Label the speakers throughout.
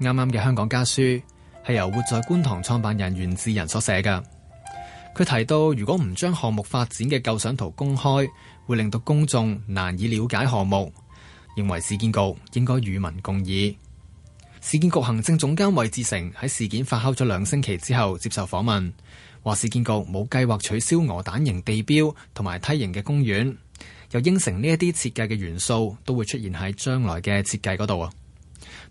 Speaker 1: 啱啱嘅《香港家書》係由活在觀塘創辦人袁智仁所寫嘅。佢提到，如果唔將項目發展嘅構想圖公開，會令到公眾難以了解項目，認為市建局應該與民共議。市建局行政總監韋志成喺事件發酵咗兩星期之後接受訪問，話市建局冇計劃取消鵝蛋型地標同埋梯形嘅公園，又應承呢一啲設計嘅元素都會出現喺將來嘅設計嗰度啊。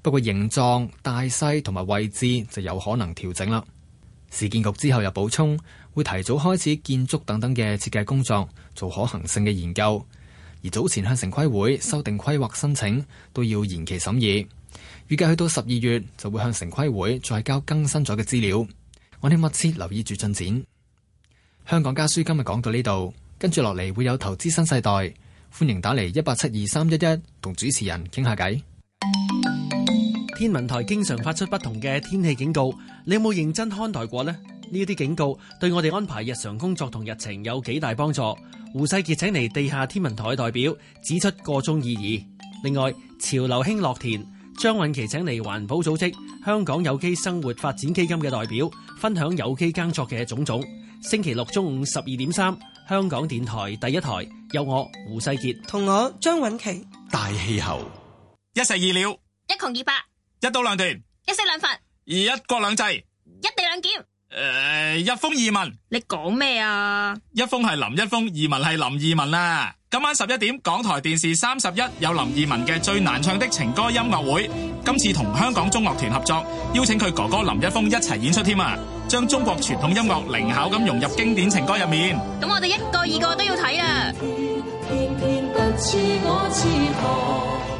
Speaker 1: 不過形狀、大細同埋位置就有可能調整啦。市建局之後又補充，會提早開始建築等等嘅設計工作，做可行性嘅研究。而早前向城規會修訂規劃申請都要延期審議，預計去到十二月就會向城規會再交更新咗嘅資料。我哋密切留意住進展。香港家書今日講到呢度，跟住落嚟會有投資新世代，歡迎打嚟一八七二三一一同主持人傾下偈。
Speaker 2: 天文台經常發出不同嘅天氣警告，你有冇認真看待過呢？呢啲警告對我哋安排日常工作同日程有幾大幫助？胡世傑請嚟地下天文台代表指出個中意義。另外，潮流興樂田，張韻琪請嚟環保組織香港有機生活發展基金嘅代表分享有機耕作嘅種種。星期六中午十二點三，香港電台第一台有我胡世傑
Speaker 3: 同我張韻琪
Speaker 4: 大氣候，一石二鳥，
Speaker 5: 一窮二白。
Speaker 4: 一刀兩斷，
Speaker 5: 一式兩份，
Speaker 4: 而一國兩制，
Speaker 5: 一地兩檢，誒、
Speaker 4: 呃，一封二文。
Speaker 5: 你講咩啊？
Speaker 4: 一封係林一封，二文係林二文啦。今晚十一點，港台電視三十一有林二文嘅最難唱的情歌音樂會。今次同香港中樂團合作，邀請佢哥哥林一峰一齊演出添啊！將中國傳統音樂靈巧咁融入經典情歌入面。
Speaker 5: 咁我哋一個二個都要睇啊！偏偏不知
Speaker 6: 我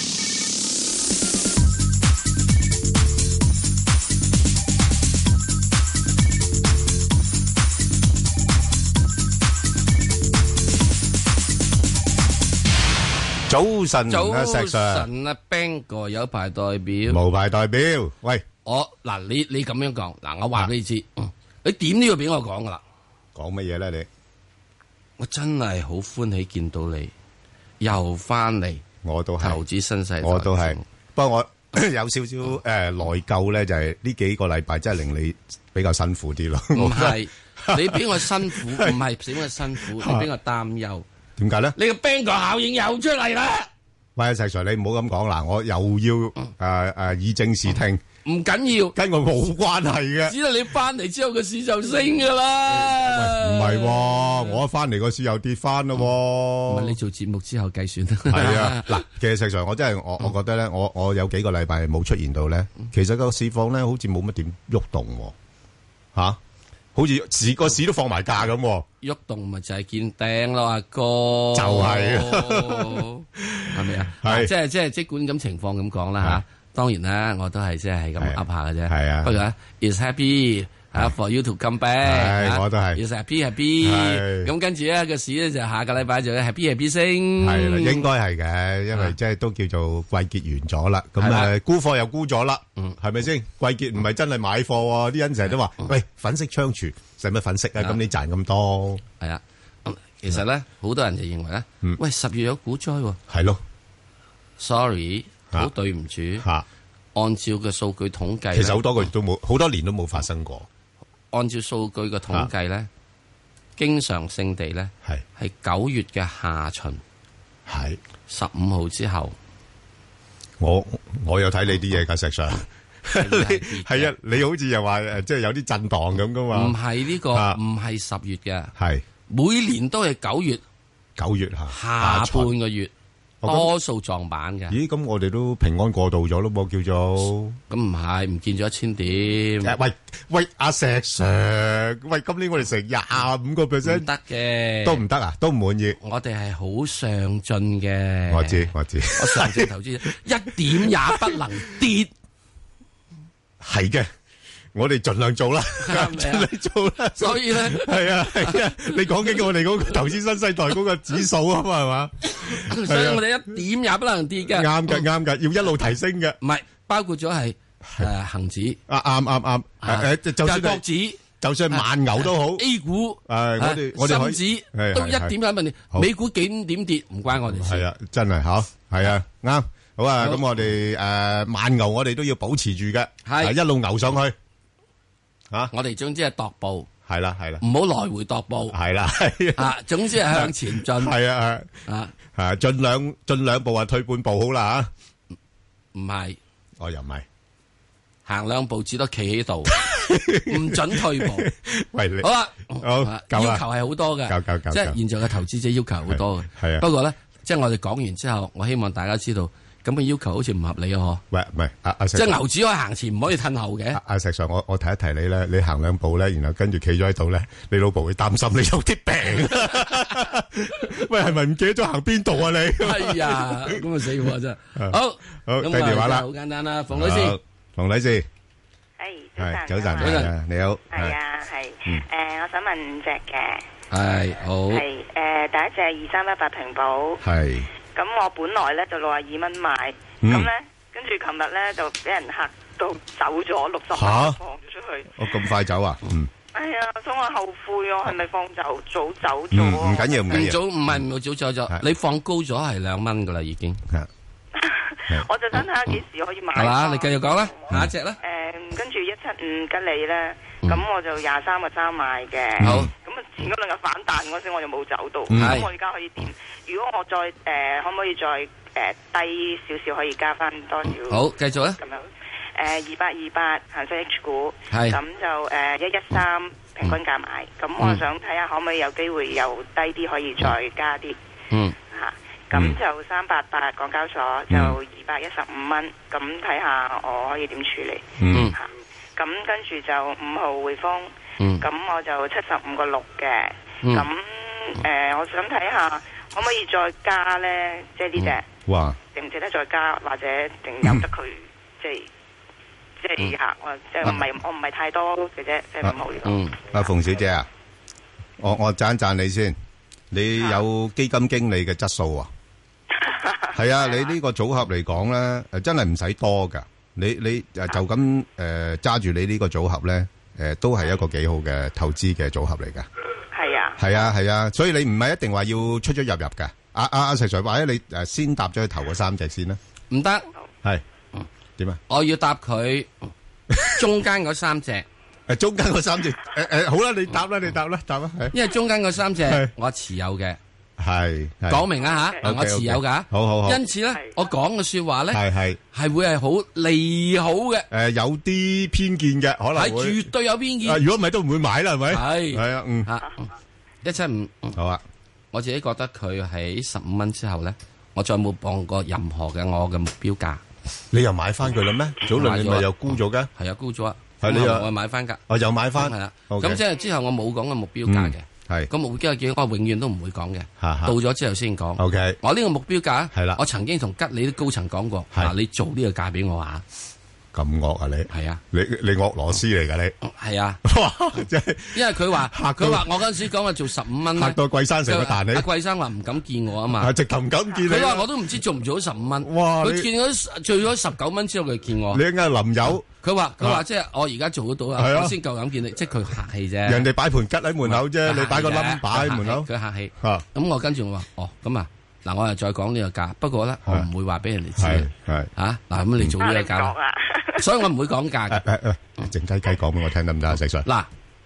Speaker 7: 早晨，
Speaker 8: 早
Speaker 7: 石 Sir，
Speaker 8: 晨啊，Bang 哥有排代表，
Speaker 7: 無牌代表。喂，
Speaker 8: 我嗱你你咁樣講，嗱我話俾你知，你點都要俾我講噶啦。
Speaker 7: 講乜嘢咧？你
Speaker 8: 我真係好 歡喜見到你又翻嚟，
Speaker 7: 我都係
Speaker 8: 投資新世代，
Speaker 7: 我都係。不過 我有少少誒內疚咧，就係呢幾個禮拜真係令你比較辛苦啲咯。
Speaker 8: 唔 係，你俾我辛苦，唔係俾我辛苦，你俾我擔憂。
Speaker 7: 點解咧？
Speaker 8: 你個 Bangor 效應又出嚟啦！
Speaker 7: 喂，石 Sir，你唔好咁講啦，我又要誒誒以正視聽。
Speaker 8: 唔緊要，
Speaker 7: 跟我冇關係嘅。
Speaker 8: 只係你翻嚟之後個市就升噶啦。
Speaker 7: 唔係喎，我翻嚟個市又跌翻咯。唔
Speaker 8: 係你做節目之後計算。
Speaker 7: 係 啊，嗱，其實石 Sir，我真係我我覺得咧，我我有幾個禮拜冇出現到咧，其實個市況咧好似冇乜點喐動喎，嚇。好似市個市都放埋假咁，
Speaker 8: 喐動咪就係見頂咯，阿哥就
Speaker 7: 係，
Speaker 8: 係咪啊？係即係即係，即管咁情況咁講啦嚇。當然啦，我都係即係咁噏下嘅啫。
Speaker 7: 啊係啊，
Speaker 8: 不過 is happy 嚇 for you to come back，
Speaker 7: 我都係
Speaker 8: is happy happy。咁跟住咧個市咧就下個禮拜就 happy happy 升，
Speaker 7: 係啦，應該係嘅，因為即係都叫做季結完咗啦。咁誒沽貨又沽咗啦，係咪先？季結唔係真係買貨喎，啲人成日都話：喂，粉飾櫥窗使乜粉飾啊？咁你賺咁多
Speaker 8: 係啊。其實咧，好多人就認為咧，喂，十月有股災喎。
Speaker 7: 嗯係咯啊
Speaker 8: ，sorry，好對唔住。按照嘅數據統計，
Speaker 7: 其實好多個月都冇，好多年都冇發生過。
Speaker 8: 按照數據嘅統計咧，經常性地咧
Speaker 7: 係
Speaker 8: 係九月嘅下旬，
Speaker 7: 係
Speaker 8: 十五號之後。
Speaker 7: 我我有睇你啲嘢㗎，石 Sir。係 啊，你好似又話誒，即係有啲震盪咁噶嘛？
Speaker 8: 唔係呢個，唔係十月嘅，
Speaker 7: 係
Speaker 8: 每年都係九月，
Speaker 7: 九月
Speaker 8: 下半個月多數撞板嘅。
Speaker 7: 咦，咁我哋都平安過渡咗咯噃，叫做
Speaker 8: 咁唔係唔見咗一千點。
Speaker 7: 喂喂，阿石 Sir，喂，今年我哋成廿五個 percent
Speaker 8: 得嘅，
Speaker 7: 都唔得啊，都唔滿意。
Speaker 8: 我哋係好上進嘅，
Speaker 7: 我知我知，
Speaker 8: 我上進投資一點也不能跌。
Speaker 7: 係嘅，我哋盡量做啦，盡力做啦。
Speaker 8: 啊所以咧，
Speaker 7: 係啊係啊，你講緊我 哋嗰個投資新世代嗰個指數啊嘛，係嘛？
Speaker 8: 所
Speaker 7: 啊
Speaker 8: 以我哋一點也不能跌嘅。
Speaker 7: 啱嘅啱嘅，要一路提升嘅。
Speaker 8: 唔係包括咗係誒恒指啊
Speaker 7: 啊啱啱啱誒誒，就算
Speaker 8: 國
Speaker 7: 係
Speaker 8: 指。
Speaker 7: 就算係慢牛都好，
Speaker 8: A 股，
Speaker 7: 係我哋
Speaker 8: 啊
Speaker 7: 我哋可
Speaker 8: 深
Speaker 7: 以
Speaker 8: 指
Speaker 7: 係
Speaker 8: 都一
Speaker 7: 係
Speaker 8: 點有問題
Speaker 7: 好，
Speaker 8: 美股幾點跌唔關我哋事。
Speaker 7: 係啊，真係好，係啊，啱。好啊，咁我哋誒慢牛，我哋都要保持住嘅，
Speaker 8: 係
Speaker 7: 啊一路牛上去。吓，
Speaker 8: 我哋總之係踱步，
Speaker 7: 係啦，係啦，
Speaker 8: 唔好來回踱步。
Speaker 7: 係啦，係啊，
Speaker 8: 啊，總之係向前進。
Speaker 7: 係啊，
Speaker 8: 啊，
Speaker 7: 係盡兩盡兩步啊，退半步好啦吓。
Speaker 8: 唔係
Speaker 7: 我哦又唔係，
Speaker 8: 行兩步至多企喺 度，唔准退步。
Speaker 7: 喂你
Speaker 8: 好啦，
Speaker 7: 好
Speaker 8: 啊
Speaker 7: 夠啦
Speaker 8: 要求係好多
Speaker 7: 夠夠
Speaker 8: 嘅，
Speaker 7: 夠
Speaker 8: 即係現在嘅投資者要求好多嘅。
Speaker 7: 係係啊
Speaker 8: 不過咧，即係我哋講完之後，我希望大家知道，咁嘅要求好似唔合理啊！嗬，
Speaker 7: 喂唔係阿阿 石
Speaker 8: 即係牛只可以行前，唔可以褪後嘅
Speaker 7: 阿。阿石 Sir，我我提一提你咧，你行兩步咧，然後跟住企咗喺度咧，你老婆會擔心你有啲病。喂，係咪唔記得咗行邊度啊你？
Speaker 8: 哎 呀，咁啊死我真係。
Speaker 7: 啊
Speaker 8: 好，
Speaker 7: 好
Speaker 8: 咁啊
Speaker 7: 睇電話啦
Speaker 8: 就好簡單啦，馮女士。
Speaker 7: 好，馮女士。
Speaker 9: 系
Speaker 7: 係
Speaker 9: 早
Speaker 7: 早
Speaker 9: 晨啊
Speaker 7: 晨，
Speaker 9: 嘛，
Speaker 8: 晨
Speaker 7: 係啊你好，
Speaker 9: 系啊，系
Speaker 7: 嗯
Speaker 9: 诶，誒我想问五只嘅，
Speaker 8: 系好，
Speaker 9: 系诶第一隻二三一八平保，
Speaker 7: 係，係
Speaker 9: 咁我本來咧就六廿二蚊買，
Speaker 7: 嗯
Speaker 9: 咁咧跟住琴日咧就俾人嚇到走咗六十蚊
Speaker 7: 嚇
Speaker 9: 放出去，
Speaker 7: 我咁快走啊？嗯，
Speaker 9: 哎呀，所以我後悔我係咪放走早
Speaker 8: Ừ,
Speaker 9: 走咗
Speaker 7: 嗯，
Speaker 9: 啊？
Speaker 7: 唔緊要，唔
Speaker 8: 唔
Speaker 7: 緊
Speaker 8: 早唔係唔早走咗
Speaker 7: 係，
Speaker 8: 你放高咗係兩蚊噶啦已經，
Speaker 7: 要，係
Speaker 9: 我就等下幾時可以買
Speaker 8: 係嘛？你繼續講啦，
Speaker 9: 嗯
Speaker 8: 下一隻啦。
Speaker 9: 誒，跟住一七五吉利咧，
Speaker 8: 嗯
Speaker 9: 咁我就廿三個三買嘅。
Speaker 8: 好
Speaker 9: 咁啊，前嗰兩日反彈嗰時我就冇走到，
Speaker 7: 嗯
Speaker 9: 咁我而家可以點？如果我再誒、可唔可以再誒、低少少可以加翻多少？
Speaker 8: 好，繼續啊啦。
Speaker 9: 咁樣誒，二八二八恒生 H 股，
Speaker 8: 係
Speaker 9: 咁就誒一一三平均價買。咁、
Speaker 8: 嗯
Speaker 9: 我想睇下可唔可以有機會又低啲可以再加啲
Speaker 8: 嗯，
Speaker 9: 嚇。咁就三八八港交所就二百一十五蚊，咁睇下我可以點處理。
Speaker 7: 嗯
Speaker 8: 嗯
Speaker 9: 嚇咁跟住就五號匯豐，
Speaker 8: 嗯
Speaker 9: 咁我就七十五個六嘅。
Speaker 8: 嗯
Speaker 9: 咁誒，我想睇下可唔可以再加咧？即係
Speaker 8: 嗯
Speaker 9: 呢
Speaker 7: 哇，
Speaker 9: 只值唔值得再加，或者定由得佢即係即
Speaker 8: 嗯
Speaker 9: 係嚇我，即係我唔係我唔係太多嘅啫，即係
Speaker 7: À.
Speaker 9: 五號呢個。
Speaker 8: 嗯，
Speaker 7: 阿馮小姐啊，我我讚一讚你先，你有基金經理嘅質素啊。係啊，你呢個組合嚟講咧，誒真係唔使多噶。你你誒就咁誒揸住你呢個組合咧，誒都係一個幾好嘅投資嘅組合嚟㗎。
Speaker 9: 係啊，
Speaker 7: 係啊係啊，所以你唔係一定話要出出入入㗎。阿阿阿石 Sir 話咧，你誒先搭咗去頭嗰三隻先啦。
Speaker 8: 唔得，
Speaker 7: 係點啊？
Speaker 8: 我要 答佢中間嗰三隻，
Speaker 7: 诶，中間嗰三隻，诶诶，好啦，你答啦，你答啦，答啦，係
Speaker 8: 因為中間嗰三隻
Speaker 7: 係
Speaker 8: 我持有嘅，
Speaker 7: 係係
Speaker 8: 講明啊吓，
Speaker 7: OK，
Speaker 8: 我持有噶，
Speaker 7: 好好好
Speaker 8: 因此咧
Speaker 9: 係，
Speaker 8: 我講嘅说話咧
Speaker 7: 係係
Speaker 8: 係會係好利好嘅，
Speaker 7: 诶，有啲偏見嘅可能
Speaker 8: 係
Speaker 7: 會，
Speaker 8: 絕對有偏
Speaker 7: 啊
Speaker 8: 見。
Speaker 7: 如果唔係都唔會買啦，係咪？
Speaker 8: 係
Speaker 7: 係啊，嗯，
Speaker 8: 啊，一七五，
Speaker 7: 好啊，
Speaker 8: 我自己覺得佢喺十五蚊之後咧，我再冇磅過任何嘅我嘅目標價，
Speaker 7: 你又買翻佢啦咩？早輪你咪又沽咗嘅，
Speaker 8: 係啊，高咗啊，
Speaker 7: 係你又
Speaker 8: 咁我買翻㗎，
Speaker 7: 我又買翻，
Speaker 8: 係啦。
Speaker 7: OK
Speaker 8: 咁即係之後我冇講嘅目標價嘅。
Speaker 7: 係
Speaker 8: 咁目標價我永遠都唔會講嘅，
Speaker 7: 嚇嚇
Speaker 8: 到咗之後先講。
Speaker 7: OK
Speaker 8: 我呢個目標價，
Speaker 7: 係啦
Speaker 8: 我曾經同吉利啲高層講過，
Speaker 7: 係
Speaker 8: 嗱你做呢個價俾我啊，
Speaker 7: 咁惡啊你，
Speaker 8: 係啊，
Speaker 7: 你你惡螺絲嚟㗎你，
Speaker 8: 係啊，
Speaker 7: 哇，真係
Speaker 8: 因為佢話
Speaker 7: 嚇到
Speaker 8: 佢話我嗰陣時講話做十五蚊咧，
Speaker 7: 嚇到貴山成個蛋你
Speaker 8: 阿，貴生話唔敢見我啊
Speaker 7: 啊
Speaker 8: 嘛，
Speaker 7: 直頭唔敢見你
Speaker 8: 佢話我
Speaker 7: 啦，
Speaker 8: 都唔知做唔做到十五蚊，
Speaker 7: 哇
Speaker 8: 佢
Speaker 7: 你
Speaker 8: 見咗做咗十九蚊之後佢見我
Speaker 7: 你，啱淋油，
Speaker 8: 佢話佢
Speaker 7: 啊
Speaker 8: 話即係我而家做得到
Speaker 7: 係
Speaker 8: 啊，
Speaker 7: 啊
Speaker 8: 我先夠膽見你，即係佢客氣啫。
Speaker 7: 人哋擺盤吉喺門口啫，
Speaker 8: 佢
Speaker 7: 你擺個
Speaker 8: 客氣啫
Speaker 7: number 喺門口
Speaker 8: 佢，客氣。
Speaker 7: 啊，
Speaker 8: 咁我跟住我話，哦，咁啊，嗱，我又再講呢個價，不過咧，我
Speaker 7: 係
Speaker 8: 唔會話俾人哋知
Speaker 7: 係
Speaker 8: 嘅。
Speaker 7: 係。
Speaker 8: 啊，嗱，咁你做呢
Speaker 9: 啊
Speaker 8: 個
Speaker 9: 你唔
Speaker 8: 價
Speaker 9: 講
Speaker 8: 啦，
Speaker 9: 啊？
Speaker 8: 所以我唔會講價嘅。
Speaker 7: 誒，誒，誒，靜雞雞講俾我聽得唔得啊，石Sir？
Speaker 8: 嗱，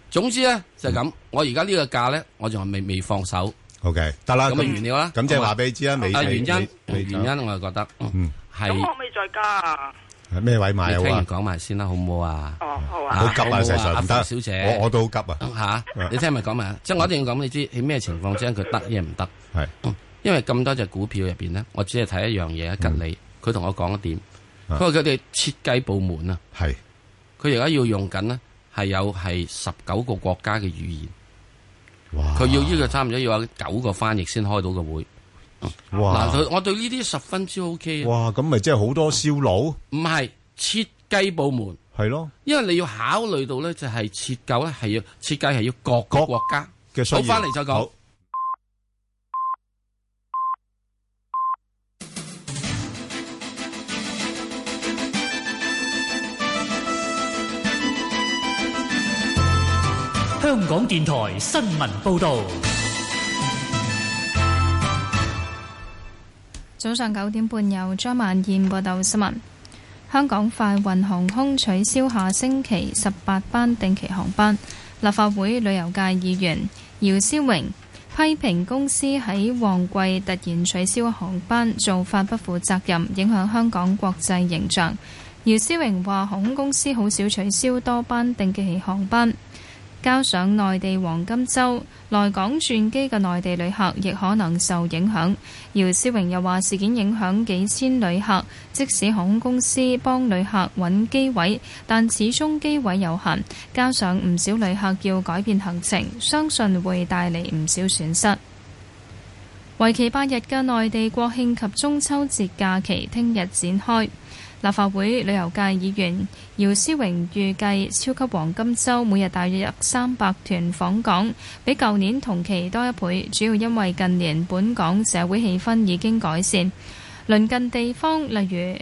Speaker 8: 總之咧就係咁，我而家呢個價咧，我仲係未未放手，
Speaker 7: OK，得啦，
Speaker 8: 咁啊
Speaker 7: 咁-
Speaker 8: 完了啦。好嘛
Speaker 7: 咁即係話俾你知啊，未-
Speaker 8: 啊
Speaker 7: 未-
Speaker 8: 原因
Speaker 7: 未-
Speaker 8: 原因，我係覺得嗯係
Speaker 9: 咁可唔可以再加啊？
Speaker 7: 咩位買啊，
Speaker 8: 你聽
Speaker 7: 好啊？
Speaker 8: 完講埋先啦，好唔好啊？
Speaker 9: 哦，好啊。
Speaker 7: 好急啊，
Speaker 8: 好啊，
Speaker 7: 石Sir，
Speaker 8: 阿
Speaker 7: 唔得。
Speaker 8: 馮小姐。
Speaker 7: 我-我都好急啊，
Speaker 8: 吓，你聽咪講埋啊，即係我一定要講俾你知喺咩情況之下佢得嘢唔得，
Speaker 7: 係
Speaker 8: 因為咁多隻股票入邊咧，我只係睇一樣嘢啊，吉利，
Speaker 7: 嗯
Speaker 8: 佢同我講一點，
Speaker 7: 啊
Speaker 8: 佢話佢哋設計部門啊。佢而家要用緊呢，係有係十九個國家嘅語言，
Speaker 7: 係。哇，
Speaker 8: 佢要呢個差唔多要有九個翻譯先開到個會。
Speaker 7: 哇，
Speaker 8: 嗱，佢我對呢啲十分之 OK 啊，
Speaker 7: 哇，咁咪即係好多燒腦？
Speaker 8: 唔係設計部門，
Speaker 7: 係咯，
Speaker 8: 因為你要考慮到咧，就係設計咧係要設計係要各個國家
Speaker 7: 嘅需要
Speaker 8: 好，翻嚟再講
Speaker 7: 好。
Speaker 10: 香港電台新聞報道，
Speaker 11: 早上九點半由張萬燕報道新聞。香港快運航空取消下星期十八班定期航班。立法會旅遊界議員姚思榮批評公司喺旺季突然取消航班，做法不負責任，影響香港國際形象。姚思榮話：航空公司好少取消多班定期航班。加上內地黃金周，來港轉機嘅內地旅客亦可能受影響。姚思榮又話事件影響幾千旅客，即使航空公司幫旅客揾機位，但始終機位有限，加上唔少旅客要改變行程，相信會帶嚟唔少損失。為期八日嘅內地國慶及中秋節假期，聽日展開。立法會旅遊界議員姚思榮預計超級黃金週每日大約三百團訪港，比舊年同期多一倍，主要因為近年本港社會氣氛已經改善，鄰近地方例如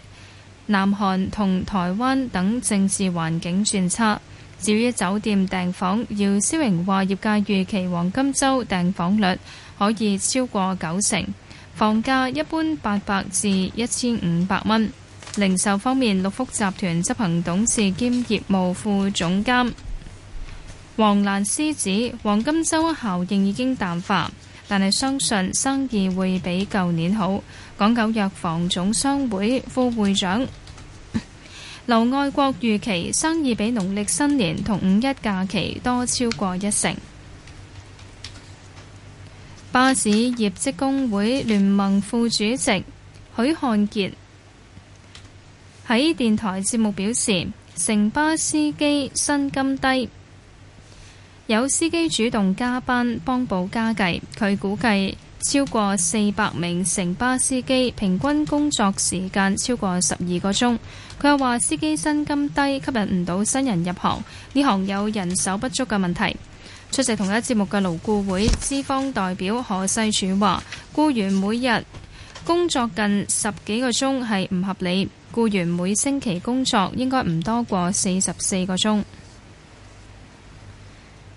Speaker 11: 南韓同台灣等政治環境轉差。至於酒店訂房，姚思榮話業界預期黃金週訂房率可以超過九成，房價一般八百至一千五百蚊。零售方面，六福集團執行董事兼業務副總監黃蘭詩指，黃金周效應已經淡化，但係相信生意會比舊年好。港九藥房總商會副會長 劉愛國預期生意比農曆新年同五一假期多超過一成。巴士業職工會聯盟副主席許漢傑喺電台節目表示，城巴司機薪金低，有司機主動加班幫補家計。佢估計超過四百名城巴司機平均工作時間超過十二個鐘。佢又話，司機薪金低吸引唔到新人入行，呢行有人手不足嘅問題。出席同一節目嘅勞顧會資方代表何世柱話，僱員每日工作近十幾個鐘係唔合理。僱員每星期工作應該唔多過四十四個鐘。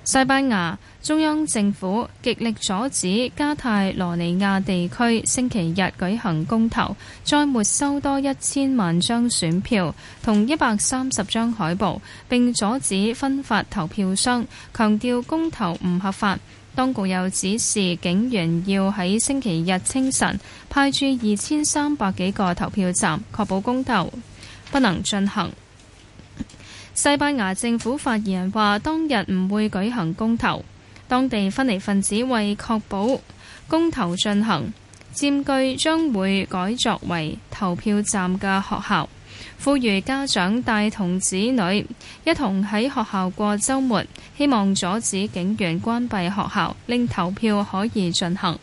Speaker 11: 西班牙中央政府極力阻止加泰羅尼亞地區星期日舉行公投，再沒收多一千萬張選票同一百三十張海報，並阻止分發投票箱，強調公投唔合法。當局又指示警員要喺星期日清晨派駐二千三百幾個投票站，確保公投不能進行。西班牙政府發言人話：當日唔會舉行公投。當地分離分子為確保公投進行，佔據將會改作為投票站嘅學校，呼籲家長帶同子女一同喺學校過週末，希望阻止警員關閉學校，令投票可以進行。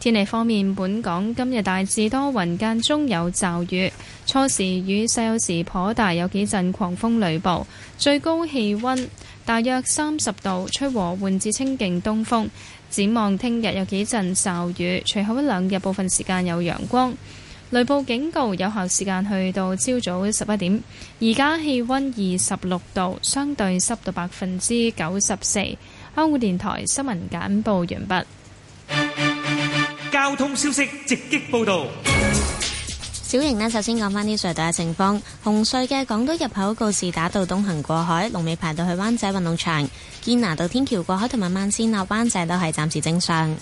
Speaker 11: 天氣方面，本港今日大致多雲間中有驟雨，初時雨勢有時頗大，有幾陣狂風雷暴，最高氣温大約三十度，吹和緩至清勁東風。展望聽日有幾陣驟雨，隨後一兩日部分時間有陽光。雷暴警告有效時間去到朝早十一點。而家氣温二十六度，相對濕度百分之九十四。香港電台新聞簡報完畢。
Speaker 12: 交通消息直擊報道。
Speaker 13: 小瑩呢，首先講返啲隧道嘅情況。紅隧嘅港島入口告士打道東行過海，龍尾排到去灣仔運動場；堅拿道天橋過海同埋慢線落灣仔都係暫時正常。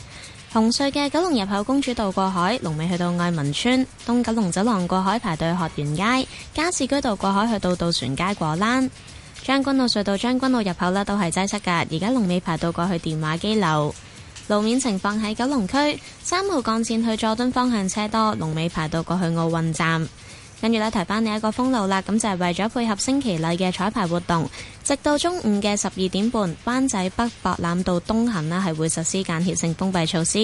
Speaker 13: 紅隧嘅九龍入口公主道過海，龍尾去到愛民村；東九龍走廊過海排隊學園街；加士居道過海去到渡船街果欄；將軍澳隧道將軍澳入口呢都係擠塞㗎，而家龍尾排到過去電話機樓。路面情況喺九龍區三號幹線去佐敦方向車多，龍尾排到過去奧運站。跟住呢，提翻你一個封路啦，咁就係為咗配合星期例嘅彩排活動，直到中午嘅十二點半，灣仔北博覽道東行呢係會實施間歇性封閉措施。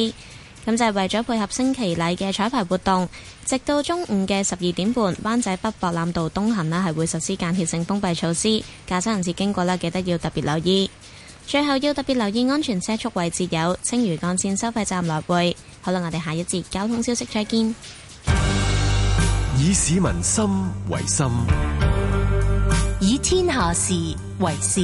Speaker 13: 咁就係為咗配合星期禮嘅彩排活動，直到中午嘅十二點半，灣仔北博覽道東行呢係會實施間歇性封閉措施，駕車人士經過呢，記得要特別留意。最後要特別留意安全車速位置有青嶼幹線收費站來回。好啦，我哋下一節交通消息再見。
Speaker 14: 以市民心為心，
Speaker 15: 以天下事為事。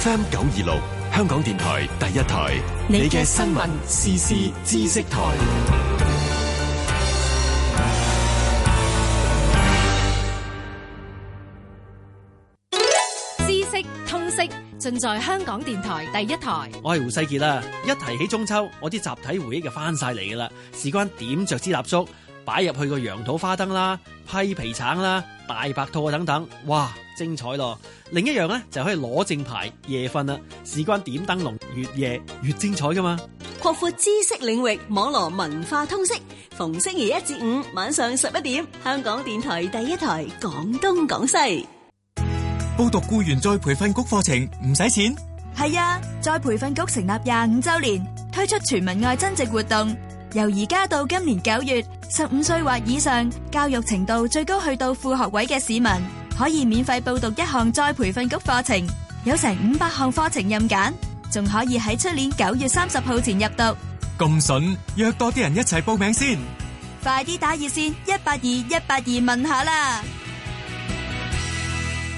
Speaker 14: FM 九二六，香港電台第一台，你嘅新聞、時事、知識台。
Speaker 16: 知識通識盡在香港電台第一台。
Speaker 2: 我係胡世杰啦，一提起中秋，我啲集體回憶就翻晒嚟噶啦。事關點着支蠟燭，擺入去個羊肚花燈啦、批皮橙啦、大白兔啊等等，哇，精彩咯！另一樣呢，就可以攞正牌夜瞓啦。事關點燈籠，越夜越精彩噶嘛。
Speaker 17: 擴闊知識領域，網羅文化通識。逢星期一至五晚上十一點，香港電台第一台，廣東廣西。
Speaker 1: 報讀僱員再培訓局課程唔使錢。
Speaker 18: 係啊，再培訓局成立廿五周年，推出全民愛增值活動，由而家到今年九月，十五歲或以上，教育程度最高去到副學位嘅市民，可以免費報讀一項再培訓局課程，有成五百項課程任揀，仲可以喺出年九月三十號前入讀。
Speaker 1: 咁筍，約多啲人一齊報名先。
Speaker 18: 快啲打熱線一八二一八二問下啦！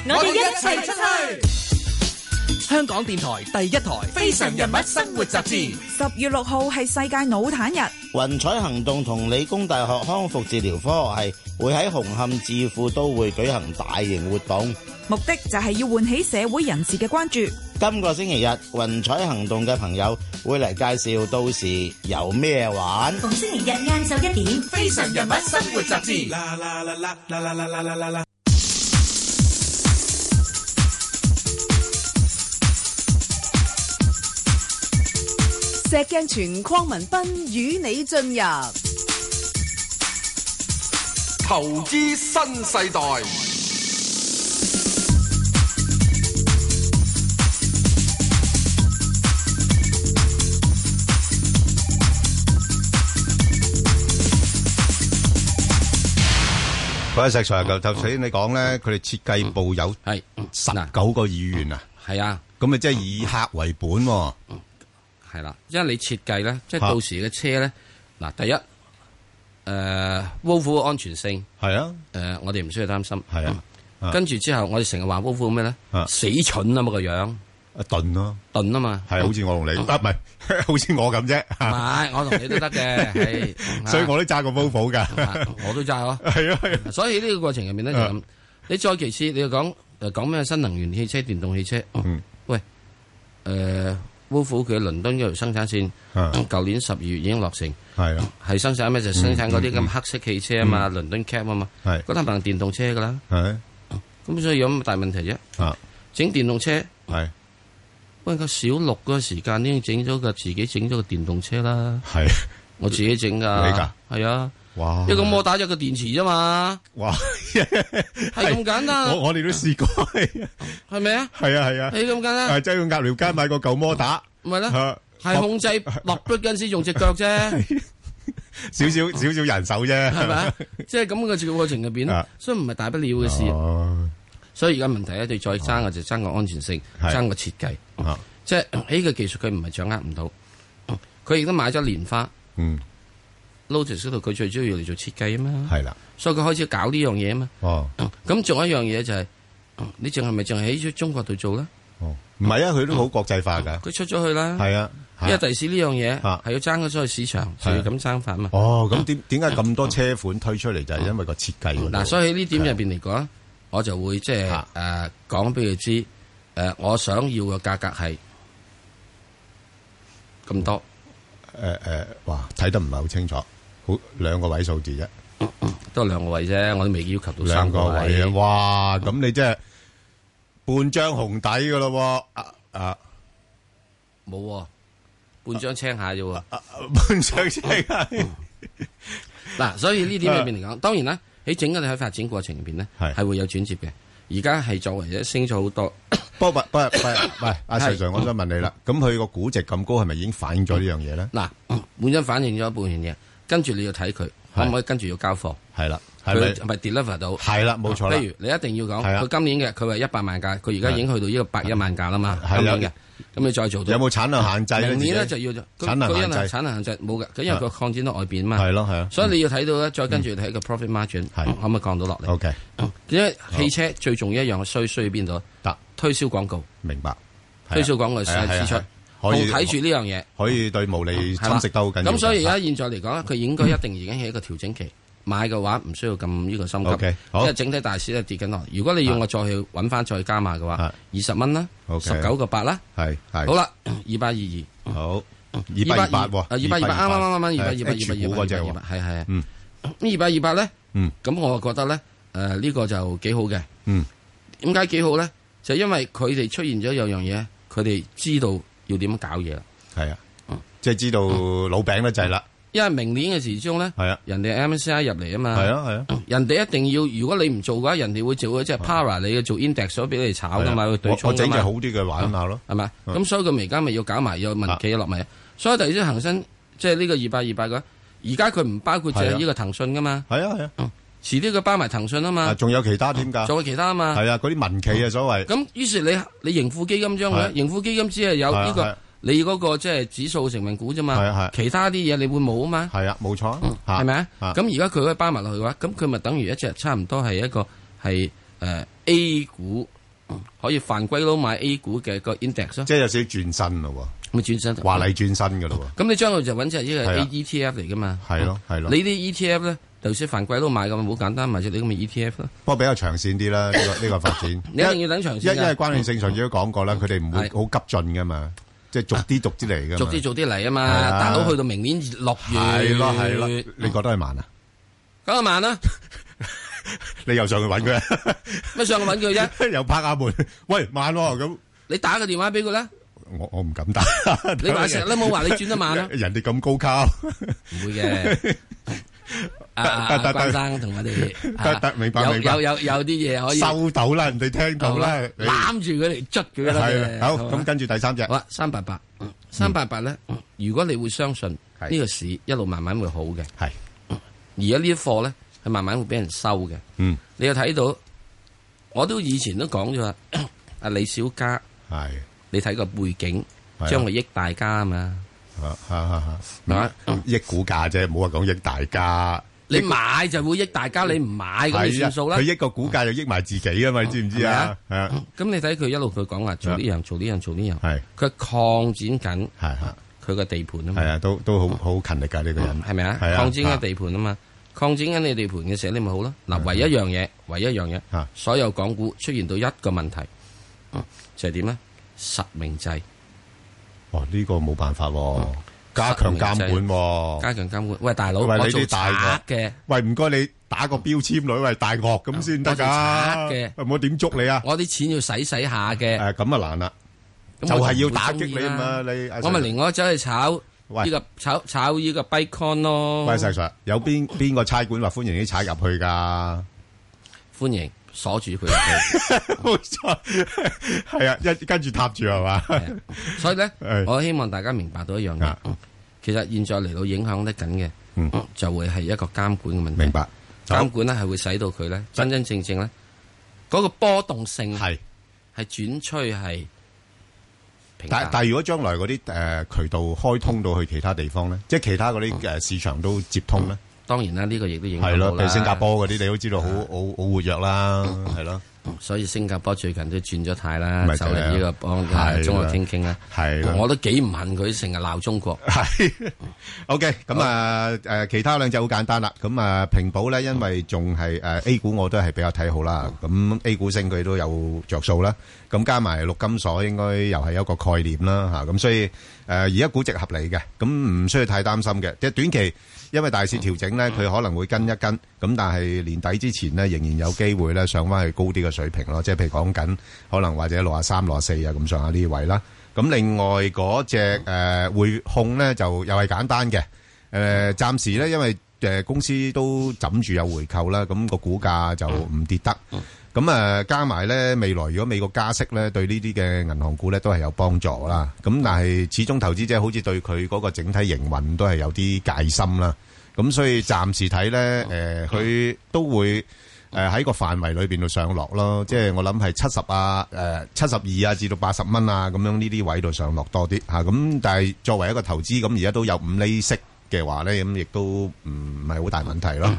Speaker 19: 我哋一齊出去！
Speaker 2: 香港電台第一台《
Speaker 19: 非常人物生活雜誌》。
Speaker 20: 十月六號係世界腦癱日。
Speaker 21: 雲彩行動同理工大學康復治療科學系會喺紅磡置富都會舉行大型活動，
Speaker 20: 目的就係要喚起社會人士嘅關注。
Speaker 21: 今個星期日，雲彩行動嘅朋友會嚟介紹到時有咩玩。
Speaker 19: 逢星期日晏晝一點，《非常人物生活雜誌》。
Speaker 22: 石鏡泉鄺民彬與你進入
Speaker 23: 投資新世代。
Speaker 7: 喂，石 Sir，頭先你講咧，佢哋設計部有
Speaker 8: 係
Speaker 7: 十九個議員啊，
Speaker 8: 係啊，
Speaker 7: 咁啊，即係以客為本喎。
Speaker 8: 係啦，因為你設計咧，即係到時嘅車咧，嗱，第一，誒 Wolf 嘅安全性
Speaker 7: 係啊，
Speaker 8: 誒，我哋唔需要擔心，
Speaker 7: 係啊。
Speaker 8: 跟住之後，我哋成日話 Wolf 咩咧？死蠢啊嘛個樣，
Speaker 7: 一鈍咯，
Speaker 8: 鈍啊嘛，
Speaker 7: 係好似我同你，啊唔係， 好似我咁啫。
Speaker 8: 唔係，我同你都得 嘅，係，
Speaker 7: 所以我都揸過 Wolf 㗎，
Speaker 8: 我都揸咯，
Speaker 7: 係啊。
Speaker 8: 所以呢個過程入面咧就咁，你再其次，你又講誒講咩新能源汽車、電動汽車，哦
Speaker 7: 嗯
Speaker 8: 喂，誒。Wolf 佢倫敦嗰條生產線，嗯舊年十二月已經落成，
Speaker 7: 啊係啊，嗯
Speaker 8: 係生產咩？就生產嗰啲咁黑色汽車啊嘛，倫敦 cab 啊嘛，嗰啲係電動車噶啦，
Speaker 7: 係，啊
Speaker 8: 咁所以有咁大問題啫？整電動車
Speaker 7: 係，
Speaker 8: 喂，個小六嗰時間已經整咗個自己整咗個電動車啦，
Speaker 7: 係，
Speaker 8: 我自己整噶，
Speaker 7: 你㗎，
Speaker 8: 係啊，
Speaker 7: 哇，
Speaker 8: 一個摩打一個電池啫 嘛，
Speaker 7: 哇，
Speaker 8: 係咁簡單，
Speaker 7: 我我哋都試過，
Speaker 8: 係咪啊？
Speaker 7: 係啊係啊，
Speaker 8: 係咁簡單，
Speaker 7: 係即係去鴨寮街買個舊摩打，
Speaker 8: 咪啦，係控 制落 brake 嗰陣時用隻腳啫。哦
Speaker 7: 少少少少人手啫，啊
Speaker 8: 係咪 啊？即係咁嘅過程入邊咧，所以唔係大不了嘅
Speaker 7: 哦
Speaker 8: 事。所以而家問題咧，你再爭嘅就爭個安全性，爭個設計。即係哎呢個技術佢唔係掌握唔到，哦佢亦都買咗蓮花。
Speaker 7: 嗯
Speaker 8: ，Lotus 嗰度佢最主要嚟做設計啊嘛。
Speaker 7: 係啦，
Speaker 8: 所以佢開始搞呢樣嘢啊嘛。
Speaker 7: 哦，
Speaker 8: 咁仲有一樣嘢就係，哦你淨係咪淨係喺中國度做咧？
Speaker 7: 哦，唔係啊，佢都好國際化㗎，
Speaker 8: 佢出咗去啦。
Speaker 7: 係啊，
Speaker 8: 因為第時呢樣嘢係要爭咗出去市場，就要咁爭法嘛。
Speaker 7: 哦，咁點點解咁多車款推出嚟就係因為個設計嗰度啊
Speaker 8: 嗱，所以呢點入邊嚟講，我就會即係誒講俾佢知，誒我想要嘅價格係咁多。
Speaker 7: 誒誒，哇，睇得唔係好清楚，好兩個位數字啫。
Speaker 8: 都係兩個位啫，我都未要求到
Speaker 7: 兩
Speaker 8: 三
Speaker 7: 個
Speaker 8: 個
Speaker 7: 位
Speaker 8: 位
Speaker 7: 啊！哇，咁你即係半張紅底噶咯喎！啊啊，
Speaker 8: 冇喎，半張青蟹啫喎，
Speaker 7: 啊
Speaker 8: 嗯
Speaker 7: 半張青蟹。啊
Speaker 8: 嗱，所以呢點入邊嚟講，當然啦，喺整個喺發展過程入邊咧，係會有轉折嘅。而家係作為一升咗好多，
Speaker 7: 不過不不不， 喂，
Speaker 8: 係
Speaker 7: 阿
Speaker 8: 嗯
Speaker 7: Sir Sir，我想問你啦，咁佢個估值咁高，係咪已經反映咗呢樣嘢咧？
Speaker 8: 嗱，嗯本身反映咗一部分嘢，跟住你要睇佢可唔可以跟住要交貨。
Speaker 7: 係啦，係咪
Speaker 8: 佢咪 deliver 到？
Speaker 7: 係啦冇錯啦
Speaker 8: 譬如你一定要講，
Speaker 7: 係啊
Speaker 8: 佢今年嘅佢話一百萬架，佢而家已經去到呢個百一萬架啦嘛。
Speaker 7: 係啊
Speaker 8: 今年嘅，咁你再做到
Speaker 7: 有冇產量限制咧
Speaker 8: 明年咧就
Speaker 7: 自己
Speaker 8: 要做
Speaker 7: 產量
Speaker 8: 佢
Speaker 7: 限
Speaker 8: 因為
Speaker 7: 制
Speaker 8: 產能限制冇嘅，佢因為
Speaker 7: 係
Speaker 8: 佢擴展到外邊嘛。
Speaker 7: 係咯係啊嗯
Speaker 8: 所以你要睇到咧，再跟住睇個 profit margin 可唔可以降到落嚟
Speaker 7: ？OK，
Speaker 8: 因為汽車最重要一樣需需要邊度？啊
Speaker 7: 得
Speaker 8: 推銷廣告，
Speaker 7: 明白？
Speaker 8: 推銷廣告
Speaker 7: 係啊
Speaker 8: 係
Speaker 7: 係啊
Speaker 8: 支出
Speaker 7: 係啊，可以
Speaker 8: 同睇住呢樣嘢。
Speaker 7: 可以對毛利侵
Speaker 8: 啊係啦
Speaker 7: 蝕得好緊要㗎。
Speaker 8: 咁所以而家現在嚟講，佢應該一定已經係一個調整期。買嘅話唔需要咁呢個心急
Speaker 7: OK，好
Speaker 8: 因為整體大市都跌緊落嚟。如果你要我再去揾翻再加碼嘅話，二十蚊啦，
Speaker 7: 啊 OK
Speaker 8: 十九個八啦，
Speaker 7: 係係
Speaker 8: 好啦，二八二二，
Speaker 7: 好，二百八喎，
Speaker 8: 啊二百二百啱啱啱啱
Speaker 7: 係
Speaker 8: 二百二百
Speaker 7: H
Speaker 8: 二
Speaker 7: 股
Speaker 8: 百
Speaker 7: 嗰
Speaker 8: 二
Speaker 7: 隻
Speaker 8: 百
Speaker 7: 喎
Speaker 8: 二百，係係係
Speaker 7: 嗯
Speaker 8: 咁二百二百咧，
Speaker 7: 嗯
Speaker 8: 咁我覺得咧，誒呢個就幾好嘅。
Speaker 7: 嗯，
Speaker 8: 點解幾好咧？就因為佢哋出現咗有樣嘢，佢哋知道要點樣搞嘢啦。嗯
Speaker 7: 係啊，即係知道老餅得滯啦。
Speaker 8: 因為明年嘅時鐘咧，
Speaker 7: 係啊，
Speaker 8: 人哋 MSCI 入嚟啊嘛，
Speaker 7: 係啊係啊，啊
Speaker 8: 人哋一定要，如果你唔做嘅話，人哋會做嘅，即係 para 你嘅做 index 所俾你炒噶嘛，
Speaker 7: 係啊
Speaker 8: 會對沖
Speaker 7: 我我整
Speaker 8: 隻
Speaker 7: 隻好啲嘅玩下咯，
Speaker 8: 啊係咪？
Speaker 7: 嗯
Speaker 8: 咁所以佢而家咪要搞埋有
Speaker 7: 啊
Speaker 8: 民企落埋，所以第二啲恒生即係呢個二百二百嘅，而家佢唔包括就
Speaker 7: 係
Speaker 8: 係
Speaker 7: 啊
Speaker 8: 呢個騰訊噶嘛，哦
Speaker 7: 係啊係啊，
Speaker 8: 遲啲佢包埋騰訊啊嘛，
Speaker 7: 啊仲有其他添㗎，
Speaker 8: 仲有其他啊嘛，
Speaker 7: 係啊，嗰啲民企啊所謂。
Speaker 8: 咁於是你你盈富基金將
Speaker 7: 係
Speaker 8: 佢
Speaker 7: 啊
Speaker 8: 盈富基金只係有呢
Speaker 7: 係啊係啊
Speaker 8: 個你嗰個即係指數成分股啫嘛
Speaker 7: 係啊係啊，
Speaker 8: 其他啲嘢你會冇啊嘛。
Speaker 7: 係啊，冇錯啊，
Speaker 8: 係咪啊？
Speaker 7: 啊
Speaker 8: 咁而家佢可以包埋落去嘅話，咁佢咪等於一隻差唔多係一個係诶 A 股嗯可以犯規佬買 A 股嘅個 index 咯。
Speaker 7: 即係有少少轉身咯
Speaker 8: 喎，咪轉身，
Speaker 7: 華麗轉身嘅咯
Speaker 8: 咁你將佢就揾隻呢個
Speaker 7: 係
Speaker 8: A
Speaker 7: 啊
Speaker 8: ETF 嚟噶嘛？
Speaker 7: 係咯係咯
Speaker 8: 你啲 E ETF 咧，就算犯貴佬買咁，好簡單買隻你咁嘅 ETF 啦。
Speaker 7: 喎，不過比較長線啲啦，呢 個呢個發展，
Speaker 8: 你一定要等長線㗎
Speaker 7: 因因為關永勝上次都講過啦，佢哋唔會好急進嘅嘛，即係逐啲逐啲嚟嘅，
Speaker 8: 逐啲逐啲嚟啊嘛，
Speaker 7: 係啊
Speaker 8: 大佬去到明年六月，
Speaker 7: 係咯係咯，你覺得係 慢啊？
Speaker 8: 咁啊慢啦，
Speaker 7: 你又上去揾佢，
Speaker 8: 乜上去揾佢啫？
Speaker 7: 又拍下門，喂慢喎咁，
Speaker 8: 你打個電話俾佢啦。
Speaker 7: 我我唔敢打。
Speaker 8: 你話石啦冇話你轉得慢啊
Speaker 7: 人哋咁高卡，
Speaker 8: 唔 會嘅。啊啊
Speaker 7: 得得
Speaker 8: 關生同我哋 啊
Speaker 7: 得得明白
Speaker 8: 有
Speaker 7: 明白
Speaker 8: 有有有啲嘢可以
Speaker 7: 收到啦，人哋聽到啦，你
Speaker 8: 攬住佢嚟捽佢啦。
Speaker 7: 係啊好咁跟住第三隻，嗯
Speaker 8: 好啦，三八八，三八八咧，如果你會相信呢個市一路慢慢會好嘅，
Speaker 7: 係
Speaker 8: 而家呢啲貨咧係慢慢會俾人收嘅。
Speaker 7: 嗯，
Speaker 8: 你又睇到，我都以前都講咗啦， 阿李小加
Speaker 7: 係
Speaker 8: 你睇個背景
Speaker 7: 係啊，
Speaker 8: 將佢益大家啊嘛。
Speaker 7: 啊啊啊啊益股價啫，冇話講益大家。
Speaker 8: 你買就會益大家，你唔買咁就
Speaker 7: 係啊
Speaker 8: 算數啦。
Speaker 7: 佢益個股價就益埋自己啊嘛，你知唔知啊？係啊，
Speaker 8: 咁你睇佢一路佢講話做呢樣做呢樣做呢樣，
Speaker 7: 係
Speaker 8: 佢擴展緊，
Speaker 7: 係係
Speaker 8: 佢個地盤啊嘛，
Speaker 7: 係啊，都都好好勤力㗎呢個人，
Speaker 8: 係咪啊？
Speaker 7: 係啊，
Speaker 8: 擴展緊地盤啊嘛，擴展緊你地盤嘅時候，你咪好咯。嗱，唯一一樣嘢，唯一一樣嘢，所有港股出現到一個問題，就係點咧？實名制，
Speaker 7: 哦，呢個冇辦法喎，加強監管喎，
Speaker 8: 加強監管。喂，大佬，
Speaker 7: 喂，
Speaker 8: 我
Speaker 7: 你
Speaker 8: 做
Speaker 7: 啲大
Speaker 8: 賊嘅，
Speaker 7: 喂，唔該你打個標籤女，喂，大鱷咁先得
Speaker 8: 我做
Speaker 7: 㗎
Speaker 8: 賊，嘅，
Speaker 7: 我點捉你啊？
Speaker 8: 我啲錢要洗洗下嘅。
Speaker 7: 誒，咁啊難啦，就
Speaker 8: 咁我
Speaker 7: 係要
Speaker 8: 唔會
Speaker 7: 打
Speaker 8: 中
Speaker 7: 擊
Speaker 8: 意
Speaker 7: 你啊嘛，
Speaker 8: 啦
Speaker 7: 你阿
Speaker 8: 我咪
Speaker 7: Sir
Speaker 8: 另外走去炒呢個炒炒呢個 Bitcoin 咯。
Speaker 7: 喂，石 Sir，有邊邊個差館話歡迎啲踩入去㗎？
Speaker 8: 歡迎鎖住佢入 去。
Speaker 7: 冇錯，係啊，一跟住踏住係嘛？
Speaker 8: 啊
Speaker 7: 啊
Speaker 8: 所以咧，我希望大家明白到一樣嘢，嗯其實現在嚟到影響得緊嘅，嗯就會係一個監管嘅問題。明
Speaker 7: 嗯白，
Speaker 8: 監管咧係會使到佢咧真真正正咧嗰個波動性
Speaker 7: 係
Speaker 8: 係轉趨係平
Speaker 7: 但
Speaker 8: 價。
Speaker 7: 但係如果將來嗰啲誒渠道開通到去其他地方咧，即係其他嗰啲誒市場都接通咧，
Speaker 8: 當然啦，呢個亦都影
Speaker 7: 係
Speaker 8: 響
Speaker 7: 咯，
Speaker 8: 到
Speaker 7: 譬
Speaker 8: 啦。
Speaker 7: 如新加坡嗰啲你都知道好好好活躍啦，係咯。
Speaker 8: 所以新加坡最近都轉咗態啦
Speaker 7: 咪，就
Speaker 8: 走
Speaker 7: 係
Speaker 8: 嚟
Speaker 7: 啦
Speaker 8: 呢個幫
Speaker 7: 係啦
Speaker 8: 中國傾傾啦。
Speaker 7: 係啦
Speaker 8: 我都幾唔恨佢成日鬧中國。
Speaker 7: OK，咁啊，誒其他兩隻好簡單啦。咁啊，平保咧，因為仲係誒 A 股，我都係比較睇好啦。咁 A 股升佢都有着數啦。咁加埋陸金所應該又係一個概念啦嚇。咁所以誒而家估值合理嘅，咁唔需要太擔心嘅。即係短期因為大市調整咧，佢可能會跟一跟。咁但係年底之前咧，仍然有機會咧上翻去高啲嘅水平咯。即係譬如講緊可能或者六啊三、六啊四啊咁上下呢啲位啦。咁另外嗰只誒匯控咧就又係簡單嘅，誒、暫時咧因為誒、呃公司都枕住有回購啦，咁、個股價就唔跌得。咁、咁啊，加埋咧未來如果美國加息咧，對呢啲嘅銀行股咧都係有幫助啦。咁但係始終投資者好似對佢嗰個整體營運都係有啲戒心啦。咁所以暫時睇
Speaker 8: 哦
Speaker 7: 咧，誒佢都會誒喺個範圍裏邊度上落咯。即係我諗係七十啊，誒七十二啊，至到八十蚊啊，咁樣呢啲位度上落多啲嚇。咁但係作為一個投資，咁而家都有五厘息嘅話咧，咁亦都唔係好大問題咯。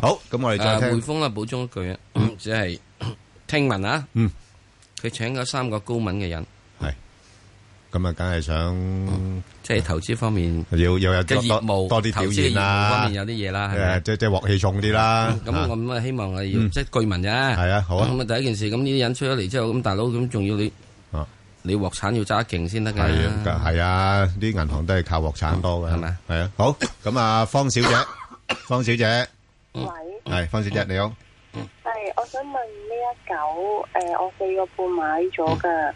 Speaker 7: 好，咁我哋再
Speaker 8: 誒
Speaker 7: 聽
Speaker 8: 匯。豐啦，補充一嗯句啊，只係 聽聞啊，
Speaker 7: 嗯，
Speaker 8: 佢請咗三個高敏嘅人，
Speaker 7: 係咁啊，梗係想
Speaker 8: 哦即係投資方面
Speaker 7: 要又有
Speaker 8: 嘅
Speaker 7: 多
Speaker 8: 業務
Speaker 7: 多啲
Speaker 8: 投
Speaker 7: 表
Speaker 8: 資嘅業
Speaker 7: 現
Speaker 8: 務
Speaker 7: 啦，
Speaker 8: 方面有啲嘢啦，係咪
Speaker 7: 誒，？即即鑊氣重啲啦。
Speaker 8: 咁我咁啊，希望係要
Speaker 7: 嗯
Speaker 8: 即係據聞啫。係
Speaker 7: 啊，好啊
Speaker 8: 咁啊，第一件事，咁呢啲人出咗嚟之後，咁大佬咁仲要你，你鑊產要揸得勁先得㗎。
Speaker 7: 係啊係啊，啲銀行都係靠鑊產多嘅，係咪？係啊，好咁啊，方小姐， 方小姐，
Speaker 24: 喂，
Speaker 7: 係方小姐，你好，
Speaker 24: 係，我想問呢一九，誒，我四個半買咗嘅，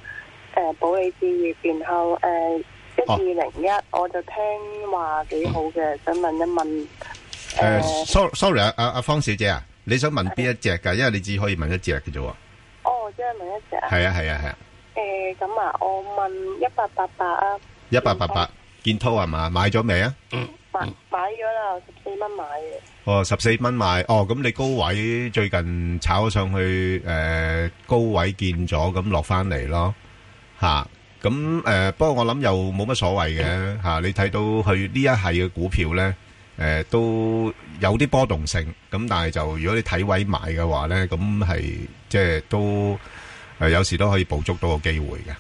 Speaker 24: 誒，保利置業，然後誒一
Speaker 7: 哦
Speaker 24: 二零一，我就聽話幾好嘅，想問一問，
Speaker 7: 誒，sorry sorry 啊，阿阿方小姐啊，你想問邊一隻㗎？因為你只可以問一隻嘅啫喎。
Speaker 24: 哦，即係問一隻啊，
Speaker 7: 係啊係啊係啊，
Speaker 24: 誒，咁啊，我問一八八八啊，
Speaker 7: 一八八八建滔係嘛？買咗未啊？
Speaker 24: 買買咗啦，十四蚊買嘅，
Speaker 7: 哦，14蚊買，哦，咁你高位最近炒上去，誒，高位見咗，咁落返嚟咯，吓，咁，誒，不過我諗又冇乜所謂嘅，呃呃吓，你睇到佢呢一係嘅股票呢，誒，都有啲波動性，咁但係就如果你睇位買嘅話呢，咁係，即係都，誒，有時都可以捕捉到個機會嘅，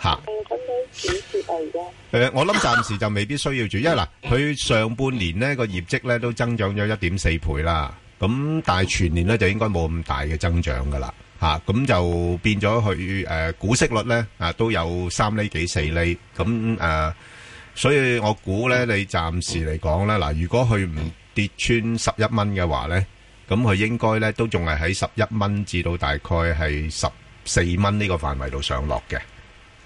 Speaker 7: 吓。
Speaker 24: 誒，咁你幾時嚟嘅？
Speaker 7: 誒、我諗暫時就未必需要住，因為嗱，佢上半年呢個業績呢都增長咗一點四倍啦，咁但係全年呢就應該冇咁大嘅增長噶啦，嚇、咁就變咗佢誒股息率呢啊都有三厘幾四厘，咁誒、呃所以我估呢，你暫時嚟講呢，嗱，如果佢唔跌穿十一蚊嘅話呢，咁佢應該呢都仲係喺十一蚊至到大概係十四蚊呢個範圍度上落嘅，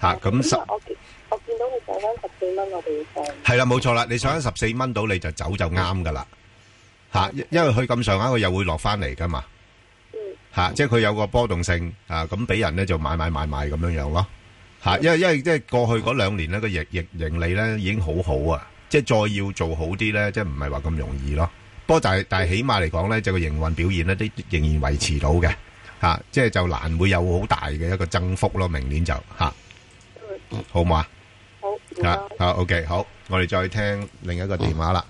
Speaker 7: 嚇、咁十
Speaker 24: 因為。我見我見到佢上翻十四蚊，我哋要上。
Speaker 7: 係啦，冇錯啦，你上咗14蚊到你就走就啱㗎啦。嚇，因-因為佢咁上下，佢又會落返嚟㗎嘛。嚇，即係佢有個波動性，啊，咁俾人呢就買買買買咁樣樣咯。嚇，因為-因為即係過去嗰兩年呢，個盈-盈-盈利呢已經好好啊，即係再要做好啲呢，即係唔係話咁容易咯。不過但係-但係起碼嚟講呢，就個營運表現呢，都-仍然維持到嘅。嚇，即係就難會有好大嘅一個增幅咯，明年就。嚇。好唔好啊？
Speaker 24: 好，唔該
Speaker 7: 啊，啊，OK，好，我哋再聽另一個電話啦，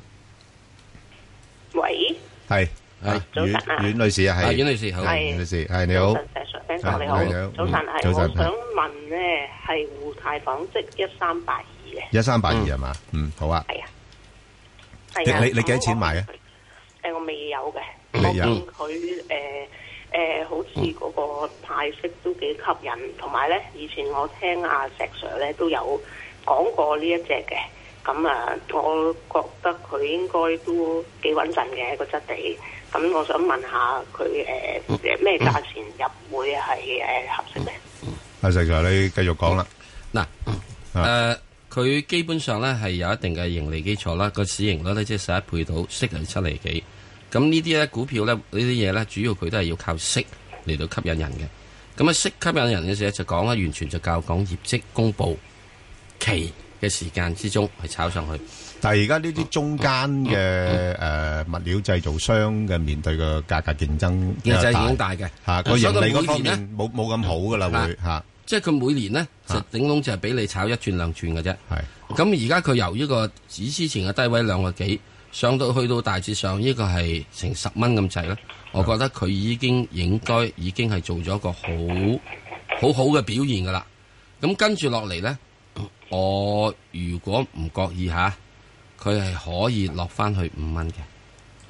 Speaker 24: 喂，
Speaker 7: 係
Speaker 24: 係
Speaker 7: 阮
Speaker 24: 早晨啊
Speaker 7: 阮女士啊，
Speaker 24: 啊
Speaker 7: 係
Speaker 24: 阮女士好
Speaker 7: 係
Speaker 24: 係
Speaker 7: 阮女士，係你好，
Speaker 24: Ben 哥你好，
Speaker 7: Ừ.
Speaker 24: 早晨係，我
Speaker 7: 早
Speaker 24: 想
Speaker 7: 晨，
Speaker 24: 問咧係互太紡織一三八二嘅，
Speaker 7: 一三八二係嘛，嗯，好啊，
Speaker 24: 係啊，
Speaker 7: 你
Speaker 24: 係啊，
Speaker 7: 你你幾多
Speaker 24: 咁
Speaker 7: 錢買啊？
Speaker 24: 誒，呃我未有嘅，
Speaker 7: 未有
Speaker 24: 我見佢誒誒，好似
Speaker 7: 嗯
Speaker 24: 嗰個派息都幾吸引，同埋咧，以前我聽阿石 Sir 咧都有講過呢一隻嘅，咁啊，我覺得佢應該都幾穩陣嘅個質地，咁我想問下佢誒
Speaker 7: 嗯
Speaker 24: 誒咩價錢入會係誒合適咧？
Speaker 7: 阿石 Sir，你繼續講啦，
Speaker 8: 嗱，
Speaker 7: 啊
Speaker 8: 誒，呃佢基本上咧係有一定嘅盈利基礎啦，個市盈率咧即係十一倍到，息係七厘幾。咁呢啲咧股票咧呢啲嘢咧，主要佢都係要靠息嚟到吸引人嘅。咁啊，息吸引人嘅時候就講啦，完全就教講業績公佈期嘅時間之中係炒上去。
Speaker 7: 但係而家呢啲中間嘅誒物料製造商嘅面對嘅價格競爭比較
Speaker 8: 競爭已經大嘅
Speaker 7: 嚇
Speaker 8: 所
Speaker 7: 個
Speaker 8: 以
Speaker 7: 盈
Speaker 8: 佢
Speaker 7: 利嗰
Speaker 8: 每
Speaker 7: 方
Speaker 8: 年啊
Speaker 7: 面冇冇咁好㗎啦，會嚇
Speaker 8: 即係佢每年呢，就頂籠就係俾你炒一轉兩轉嘅啫。咁而家佢由呢個指之前嘅低位兩個幾，上到去到大致上呢個係成十蚊咁滯啦。我覺得佢已經應該已經係做咗一個好好好嘅表現噶啦。咁跟住落嚟呢，我如果唔覺意吓，佢係可以落翻去五蚊嘅。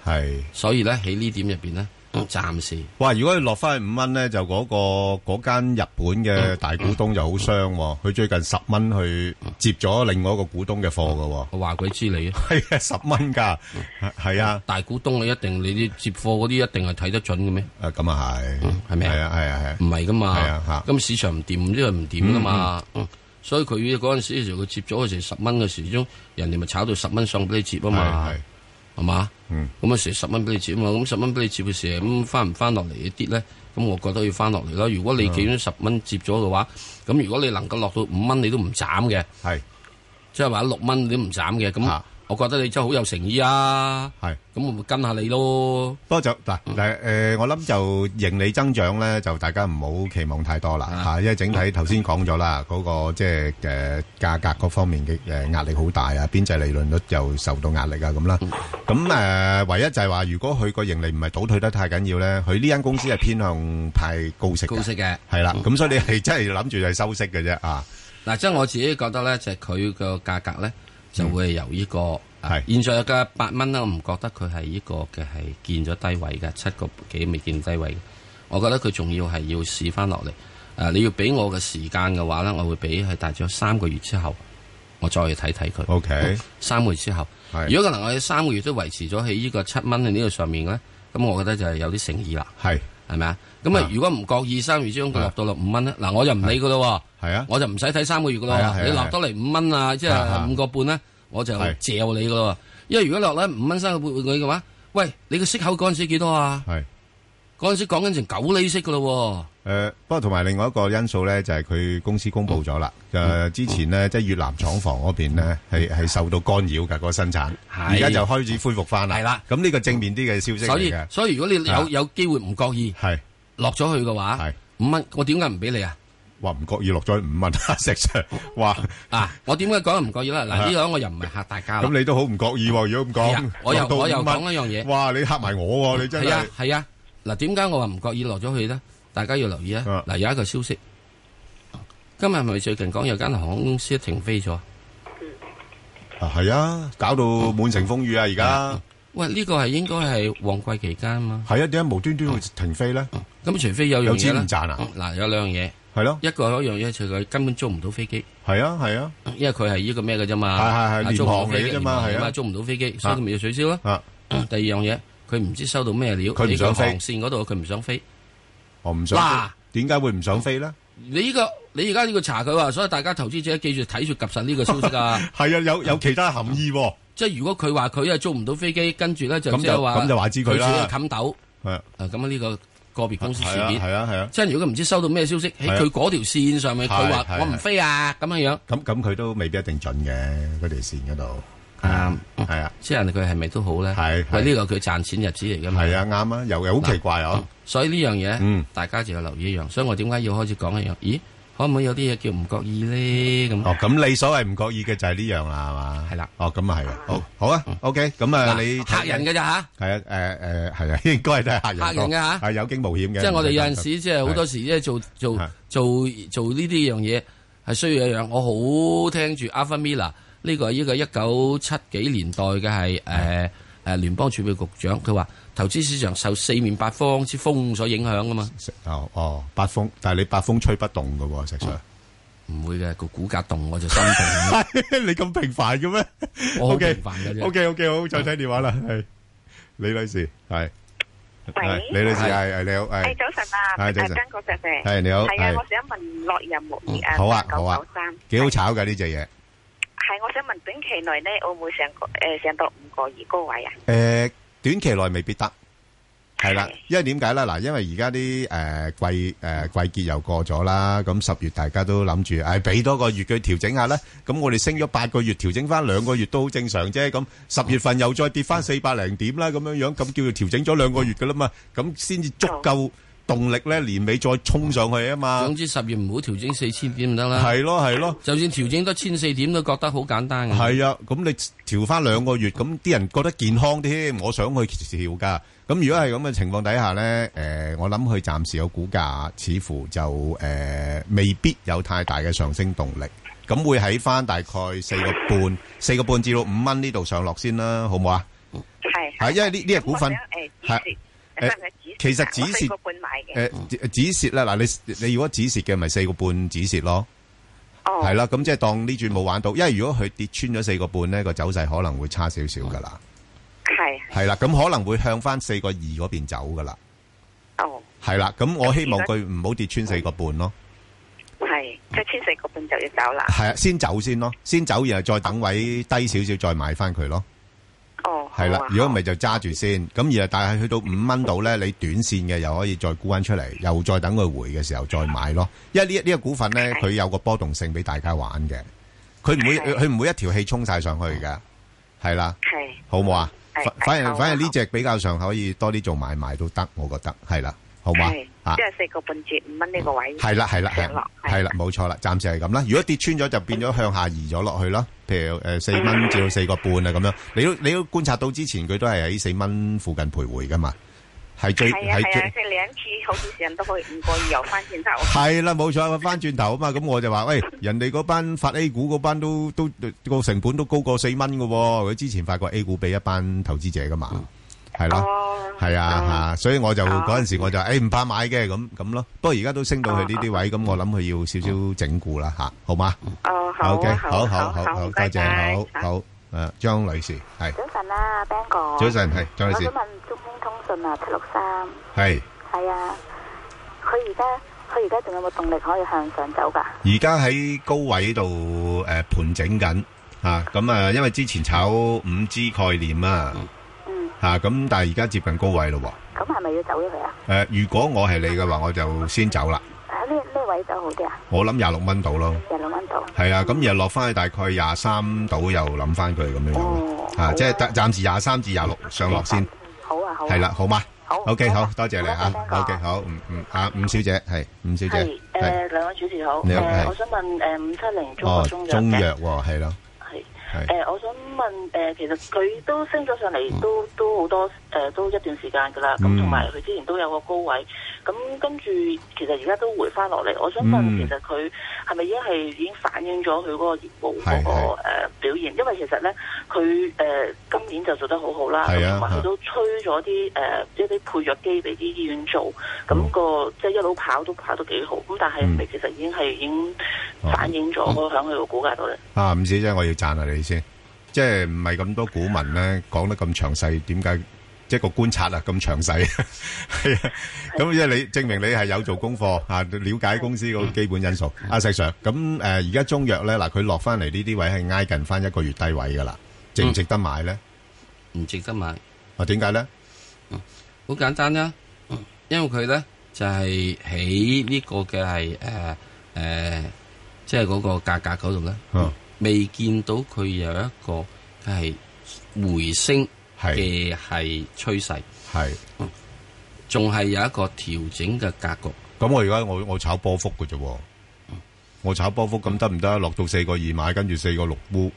Speaker 7: 係，
Speaker 8: 所以呢，喺呢點入邊呢，暫時。
Speaker 7: 哇！如果佢落翻去五蚊咧，就嗰、個嗰間日本
Speaker 8: 嗯
Speaker 7: 嘅大股東就好傷喎。佢最近十蚊去接咗另外一個股東嘅貨嘅喎。
Speaker 8: 嗯我話佢知你
Speaker 7: 係啊，十蚊㗎，係啊。
Speaker 8: 大股東你一定你啲接貨嗰啲一定係睇得準嘅咩？嗯
Speaker 7: 誒咁啊係，
Speaker 8: 係咪？
Speaker 7: 係啊係啊
Speaker 8: 係，唔係噶嘛？
Speaker 7: 係啊嗯
Speaker 8: 咁市場唔掂，呢個唔掂噶嘛？嗯所以佢嗰陣時嘅時候，佢接咗嘅時候十蚊嘅時鐘，人哋咪炒到十蚊上俾你接啊嘛，
Speaker 7: 嗯
Speaker 8: 係嘛？咁啊時十蚊俾你接啊嘛，咁十蚊俾你接嘅時候，咁翻唔翻落嚟一啲咧？咁咁我覺得要翻落嚟啦。如果你幾
Speaker 7: 嗯
Speaker 8: 蚊十蚊接咗嘅話，咁如果你能夠落到五蚊，你都唔斬嘅，
Speaker 7: 係
Speaker 8: 即係話六蚊你都唔斬嘅，咁我覺得你真係好有誠意啊。
Speaker 7: 係，
Speaker 8: 咁我咪跟下你咯。
Speaker 7: 不過就嗱嗱誒，我諗就盈利增長咧，就大家唔好期望太多啦嚇，因為整體頭先講咗啦，嗰個即係誒價格嗰方面嘅誒壓力好大啊，邊際利潤率又受到壓力啊咁啦。咁誒，唯一就係話，如果佢個盈利唔係倒退得太緊要咧，佢呢間公司係偏向派高息
Speaker 8: 高息嘅，
Speaker 7: 係啦。咁所以你係真係諗住係收息嘅啫啊。
Speaker 8: 嗱，即係我自己覺得咧，就係佢個價格咧就會由呢個係現在嘅八蚊啦，我唔覺得佢係呢個嘅係見咗低位嘅，七個幾未見低位嘅。我覺得佢仲要係要試翻落嚟。誒，你要俾我嘅時間嘅話咧，我會俾係大約三個月之後，我再去睇睇佢。
Speaker 7: OK，
Speaker 8: 三個月之後，如果佢能夠喺三個月都維持咗喺呢個七蚊嘅呢度上面咧，咁我覺得就係有啲誠意啦。
Speaker 7: 係
Speaker 8: 係咪啊？咁啊，如果唔覺意三個月之中佢落到落五蚊咧，嗱我就唔理噶咯
Speaker 7: 喎。係啊，
Speaker 8: 我就唔使睇三個月噶
Speaker 7: 係啊
Speaker 8: 咯
Speaker 7: 係啊。
Speaker 8: 你落得嚟五蚊啊，即
Speaker 7: 係啊
Speaker 8: 係五個半咧，我就嚼你噶咯。因為如果落咧五蚊三個半佢嘅話，喂，你個息口嗰陣時幾多啊？
Speaker 7: 係
Speaker 8: 嗰陣時講緊成九厘息噶咯。
Speaker 7: 誒，不過同埋另外一個因素咧，就係佢公司公布咗啦。誒，之前咧即係越南廠房嗰邊咧，係係受到干擾㗎個生產，而家就開始恢復翻啦。係啦，咁呢個正面啲嘅消息
Speaker 8: 所以
Speaker 7: 嚟嘅。
Speaker 8: 所以如果你
Speaker 7: 啊
Speaker 8: 有有機會唔覺意
Speaker 7: 係
Speaker 8: 落咗去嘅話，五蚊我點解唔俾你啊？
Speaker 7: 話唔覺意落咗五蚊 石 Sir，哇！
Speaker 8: 啊，我點解講唔覺意咧？
Speaker 7: 係啊
Speaker 8: 嗱，呢個我又唔係嚇大家啦。
Speaker 7: 咁你都好唔覺意喎，如果咁
Speaker 8: 係
Speaker 7: 講
Speaker 8: 啊。我又
Speaker 7: 嗯落到
Speaker 8: 我又
Speaker 7: 五蚊
Speaker 8: 講一樣嘢。
Speaker 7: 哇！你嚇埋我喎，你真
Speaker 8: 係啊
Speaker 7: 係。
Speaker 8: 係啊。嗱，點解我話唔覺意落咗去咧？大家要留意啊。嗱，有一個消息，今日係咪最近講有間航空公司停飛咗？
Speaker 7: 啊，係啊，搞到滿城風雨啊！而家
Speaker 8: 喂，呢個係應該係旺季期間啊嘛。
Speaker 7: 係啊，點解無端端會停飛咧？
Speaker 8: 咁除非有樣
Speaker 7: 有
Speaker 8: 嘢
Speaker 7: 錢
Speaker 8: 咧
Speaker 7: 唔賺啊？
Speaker 8: 嗱，有兩樣嘢。
Speaker 7: 係咯。
Speaker 8: 一個有一樣嘢就係佢根本租唔到飛機。
Speaker 7: 係啊係啊。
Speaker 8: 因為佢係呢個咩嘅啫嘛。
Speaker 7: 係係係
Speaker 8: 啊租唔到飛機
Speaker 7: 廉航嚟嘅啫嘛
Speaker 8: 廉航
Speaker 7: 係啊
Speaker 8: 租唔到飛機，所以佢咪要取消咯。 第二樣嘢，佢唔知收到咩料，
Speaker 7: 佢唔
Speaker 8: 呢個
Speaker 7: 想飛
Speaker 8: 航線嗰度佢唔想飛。
Speaker 7: 我唔想
Speaker 8: 嗱
Speaker 7: 飛。點解會唔想飛咧？。
Speaker 8: 你呢個你而家呢個查佢話，所以大家投資者記住睇住及實呢個消息啊
Speaker 7: 係啊，有有其他含義喎。
Speaker 8: 即係如果佢話佢啊租唔到飛機，跟住咧就
Speaker 7: 咁
Speaker 8: 即
Speaker 7: 就
Speaker 8: 係話
Speaker 7: 咁就話知佢啦
Speaker 8: 自己去冚斗。
Speaker 7: 係啊，
Speaker 8: 咁啊呢個個別公司事件
Speaker 7: 係啊係啊。
Speaker 8: 即係如果唔知收到咩消息，喺
Speaker 7: 係啊
Speaker 8: 佢嗰條線上面，佢話
Speaker 7: 係係
Speaker 8: 我唔飛啊咁樣樣。
Speaker 7: 咁咁佢都未必一定準嘅嗰條線嗰度。
Speaker 8: 啱
Speaker 7: 係啊，
Speaker 8: 即係人哋佢係咪都好咧？
Speaker 7: 係
Speaker 8: 喂，呢個佢賺錢日子嚟㗎嘛。
Speaker 7: 係啊，啱啊，又又好奇怪啊！嗯
Speaker 8: 所以呢樣嘢，大家就要留意一樣。所以我點解要開始講一樣？咦，可唔可以有啲嘢叫唔覺意咧？咁
Speaker 7: 哦，咁你所謂唔覺意嘅就係呢樣啦，係嘛？係
Speaker 8: 啦。
Speaker 7: 哦，咁啊係啊，好，好啊，OK，咁啊，
Speaker 8: 嗱
Speaker 7: 你
Speaker 8: 嚇人嘅咋
Speaker 7: 係啊，誒誒，係啊， 應該係都係嚇人多。
Speaker 8: 嚇人嘅嚇
Speaker 7: 係有驚無險嘅。
Speaker 8: 即係我哋有陣
Speaker 7: 唔使
Speaker 8: 時，
Speaker 7: 擔心
Speaker 8: 即係好多。時，即係做做做做呢啲樣嘢，係需要一樣。我好聽住 Alpha Miller 呢個係呢個一九七幾年代嘅係誒誒聯邦儲備局長，佢話投資市場受四面八方之風所影響㗎啊嘛。
Speaker 7: 哦哦，八風，但係你八風吹不動嘅喎，石 Sir。
Speaker 8: 哦唔會嘅，個股價動我就心動。
Speaker 7: 你咁平凡嘅咩？
Speaker 8: 我好
Speaker 7: OK，
Speaker 8: 平凡嘅啫
Speaker 7: OK，OK，好，再聽電話啦，係李女士，係，係李女士，係係你好，係
Speaker 25: 誒，早晨啊，
Speaker 7: 係早
Speaker 25: 誒
Speaker 7: 晨
Speaker 25: 跟嗰只嘅，
Speaker 7: 係你好
Speaker 25: 係啊
Speaker 7: 係，
Speaker 25: 我想問落入木業
Speaker 24: à,
Speaker 25: 啊，
Speaker 7: 好啊，
Speaker 25: 九
Speaker 7: 好啊
Speaker 25: 九三，，
Speaker 7: 幾好炒㗎呢只嘢。
Speaker 25: 係我想問短期內咧，會唔會上個誒上到五個二高位啊？
Speaker 7: 誒，短期內未必得，係啦，因為點解咧？嗱，因為而家啲誒季誒季節又過咗啦，咁十月大家都諗住，誒俾多個月佢調整下咧，咁我哋升咗八個月，調整翻兩個月都好正常啫。咁十月份又再跌翻四百零點啦，咁樣樣，咁叫做調整咗兩個月噶啦嘛，咁先至足夠動力咧，年尾再衝上去啊嘛。
Speaker 8: 總之十月唔好調整四千點唔得啦。
Speaker 7: 係咯係咯，
Speaker 8: 就算調整多千四點都覺得好簡單嘅。
Speaker 7: 係啊，咁你調翻兩個月，咁啲人覺得健康添，我想去調噶。咁如果係咁嘅情況底下呢，誒、我諗佢暫時有股價，似乎就誒、未必有太大嘅上升動力。咁會喺翻大概四個半、四個半至到五蚊呢度上落先啦，好唔好啊？
Speaker 25: 係
Speaker 7: 係因為呢呢隻股份
Speaker 25: 咁我想誒
Speaker 7: 係
Speaker 25: 止蝕，使唔使止蝕啊？
Speaker 7: 其實止蝕
Speaker 25: 我四個半買嘅
Speaker 7: 誒、，止止蝕啦，嗱你你如果止蝕嘅，咪四個半止蝕咯。
Speaker 25: 哦
Speaker 7: 係啦，咁即係當呢轉冇玩到，因為如果佢跌穿咗四個半呢，個走勢可能會差少少噶啦。
Speaker 25: 係
Speaker 7: 係啦，咁可能會向翻四個二嗰邊走噶啦。
Speaker 25: 哦，
Speaker 7: 係啦，咁我希望佢唔好跌穿四個半咯。
Speaker 25: 係即係千四個半就要走啦。
Speaker 7: 係啊，先走先咯，先走，然後再等位低少少再買翻佢咯。
Speaker 25: 哦，
Speaker 7: 系啦，如果唔係就揸住先，咁而但係去到五蚊度咧，你短線嘅又可以再沽翻出嚟，又再等佢回嘅時候再買咯。因為呢呢個股份咧，佢有個波動性俾大家玩嘅，佢唔會佢唔會一條氣衝晒上去嘅，係啦，
Speaker 25: 哦係
Speaker 7: 好唔好啊？
Speaker 25: 係
Speaker 7: 反反
Speaker 25: 好
Speaker 7: 而
Speaker 25: 啊
Speaker 7: 反而呢只比較上可以多啲做買賣都得，我覺得係啦，好唔好啊
Speaker 25: 係
Speaker 7: 啊
Speaker 25: 即？係四個半至五蚊呢個位。
Speaker 7: 係啦，係啦，係
Speaker 25: 上落
Speaker 7: 啦。係啦，冇錯啦，暫時係咁啦。如果跌穿咗就變咗向下移咗落去啦，譬如誒四
Speaker 25: 嗯
Speaker 7: 蚊至到四個半啊咁樣。你都你都觀察到之前佢都係喺四蚊附近徘徊噶嘛，係最
Speaker 25: 係啊
Speaker 7: 係
Speaker 25: 係啊，
Speaker 7: 最
Speaker 25: 即係兩次好似成日都可以五個二又翻轉頭。
Speaker 7: 係啦，冇錯，翻轉頭啊嘛。咁我就話喂，人哋嗰班發 A 股嗰班都都個成本都高過四蚊嘅喎，佢之前發過 A 股俾一班投資者噶嘛，係啦。係啊，吓，所以我就嗰陣時我就诶唔怕買嘅咁咁咯。不過而家都升到去呢啲位，咁我諗佢要少少整固啦吓，好嘛？
Speaker 9: 哦，好
Speaker 7: OK，
Speaker 9: 啊，
Speaker 7: 好
Speaker 9: 好
Speaker 7: 好好好，
Speaker 9: 唔
Speaker 7: 多
Speaker 9: 該晒
Speaker 7: 謝，好好诶，張女士係
Speaker 9: 早晨啦，Bang 哥。
Speaker 7: 早晨係張女士
Speaker 9: 我想問中興通訊啊，七六三，
Speaker 7: 係，
Speaker 9: 係啊，佢而家佢而家仲有冇動力可以向上走㗎？
Speaker 7: 而家喺高位度诶盤整緊吓，咁啊，因為之前炒五 G 概念啊，吓咁，但係而家接近高位咯。
Speaker 9: 咁係咪要走咗佢啊？
Speaker 7: 诶，如果我係你嘅話，我就先走啦。
Speaker 9: 喺呢呢位走好啲啊，
Speaker 7: 我諗廿六蚊到咯。
Speaker 9: 廿六蚊度。
Speaker 7: 係啊，咁又落翻去大概廿三度，又諗翻佢咁樣樣咯，啊，即係暫暫時廿三至廿六上落先，
Speaker 9: 好啊，好啊。
Speaker 7: 係啦，好嘛？
Speaker 9: 好
Speaker 7: OK，
Speaker 9: 好
Speaker 7: 好
Speaker 9: 啊
Speaker 7: 多謝你
Speaker 9: 好多謝
Speaker 7: 啊，OK，好，嗯嗯，啊，伍小姐係，伍小姐
Speaker 5: 係
Speaker 24: 呃
Speaker 5: 誒兩位主持好，
Speaker 7: 你好
Speaker 5: 誒
Speaker 7: 係
Speaker 5: 我想問誒五七零中
Speaker 7: 哦
Speaker 5: 國中，藥
Speaker 7: 中
Speaker 5: 嘅
Speaker 7: 藥喎，係咯，係
Speaker 5: 係誒，我想問誒，其實佢都升咗上嚟，都都好多誒，呃都一段時間㗎啦。咁
Speaker 7: 嗯
Speaker 5: 同埋佢之前都有個高位，咁跟住其實而家都回翻落嚟。我想問，
Speaker 7: 嗯
Speaker 5: 其實佢係咪已經係已經反映咗佢嗰個業務嗰個誒表現？因為其實咧，佢誒今年就做得好好啦，
Speaker 7: 係
Speaker 5: 咁
Speaker 7: 啊
Speaker 5: 同埋佢都吹咗啲誒一啲配藥機俾啲醫院做，
Speaker 7: 嗯
Speaker 5: 咁個即係一路跑都跑得幾好。咁但係係咪其實已經係已經
Speaker 7: 哦
Speaker 5: 反映咗喺佢個股價度咧？
Speaker 7: 啊，伍小姐，我要讚下你先，即係唔係咁多股民咧講得咁詳細，點解？即係個觀察啊，咁詳細，係啊，咁即係你證明你係有做功課啊，了解公司個基本因素。阿石 Sir，咁誒而家中藥咧，嗱佢落翻嚟呢啲位係挨近翻一個月低位噶啦，值唔值得買咧？
Speaker 8: 唔值得買。
Speaker 7: 啊，點解咧？
Speaker 8: 好簡單啦，嗯因為佢咧就係喺呢個嘅係誒誒，即係嗰個價格嗰度咧，
Speaker 7: 啊
Speaker 8: 未見到佢有一個係回升嘅係趨勢，嗯
Speaker 7: 係
Speaker 8: 仲係有一個調整嘅格局。
Speaker 7: 咁我而家我我炒波幅嘅啫喎，我炒波幅咁得唔得？落到四個二買，跟住四個六沽，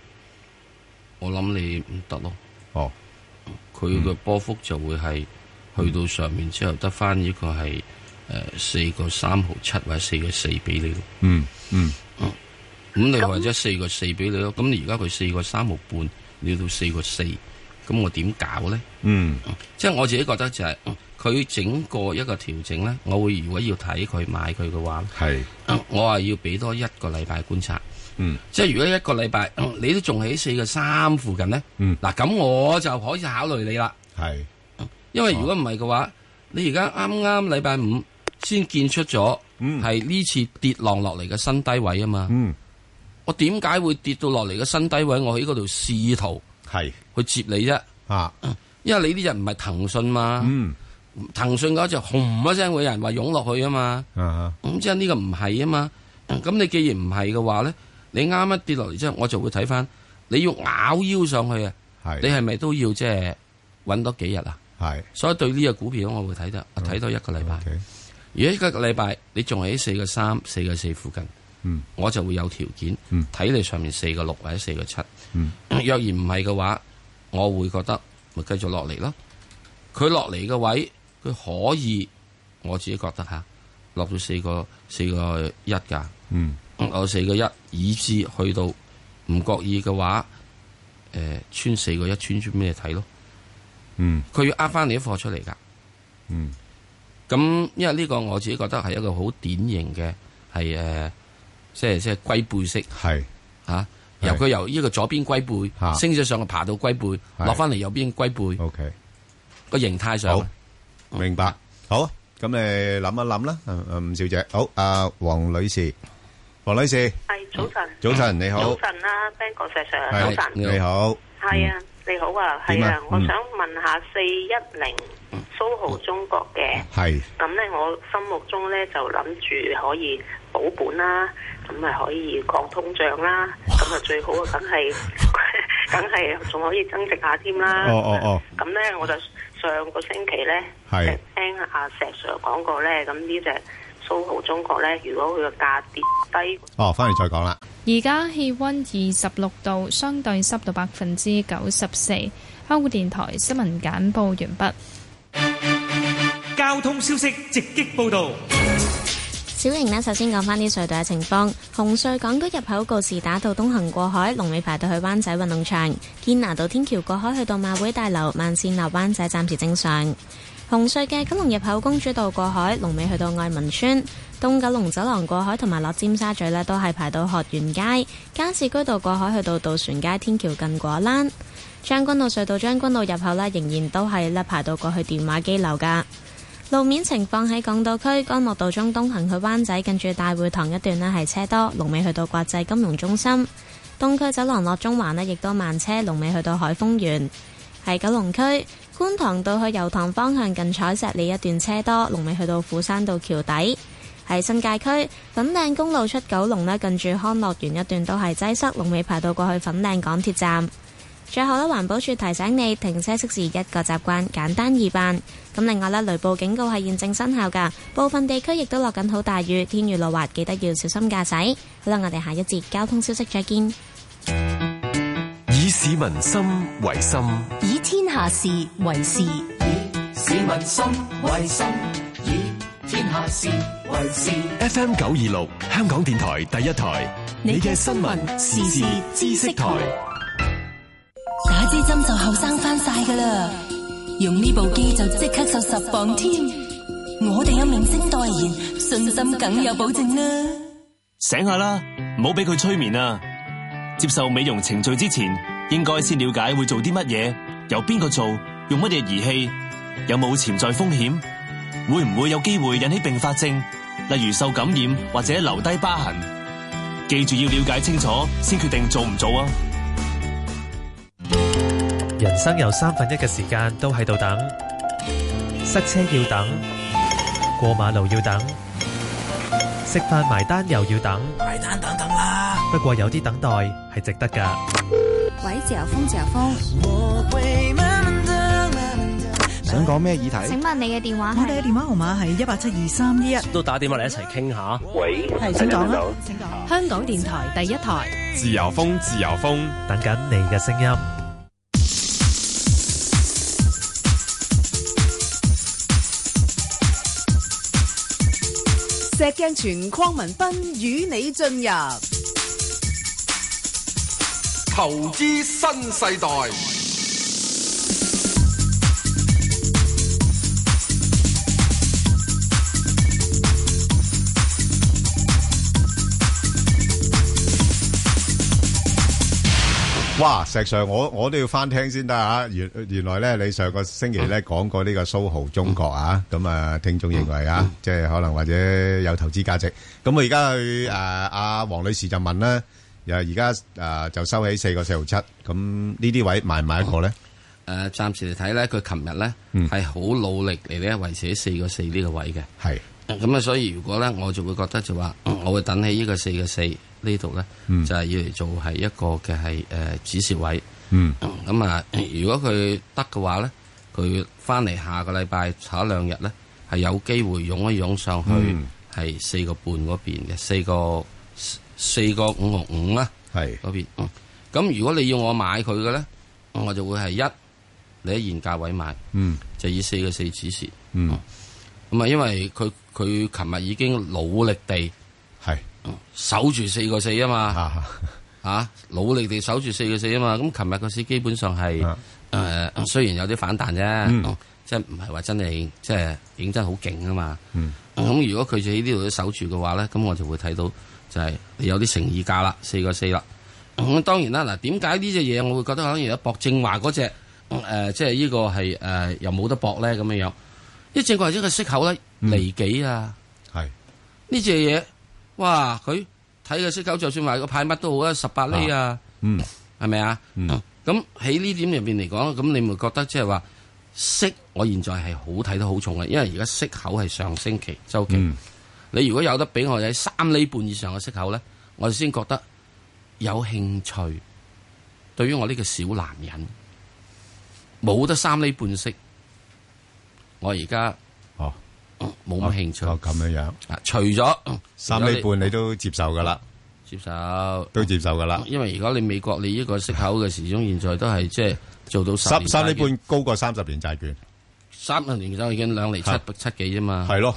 Speaker 8: 我諗你唔得咯。
Speaker 7: 哦，嗯
Speaker 8: 佢嘅波幅就會係去到上面之後得翻呢個係誒四個三毫七或者四個四俾你咯。
Speaker 7: 嗯嗯。
Speaker 8: 咁你或者四個四俾你咯，咁你而家佢四個三毫半，你要到四個四，咁我點搞咧？
Speaker 7: 嗯
Speaker 8: 即係我自己覺得就係、嗯佢整個一個調整咧，我會如果要睇佢買佢嘅話，嗯
Speaker 7: 係、
Speaker 8: 我話要俾多一個禮拜觀察。
Speaker 7: 嗯，
Speaker 8: 即係如果一個禮拜、嗯你都仲喺四個三附近咧，
Speaker 7: 嗯
Speaker 8: 嗱咁我就可以考慮你啦。嗯
Speaker 7: 係，
Speaker 8: 因為如果唔係嘅話，你而家啱啱禮拜五先見出咗，係呢次跌浪落嚟嘅新低位啊嘛。
Speaker 7: 嗯，
Speaker 8: 我點解會跌到落嚟嘅新低位？我喺嗰度試圖
Speaker 7: 係
Speaker 8: 去接你啫。
Speaker 7: 啊，
Speaker 8: 因為你呢只唔係騰訊嘛。
Speaker 7: 嗯，
Speaker 8: 騰訊嗰只轟一聲會有人話湧落去啊嘛。
Speaker 7: 啊
Speaker 8: 咁即係呢個唔係啊嘛。咁你既然唔係嘅話咧，你啱一跌落嚟之後，我就會睇翻你要咬腰上去啊。你係咪都要即係揾多幾日啊？
Speaker 7: 係。
Speaker 8: 所以對呢只股票我會睇得，我睇多一個禮拜。如果一個禮拜你仲喺四個三、四個四附近，
Speaker 7: 嗯
Speaker 8: 我就會有條件睇你上面四個六或者四個七。
Speaker 7: 嗯
Speaker 8: 若然唔係嘅話，我會覺得咪繼續落嚟咯。佢落嚟嘅位，佢可以，我自己覺得吓，落到四個四個一㗎，
Speaker 7: 嗯
Speaker 8: 落四個一，以至去到唔覺意嘅話，誒、穿四個一穿穿咩睇咯？
Speaker 7: 嗯
Speaker 8: 佢要呃翻你啲貨出嚟㗎。
Speaker 7: 嗯，
Speaker 8: 咁因為呢個我自己覺得係一個好典型嘅係誒，即係即係龜背式
Speaker 7: 係
Speaker 8: 嚇，
Speaker 7: 係
Speaker 8: 由佢由呢個左邊龜背
Speaker 7: 嚇
Speaker 8: 升咗上去，爬到龜背，
Speaker 7: 係
Speaker 8: 落翻嚟右邊龜背。
Speaker 7: OK，
Speaker 8: 個形態上
Speaker 7: 好明白。好，咁你諗一諗啦，啊啊伍小姐。好，阿黃女士，黃女士，
Speaker 9: 係早晨
Speaker 7: 早晨你好
Speaker 24: 啊
Speaker 9: 晨啦，Bang 哥 Sir Sir
Speaker 7: 係你好，嗯
Speaker 9: 係啊，
Speaker 24: 你好啊，係
Speaker 7: 點
Speaker 24: 啊
Speaker 7: 啊，
Speaker 24: 我
Speaker 7: 嗯哦
Speaker 24: 想問下四一零
Speaker 5: 嗯
Speaker 24: 蘇豪中國嘅，
Speaker 7: 係
Speaker 24: 咁咧我心目中咧就諗住可以保本啦，咁咪可以降通脹啦，咁啊最好啊，梗係 梗係仲可以增值下添啦。
Speaker 7: 哦哦哦，
Speaker 24: 咁咧我就上個星期咧
Speaker 7: 係
Speaker 24: 聽阿石 Sir 講過咧，咁呢只蘇豪中國咧，如果佢個價跌低。
Speaker 7: 哦，翻嚟再講啦。
Speaker 6: 而家氣温二十六度，相對濕度百分之九十四。香港電台新聞簡報完畢。
Speaker 12: 交通消息直擊報道。
Speaker 13: 小瑩呢，首先講翻啲隧道嘅情況。紅隧港島入口告士打道東行過海，龍尾排到去灣仔運動場；堅拿道天橋過海去到馬會大樓，慢線落灣仔暫時正常。紅隧嘅九龍入口公主道過海，龍尾去到愛民村；東九龍走廊過海同埋落尖沙咀呢，都係排到學園街；加士居道過海去到渡船街天橋近果欄；將軍澳隧道將軍澳入口呢，仍然都係呢排到過去電話機樓㗎。路面情況喺港島區干諾道中東行去灣仔，近住大會堂一段呢係車多，龍尾去到國際金融中心；東區走廊落中環呢亦都慢車，龍尾去到海峰園。喺九龍區觀塘道去油塘方向近彩石里一段車多，龍尾去到斧山道橋底。喺新界區粉嶺公路出九龍呢，近住康樂園一段都係擠塞，龍尾排到過去粉嶺港鐵站。最後咧，環保署提醒你停車熄匙一個習慣，簡單易辦。咁另外咧，雷暴警告係現正生效㗎，部分地區亦都落緊好大雨，天雨路滑，記得要小心駕駛。好啦，我哋下一節交通消息再見。
Speaker 14: 以市民心為心，
Speaker 15: 以天下事為事，
Speaker 19: 市民心為心，以天下事為事。
Speaker 14: FM 九二六，香港電台第一台，你嘅新聞時事知識台，
Speaker 15: 打支針就後生翻晒噶啦，用呢部機就即刻瘦十磅添。我哋有明星代言，信心梗有保證啦。
Speaker 10: 醒下啦，唔好俾佢催眠啊！接受美容程序之前，應該先了解會做啲乜嘢，由邊個做，用乜嘢儀器，有冇潛在風險，會唔會有機會引起併發症，例如受感染或者留低疤痕。記住要了解清楚，先決定做唔做啊！
Speaker 11: 人生有三分一嘅時間都喺度等，塞車要等，過馬路要等，食飯埋單又要等。埋單等等啦。不過有啲等待係值得㗎。
Speaker 26: 喂，自由風，自由風。
Speaker 27: 想講咩議題
Speaker 26: 請問你嘅電話
Speaker 28: 我哋嘅電話號碼係一八七二三一一。
Speaker 27: 都打電話嚟一齊傾下。喂
Speaker 28: 係請講啦
Speaker 26: 請講。
Speaker 16: 香港電台第一台。
Speaker 27: 自由風，自由風，等緊你嘅聲音。
Speaker 22: 石鏡泉邝文斌與你進入
Speaker 23: 投資新世代，
Speaker 7: 哇，石 Sir，我我都要翻聽先得啊！原原來咧，你上個星期咧講過呢個蘇豪中國啊，咁啊，聽眾認為啊，即係可能或者有投資價值。咁我而家去誒阿黃女士就問啦，又而家誒就收起四個四毫七，咁呢啲位買唔買一個咧？
Speaker 8: 誒，呃暫時嚟睇咧，佢琴日咧係好努力嚟咧維持喺四個四呢個位嘅。
Speaker 7: 係
Speaker 8: 咁啊，所以如果咧，我就會覺得就話，嗯我會等喺呢個四個四呢度咧，
Speaker 27: 嗯
Speaker 8: 就係要嚟做係一個嘅係誒指示位。
Speaker 27: 嗯
Speaker 8: 咁啊，如果佢得嘅話咧，佢翻嚟下個禮拜炒兩日咧，係有機會湧一湧上去
Speaker 27: 嗯
Speaker 8: 係四個半嗰邊嘅，四個四個五毫五啦，
Speaker 7: 係
Speaker 8: 嗰邊。嗯咁如果你要我買佢嘅咧，我就會係一你喺現價位買，
Speaker 27: 嗯
Speaker 8: 就以四個四指示。
Speaker 27: 嗯，
Speaker 8: 咁啊，因為佢佢琴日已經努力地
Speaker 7: 係
Speaker 8: 守住四個四啊嘛， 啊努力地守住四個四啊嘛。咁琴日個市基本上係誒雖然有啲反彈啫，哦即係唔係話真係即係認真好勁啊嘛。
Speaker 27: 嗯
Speaker 8: 咁如果佢就喺呢度都守住嘅話咧，咁我就會睇到就係有啲誠意價啦，四個四啦。咁當然啦，嗱點解呢只嘢我會覺得可能有博正話嗰只誒，即係呢個係誒又冇得搏咧咁樣樣。一正話一個息口咧離幾啊？
Speaker 7: 係
Speaker 8: 呢只嘢，哇！佢睇個息口，就算話個派乜都好啊，十八厘啊，
Speaker 27: 嗯
Speaker 8: 係咪啊？
Speaker 27: 嗯
Speaker 8: 咁喺呢點入邊嚟講，咁你咪覺得即係話息，我現在係好睇得好重啊嘅，因為而家息口係上升期周期。你如果有得俾我喺三厘半以上嘅息口咧，我哋先覺得有興趣。對於我呢個小男人，冇得三厘半息，我而家嗯
Speaker 7: 哦
Speaker 8: 冇乜興趣。
Speaker 7: 哦咁樣樣
Speaker 8: 啊，除咗
Speaker 7: 三厘半你都接受噶啦，
Speaker 8: 接受
Speaker 7: 都接受噶啦。
Speaker 8: 因為而家你美國你呢個息口嘅時鐘，現在都係即係做到十
Speaker 7: 三
Speaker 8: 年
Speaker 7: 三厘
Speaker 8: 債券
Speaker 7: 半高過三十年債券，
Speaker 8: 三十年債券兩厘七
Speaker 7: 係
Speaker 8: 七幾啫嘛，
Speaker 7: 係咯，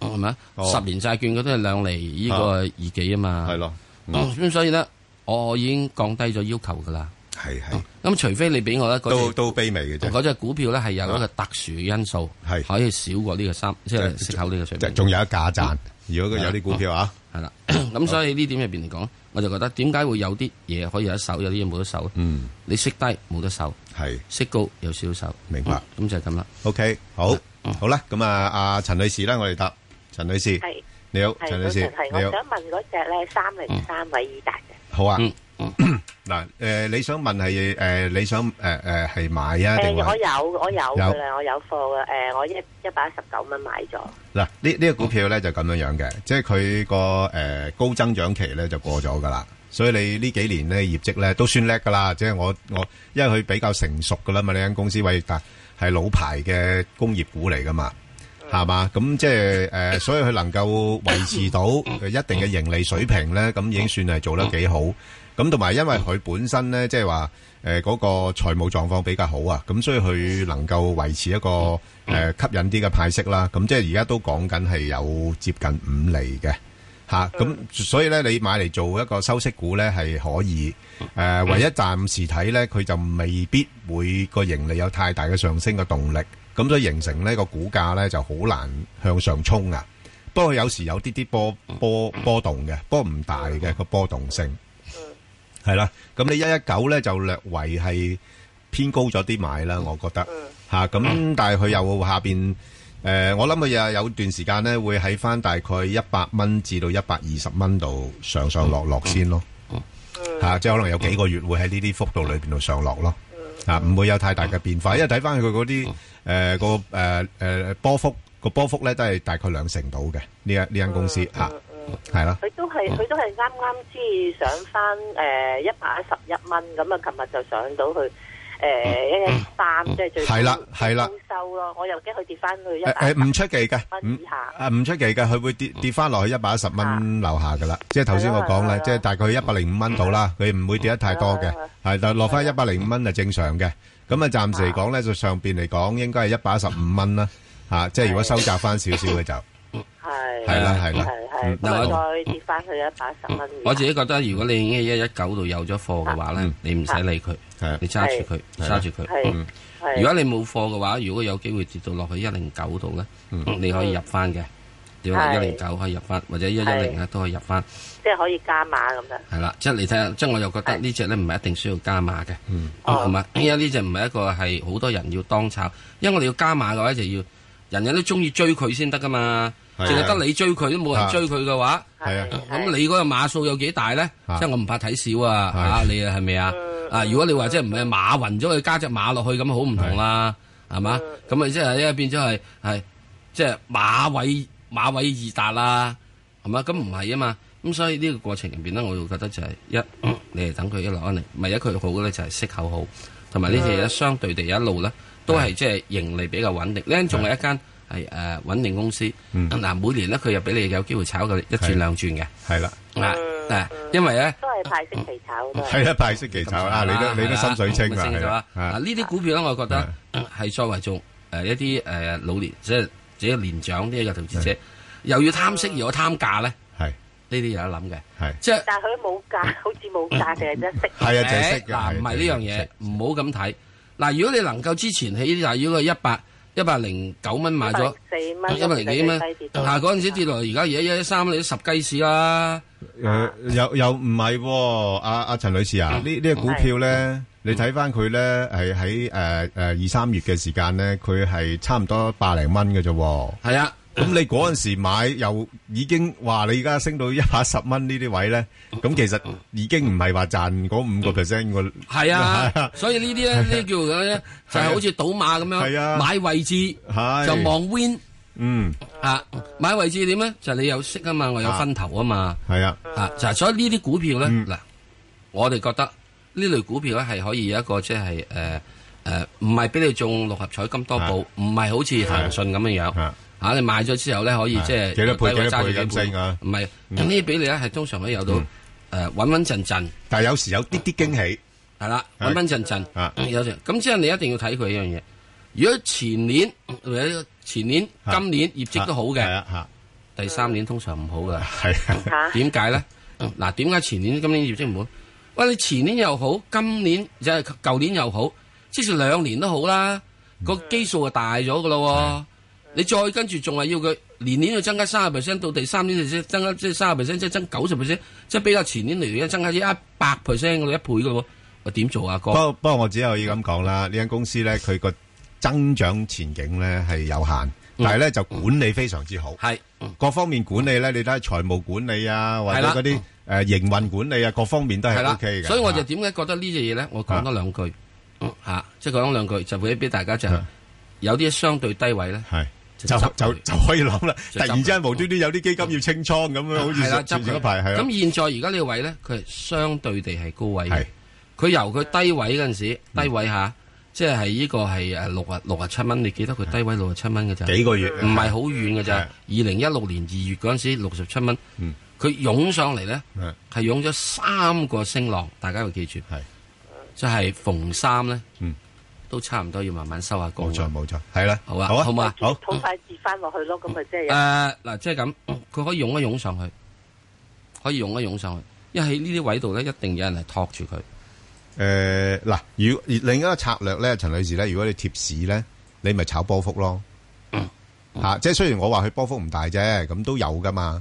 Speaker 8: 係咪啊
Speaker 7: 哦
Speaker 8: 十年債券嗰都係兩厘呢個
Speaker 7: 啊
Speaker 8: 二幾啊嘛，係
Speaker 7: 咯，嗯
Speaker 8: 咁所以咧，我已經降低咗要求噶啦，嗯
Speaker 7: 係係，
Speaker 8: 咁除非你俾我咧，
Speaker 7: 都都卑微嘅啫。
Speaker 8: 嗰只股票咧係有一個特殊嘅因素，
Speaker 7: 係
Speaker 8: 可以少過呢個三，即係息口呢個水
Speaker 7: 即係
Speaker 8: 平。
Speaker 7: 仲有一價賺。如果佢有啲股票啊，
Speaker 8: 係啦，咁所以呢點入邊嚟講，我就覺得點解會有啲嘢可以有得手，有啲嘢冇得手？
Speaker 7: 嗯，
Speaker 8: 你息低冇得手，
Speaker 7: 係
Speaker 8: 息高有少手。
Speaker 7: 明白。
Speaker 8: 咁就係咁啦。
Speaker 7: OK，好，好啦，咁啊，阿陳女士啦，我哋答陳女士，
Speaker 25: 係
Speaker 7: 你好，
Speaker 25: 係
Speaker 7: 陳女士，
Speaker 25: 係
Speaker 7: 你
Speaker 25: 我
Speaker 7: 好，嗯
Speaker 25: 想問嗰只咧三零三偉爾達嘅，
Speaker 7: 好啊。嗱，誒，你想問係誒，你想誒誒係買啊定
Speaker 25: 誒
Speaker 7: 話
Speaker 25: 我？有我有
Speaker 7: 有啊
Speaker 25: 㗎啦，我有貨嘅，誒我一一百一十九蚊買咗，
Speaker 7: 嗱，呢呢個股票咧就咁樣樣嘅，即係佢個誒高增長期咧就過咗噶啦，所以你呢幾年咧業績咧都算叻噶啦，即係我我因為佢比較成熟噶啦嘛，呢間公司喂，但係老牌嘅工業股嚟噶嘛，係嘛？咁即係誒，所以佢能夠維持到一定嘅盈利水平咧，咁已經算係做得幾好。咁同埋因為佢本身咧，即係話誒呃嗰個財務狀況比較好啊，咁所以佢能夠維持一個誒、呃吸引啲嘅派息啦。咁即係而家都講緊係有接近五厘嘅吓，咁、所以咧你買嚟做一個收息股咧係可以誒、呃唯一暫時睇咧佢就未必會個盈利有太大嘅上升嘅動力，咁所以形成呢個股價咧就好難向上衝啊。不過有時有啲啲波波波動嘅，不過唔大嘅個波動性。系啦，咁你一一九咧就略為係偏高咗啲買啦，我覺得吓。咁、但係佢又下邊诶、呃我諗佢又有段時間咧會喺翻大概一百蚊至到一百二十蚊度上上落落先咯。吓、即係可能有幾個月會喺呢啲幅度裏边度上落咯。啊，唔會有太大嘅變化，因為睇翻佢嗰啲诶個诶诶波幅個波幅咧都係大概兩成到嘅呢間呢間公司吓，
Speaker 24: 嗯
Speaker 7: 係啦、
Speaker 25: 佢都係佢都係啱啱先上翻誒一百一十一蚊，咁啊，琴日就上到去誒一一三，即係最
Speaker 7: 係啦係啦
Speaker 25: 高收咯，我又驚佢跌翻去一
Speaker 7: 誒
Speaker 25: 百
Speaker 7: 誒唔出奇嘅，
Speaker 25: 蚊
Speaker 7: 唔
Speaker 25: 以下。嗯啊
Speaker 7: 啊唔出奇嘅，佢會跌跌翻落去一百一十蚊樓下噶啦，即係頭先我講啦，即係大概一百零五蚊到啦，
Speaker 25: 嗯
Speaker 7: 佢唔會跌得太多嘅，
Speaker 25: 啊
Speaker 7: 係但落翻一百零五蚊係正常嘅。咁啊，暫時嚟講咧，就上邊嚟講應該係一百一十五蚊啦，嚇，即係如果收窄翻少少嘅就
Speaker 25: 係
Speaker 7: 係啦係啦
Speaker 25: 係
Speaker 8: 嗱
Speaker 25: 係，咁啊
Speaker 8: 我
Speaker 25: 再跌翻去一百一十蚊以下。
Speaker 8: 我自己覺得，如果你已經一一九度有咗貨嘅話咧，你唔使理佢，你揸住佢，
Speaker 25: 啊嗯係
Speaker 8: 揸住佢。
Speaker 25: 係
Speaker 8: 嗯
Speaker 25: 係
Speaker 8: 如果你冇貨嘅話，如果有機會跌到落去一零九度咧，你可以入翻嘅。點啊？一
Speaker 25: 嗯係
Speaker 8: 零九可以入翻，或者一一零
Speaker 25: 係
Speaker 8: 啊都可以入翻。
Speaker 25: 即係可以加碼咁樣。
Speaker 8: 係啦，即係你睇下，即係我又覺得呢只咧唔係一定需要加碼嘅，
Speaker 25: 嗯
Speaker 8: 哦
Speaker 25: 哦
Speaker 8: 係嘛？因為哎呢只唔係一個係好多人要當炒，因為我哋要加碼嘅話就要人人都中意追佢先得噶嘛，
Speaker 7: 係
Speaker 8: 淨係得你追佢都冇人追佢嘅話，
Speaker 7: 係啊
Speaker 8: 咁你嗰個碼數有幾大咧？
Speaker 7: 啊
Speaker 8: 即係我唔怕睇少啊，嚇你啊係咪啊？
Speaker 7: 嗯
Speaker 8: 啊，如果你話即係唔係馬暈咗佢加只馬落去咁好唔同啦，
Speaker 7: 嗯
Speaker 8: 係嘛？咁啊即係因為變咗係係即係馬偉馬偉二達啦。係嘛？咁唔係啊嘛，咁所以呢個過程入邊咧，我會覺得就係一，嗯你係等佢一落翻嚟，唔係一佢好嘅咧就係息口好，同埋呢啲嘢咧相對地一路咧都係即係盈利比較穩定，呢仲係一間係誒穩定公司，
Speaker 7: 嗯
Speaker 8: 嗱每年咧佢又俾你有機會炒佢一轉兩轉嘅，
Speaker 7: 係啦，
Speaker 8: 啊嗱，因為咧。
Speaker 25: 都係派息期炒都係
Speaker 7: 係啦，啊派息期炒啦，你都你都心水清啦，係
Speaker 8: 係啊
Speaker 7: 啦
Speaker 8: 啦。，
Speaker 7: 啊
Speaker 8: 嗱呢啲股票咧，我覺得嗯係作為做誒一啲誒老年即係自己年長啲嘅投資者，又要貪息又要貪價咧，
Speaker 7: 係
Speaker 8: 呢啲有得諗嘅。
Speaker 7: 係
Speaker 8: 即係
Speaker 25: 但係佢冇價， 好似冇價定係一息。
Speaker 7: 係啊就係息㗎
Speaker 8: 嗱
Speaker 7: 係
Speaker 8: 唔係
Speaker 7: 就
Speaker 8: 呢
Speaker 7: 係
Speaker 8: 樣嘢，唔好咁睇。嗱，如果你能夠之前喺大約個一百一百零九蚊買咗，
Speaker 25: 四蚊
Speaker 8: 一百零幾蚊，嗱嗰陣時跌落嚟，而家而家一一三你都十雞屎啦。
Speaker 7: 诶，又又唔係喎，阿阿陳女士啊，呢呢只股票咧，你睇翻佢咧，係呃喺诶诶二三月嘅時間咧，佢係差唔多百零蚊嘅啫喎。
Speaker 8: 係啊，
Speaker 7: 咁你嗰阵时买又已經話你而家升到一百十蚊呢啲位咧，咁其實已經唔係話賺嗰五個 percent 個。
Speaker 8: 系啊，所以呢啲咧，呢叫做咧，就係好似賭馬咁
Speaker 7: 係
Speaker 8: 樣，
Speaker 7: 啊
Speaker 8: 買位置就望 win。
Speaker 7: 嗯，
Speaker 8: 啊，買位置點咧？就係你有息啊嘛，我有分頭啊嘛。
Speaker 7: 係啊，嗯
Speaker 8: 啊，就係所以呢啲股票咧，嗱，我哋覺得呢類股票咧係可以有一個即係誒誒，唔係俾你中六合彩金多寶，
Speaker 7: 啊
Speaker 8: 唔係好似騰訊咁樣樣。嚇，你買咗之後咧，可以即係
Speaker 7: 係啊幾多倍
Speaker 8: 低位
Speaker 7: 幾
Speaker 8: 揸
Speaker 7: 多
Speaker 8: 住
Speaker 7: 倍
Speaker 8: 幾
Speaker 7: 咁升啊嗯
Speaker 8: 唔係，咁呢啲俾你咧係通常都有到誒呃穩穩陣陣，
Speaker 7: 但係有時有啲啲驚喜。
Speaker 8: 係啦，穩穩陣陣。
Speaker 7: 啊，
Speaker 8: 有時咁即係你一定要睇佢一樣嘢。如果前年或者前年、今年業績都好嘅，第三年通常唔好噶。
Speaker 7: 係
Speaker 8: 點解咧？嗱，點解前年、今年業績唔好？喂，你前年又好，今年就係舊年又好，即使兩年都好啦，個基數就大咗噶咯喎。你再跟住仲係要佢年年要增加三十 percent，到第三年就先增加即係三十 percent，即係增九十 percent，即係比較前年嚟講增加一百 percent 到一倍噶喎。我點做啊，哥
Speaker 7: 不？過不過我只可以咁講啦，呢間公司咧佢個增長前景咧係有限，但係咧就管理非常之好，
Speaker 8: 係
Speaker 7: 各方面管理咧，你睇下財務管理啊，或
Speaker 8: 係
Speaker 7: 者
Speaker 8: 啦
Speaker 7: 嗰啲誒營運管理啊，各方面都
Speaker 8: 係
Speaker 7: 係
Speaker 8: 啦
Speaker 7: OK 嘅。啊
Speaker 8: 所以我就點解覺得呢隻嘢咧，我講多兩句嚇，即係講多兩句就俾俾大家就係有啲相對低位咧，
Speaker 7: 就啊就就 可以諗啦。突
Speaker 8: 就執佢
Speaker 7: 然之間無端端有啲基金要清倉咁樣，好似
Speaker 8: 係啦，
Speaker 7: 前
Speaker 8: 執
Speaker 7: 前
Speaker 8: 佢
Speaker 7: 一排係啊啦
Speaker 8: 咁現在而家呢個位咧，佢係相對地係高位嘅。佢由佢低位嗰陣時，
Speaker 7: 嗯
Speaker 8: 低位下，即係呢個係誒六啊六啊七蚊，你記得佢低位六啊七蚊嘅咋？
Speaker 7: 幾個月
Speaker 8: 唔係好遠嘅咋？二零一六年二月嗰陣時六十七蚊，佢湧上嚟咧
Speaker 7: 嗯係
Speaker 8: 係湧咗三個升浪，大家要記住。
Speaker 7: 係，
Speaker 8: 即係逢三咧
Speaker 7: 嗯，
Speaker 8: 都差唔多要慢慢收下工。
Speaker 7: 冇錯冇錯，係啦，
Speaker 8: 好啊，
Speaker 7: 好啊
Speaker 8: 好嘛，
Speaker 7: 好。
Speaker 25: 好快跌翻落去咯，咁咪即係
Speaker 8: 诶，呃嗱，即係咁， 佢可以湧一湧上去，可以湧一湧上去，因為喺呢啲位度咧，一定有人係托住佢。
Speaker 7: 诶，呃嗱、如果另一個策略咧，陳女士咧，如果你貼市咧，你咪炒波幅咯。
Speaker 8: 嗯
Speaker 7: 吓、即係雖然我話佢波幅唔大啫，咁都有噶嘛。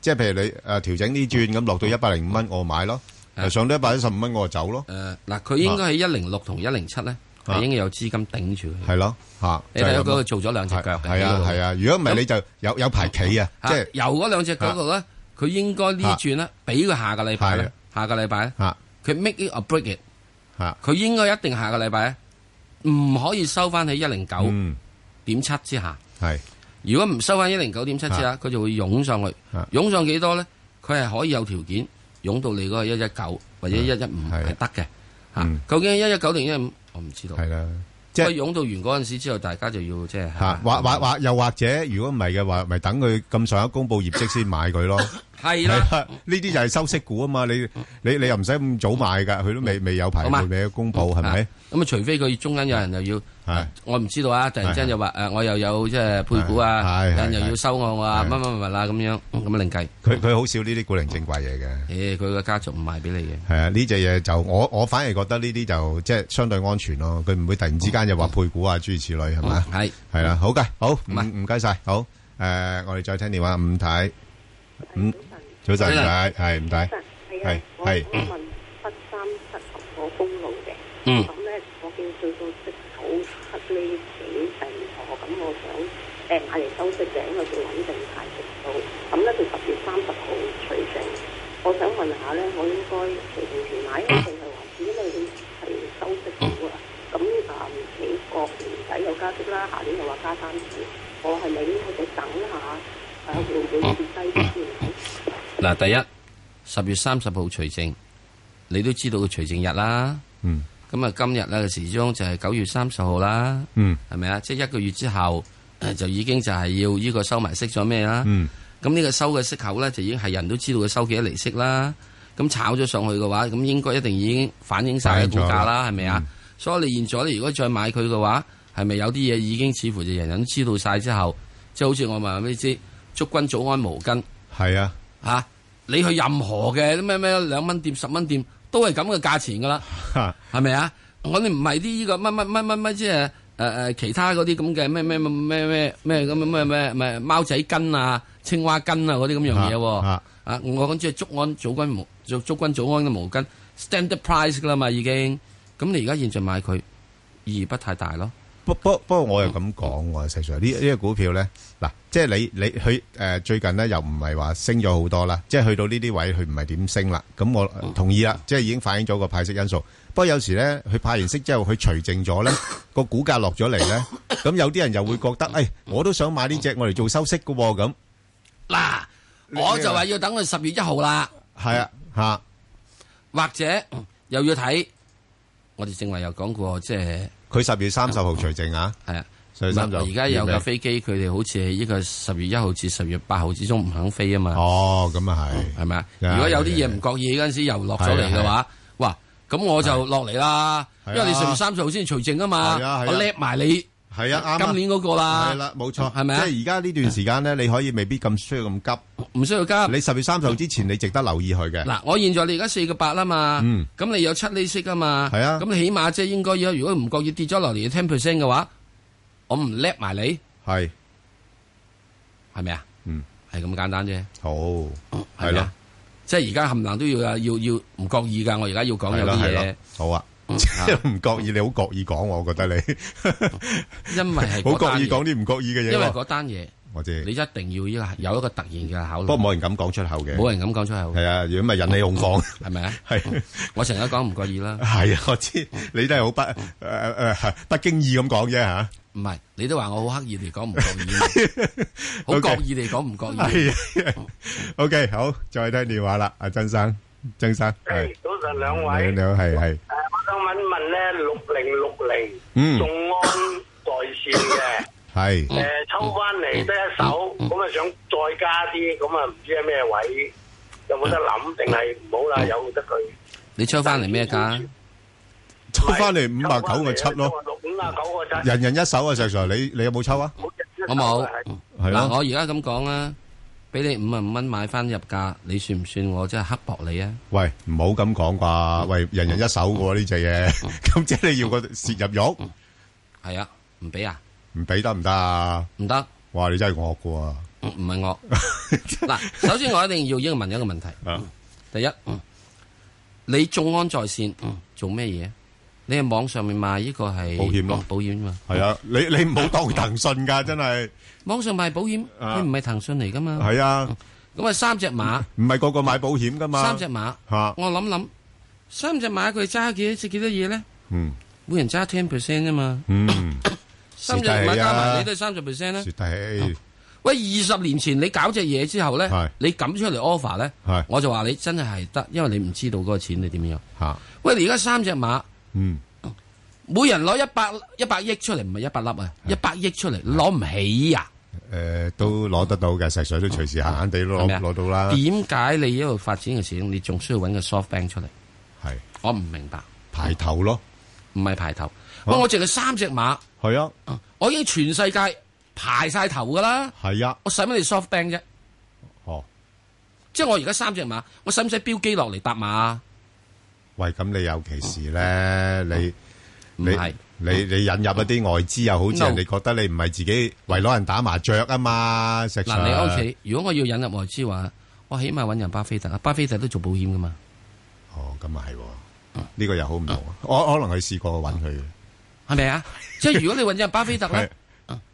Speaker 7: 即係譬如你诶调、調整呢轉咁落到一百零五蚊，我買咯；
Speaker 8: 嗯
Speaker 7: 上到一百一十五蚊，我就走咯。
Speaker 8: 诶、呃嗱，佢應該喺一零六同一零七咧，
Speaker 7: 啊
Speaker 8: 係應該有資金頂住佢。
Speaker 7: 係咯，吓、
Speaker 8: 你
Speaker 7: 就係
Speaker 8: 睇
Speaker 7: 咁
Speaker 8: 到
Speaker 7: 咯
Speaker 8: 嗰度做咗兩隻腳嘅，
Speaker 7: 係啊
Speaker 8: 呢度
Speaker 7: 係啊，如果唔係你就有有排企啊，
Speaker 8: 嚇
Speaker 7: 即係
Speaker 8: 由嗰兩隻腳度咧，佢應該呢轉咧，俾佢下個禮拜咧，下個禮拜咧，佢 make it or break it，佢應該一定下個禮拜咧，唔可以收翻喺一零九點七之下。
Speaker 7: 係
Speaker 8: 如果唔收翻一零九點七之下，佢就會湧上去，湧上幾多咧？佢係可以有條件湧到你嗰個一一九或者一一五啊係得嘅。嚇，究竟一一九定一五，我唔知道。係
Speaker 7: 啦，
Speaker 8: 即係湧到完嗰陣時之後，大家就要即係
Speaker 7: 吓，或或或又或者，如果唔係嘅話，咪等佢咁上下公佈業績先買佢 咯。
Speaker 8: 係啦。
Speaker 7: 係啦，呢啲就係收息股啊嘛，你你你又唔使咁早買噶，佢都未未有排
Speaker 8: 好嘛
Speaker 7: 會未有公佈係咪？
Speaker 8: 咁啊，除非佢中間有人又要，我唔知道啊。突然之間
Speaker 7: 係
Speaker 8: 又話誒，我又有即係配股啊，
Speaker 7: 係係
Speaker 8: 有人又要
Speaker 7: 係
Speaker 8: 收我啊，乜乜乜乜啦咁樣，咁啊另計。
Speaker 7: 佢佢好少呢啲古靈精怪嘢嘅。
Speaker 8: 誒，佢個家族唔賣俾你嘅。
Speaker 7: 係啊，呢只嘢就我我反而覺得呢啲就即係相對安全咯，佢唔會突然之間又話配股啊諸如此類係嘛？
Speaker 8: 係
Speaker 7: 係啦，好嘅，好唔唔該晒，好誒，我哋再聽電話，伍太，五早晨，
Speaker 24: 早晨
Speaker 7: 伍太係伍太
Speaker 24: 早晨，係啊
Speaker 7: 係，
Speaker 24: 我
Speaker 7: 係
Speaker 24: 我問北三七嗰公路嘅，
Speaker 7: 嗯
Speaker 24: 咁咧我見最到息口七厘幾第二咁我想誒買嚟收息嘅，因為佢穩定派息到，咁咧佢十月三十號除淨，我想問下咧，我應該隨便時買啊，定係還是因為佢係收息股啊？咁啊，美國年底有加息啦，下年又話加三次，我係咪應該就等下誒會唔會跌低啲先？
Speaker 8: 嗱，第一十月三十號除證，你都知道佢除證日啦。
Speaker 7: 嗯。
Speaker 8: 咁啊，今日咧時鐘就係九月三十號啦。
Speaker 7: 嗯。
Speaker 8: 係咪啊？即係一個月之後，呃就已經就係要呢個收埋息咗咩啦。
Speaker 7: 嗯。
Speaker 8: 咁呢個收嘅息口咧，就已經係人都知道佢收幾多利息啦。咁炒咗上去嘅話，咁應該一定已經反映晒
Speaker 7: 反
Speaker 8: 喺
Speaker 7: 映
Speaker 8: 股
Speaker 7: 咗
Speaker 8: 價
Speaker 7: 啦
Speaker 8: 啦，係咪啊？所以你現在咧，如果再買佢嘅話，係咪有啲嘢已經似乎就人人都知道晒之後，即係好似我話俾你知，祝君早安毛巾。
Speaker 7: 係啊。
Speaker 8: 吓、你去任何嘅咩咩兩蚊店、十蚊店，都係咁嘅價錢噶 啦，係咪啊？我哋唔係啲呢個乜乜乜乜乜，即係诶诶其他嗰啲咁嘅咩咩咩咩咩咩咁咩咩咩貓仔巾啊、青蛙巾啊嗰啲咁樣嘢喎。
Speaker 7: 啊
Speaker 8: 啊，我講即係竹安早君毛，竹竹君早安嘅毛巾，standard price 噶啦嘛已經。咁你而家現在買佢意義不太大咯。
Speaker 7: 不不不過我又咁講喎，石 Sir 呢呢個股票咧，嗱，即係你你佢誒最近咧又唔係話升咗好多啦，即係去到呢啲位佢唔係點升啦。咁我同意啦，即係已經反映咗個派息因素。不過有時咧，佢派完息之後，佢除淨咗咧， 個股價落咗嚟咧，咁有啲人又會覺得，誒，我都想買呢隻我嚟做收息嘅喎，咁
Speaker 8: 嗱，我就話要等佢十月一號啦，
Speaker 7: 係啊，嚇，
Speaker 8: 或者嗯又要睇，我哋正話又講過，即係。
Speaker 7: 佢十月三十號除證啊，
Speaker 8: 係啊，
Speaker 7: 十月三十號
Speaker 8: 而家有架飛機，佢哋好似係呢個十月一號至十月八號之中唔肯飛啊嘛。
Speaker 7: 哦，咁啊
Speaker 8: 係，係咪啊？如果有啲嘢唔覺意嗰陣時又落咗嚟嘅
Speaker 7: 啊
Speaker 8: 話，哇！咁我就落嚟啦，因為你十月三十號先除證啊嘛，我叻埋你。
Speaker 7: 係啊，啱
Speaker 8: 今年嗰個啦，
Speaker 7: 係啦，冇錯，
Speaker 8: 係咪啊？
Speaker 7: 哦即係而家呢段時間咧，你可以未必咁需要咁急，
Speaker 8: 唔需要急。
Speaker 7: 你十月三十號之前，你值得留意佢 嘅。
Speaker 8: 嗱，我現在你而家四個八啦嘛，
Speaker 7: 嗯
Speaker 8: 咁你有七厘息啊嘛，
Speaker 7: 係啊
Speaker 8: 咁你起碼即係應該要，如果唔覺意跌咗落嚟 ten percent 嘅話，我唔叻埋你，
Speaker 7: 係
Speaker 8: 係咪啊？
Speaker 7: 嗯，
Speaker 8: 係咁簡單啫。
Speaker 7: 好，
Speaker 8: 哦係啊
Speaker 7: 係咯
Speaker 8: 咯，即係而家冚唪唥都要啊，要要唔覺意㗎。我而家要講
Speaker 7: 係
Speaker 8: 有
Speaker 7: 咯
Speaker 8: 啲
Speaker 7: 係
Speaker 8: 嘢嗯
Speaker 7: 咯，，好啊。 唔覺意，你好覺意講喎，我覺得你，
Speaker 8: 因為係
Speaker 7: 好
Speaker 8: 嗰單
Speaker 7: 覺
Speaker 8: 嘢
Speaker 7: 意講啲唔覺意嘅嘢喎。
Speaker 8: 因為嗰單嘢，
Speaker 7: 我知
Speaker 8: 你一定要呢個有一個突然嘅考慮。
Speaker 7: 不過冇人敢講出口嘅，
Speaker 8: 冇人敢講出口。
Speaker 7: 係啊，如果咪引起恐慌，
Speaker 8: 係咪啊？
Speaker 7: 係，
Speaker 8: 我成日講唔覺意啦。
Speaker 7: 係啊，我知你都係好不誒誒 不經意咁講啫嚇。
Speaker 8: 唔係，你都話我好刻意嚟講唔 覺意，好覺意嚟講唔覺意。
Speaker 7: 係啊，OK，好，再聽電話啦，阿曾生，曾生，係
Speaker 2: 早晨兩位，
Speaker 7: 你好，係係，
Speaker 24: À,
Speaker 2: 誒，我想問一問咧，六零六
Speaker 7: 嗯
Speaker 2: 零眾安在線嘅，
Speaker 7: 係
Speaker 2: 誒抽翻嚟得一手，咁啊想再加啲，咁啊唔知喺咩位，有冇得諗定係唔好啦，由得佢
Speaker 8: 你抽翻嚟咩價？
Speaker 7: 抽翻嚟五啊九個七咯，
Speaker 2: 五啊九個七，
Speaker 7: 人人一手啊，石 Sir，你你有冇抽啊？
Speaker 8: 我冇。
Speaker 7: 係咯
Speaker 8: 嗱，我而家咁講啦，俾你五啊五蚊買翻入價，你算唔算我真係刻薄你啊？
Speaker 7: 喂，唔好咁講啩，喂，人人一手嘅喎呢只 嘢，咁即係你要個蝕入肉，
Speaker 8: 係啊，唔俾啊？
Speaker 7: 唔俾得唔得啊？
Speaker 8: 唔得，
Speaker 7: 哇，你真係惡嘅喎，
Speaker 8: 唔係惡，嗱，首先我一定要呢個問一個問題。第一，你眾安在線做咩嘢？你喺網上面賣呢個係
Speaker 7: 保險咯
Speaker 8: 保險嘛？
Speaker 7: 係啊，你你唔好當騰訊㗎，真係，
Speaker 8: 網上賣保險，
Speaker 7: 啊
Speaker 8: 佢唔係騰訊嚟噶嘛？
Speaker 7: 係啊，
Speaker 8: 咁啊三隻馬，
Speaker 7: 唔係個個買保險㗎嘛，
Speaker 8: 三隻馬，
Speaker 7: 嚇，
Speaker 8: 我諗諗，三隻馬佢揸幾多隻幾多嘢咧？
Speaker 7: 嗯
Speaker 8: 每人揸 ten percent 啫嘛。
Speaker 7: 嗯，
Speaker 8: 三隻
Speaker 7: 蝕
Speaker 8: 馬
Speaker 7: 底
Speaker 8: 加
Speaker 7: 啊
Speaker 8: 埋你都係三十 percent 啦。
Speaker 7: 蝕底，
Speaker 8: 喂，二十年前你搞隻嘢之後咧
Speaker 7: 係，
Speaker 8: 你抌出嚟 offer 咧
Speaker 7: 係，
Speaker 8: 我就話你真係係得，因為你唔知道嗰個錢你點樣。
Speaker 7: 嚇，
Speaker 8: 喂，你而家三隻馬，
Speaker 7: 嗯，
Speaker 8: 每人攞一百一百億出嚟，唔係一百粒啊，一百億出嚟攞唔起啊！
Speaker 7: 誒都攞得到嘅，石 Sir 都隨時閒閒地攞攞到啦，
Speaker 8: 點解你一路發展嘅時候，你仲需要揾個 soft bank 出嚟？
Speaker 7: 係，
Speaker 8: 我唔明白。
Speaker 7: 排頭咯，啊
Speaker 8: 唔係排頭，喂，我淨係三隻馬，
Speaker 7: 係啊，
Speaker 8: 我已經全世界排晒頭噶啦，
Speaker 7: 係啊，
Speaker 8: 我使乜你 soft bank 啫？
Speaker 7: 哦，
Speaker 8: 即係我而家三隻馬，我使唔使標機落嚟搭馬啊？
Speaker 7: 喂，咁你尤其是咧，你
Speaker 8: 唔
Speaker 7: 你
Speaker 8: 係
Speaker 7: 你你引入一啲外資又好似
Speaker 8: No
Speaker 7: 人哋覺得你唔係自己為攞人打麻雀啊嘛，石 Sir。
Speaker 8: 嗱，你屋企如果我要引入外資話，我起碼揾人巴菲特啊，巴菲特都做保險噶嘛。
Speaker 7: 哦，咁啊係喎，呢個又好唔同啊。我可能佢試過揾佢嘅，
Speaker 8: 係咪 啊？即係如果你揾咗巴菲特咧，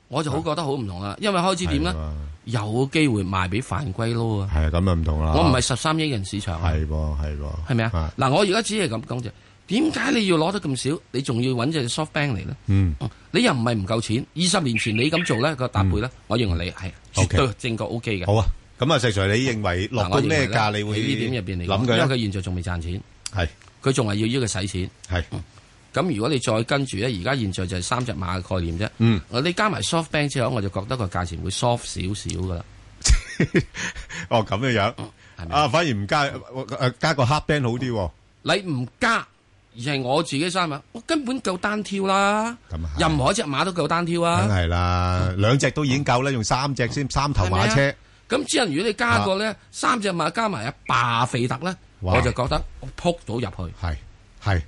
Speaker 8: 我就好覺得好唔同啦，因為開始點咧
Speaker 7: 係，
Speaker 8: 有機會賣俾犯規撈啊！
Speaker 7: 係啊，咁啊唔同啦。
Speaker 8: 我唔係十三億人市場啊，
Speaker 7: 係喎，係喎，
Speaker 8: 係咪啊？嗱，我而家只係咁講啫。點解你要攞得咁少？你仲要揾只 soft bank 嚟咧？
Speaker 7: 嗯，
Speaker 8: 你又唔係唔夠錢？二十年前你咁做咧個搭配咧，我認為你係絕對正確 O K 嘅。
Speaker 7: 嗯好啊。咁啊，石 Sir，你認為落
Speaker 8: 嗱
Speaker 7: 到
Speaker 8: 我認為
Speaker 7: 咩
Speaker 8: 咧
Speaker 7: 價你會
Speaker 8: 喺呢點入邊嚟講
Speaker 7: 諗嘅咧
Speaker 8: 因為佢現在仲未賺錢，
Speaker 7: 係
Speaker 8: 佢仲係要呢個使錢。嗯
Speaker 7: 係
Speaker 8: 咁如果你再跟住咧，而家現在就係三隻馬嘅概念啫。
Speaker 7: 嗯，
Speaker 8: 我你加埋 soft bank 之後，我就覺得個價錢會 soft 少少噶啦。 嗯
Speaker 7: 哦咁嘅樣啊，反而唔加誒加個黑 band 好啲喎。
Speaker 8: 你唔加，而係我自己三馬，我根本夠單挑啦。
Speaker 7: 啊
Speaker 8: 任何一隻馬都夠單挑
Speaker 7: 梗
Speaker 8: 啊。
Speaker 7: 係啦，兩隻都已經夠啦，用三隻先三頭馬
Speaker 8: 係咪
Speaker 7: 車
Speaker 8: 啊。咁之後，如果你加個咧三隻馬加埋阿巴肥特咧，
Speaker 7: 啊哇
Speaker 8: 我就覺得我撲到入去。
Speaker 7: 係係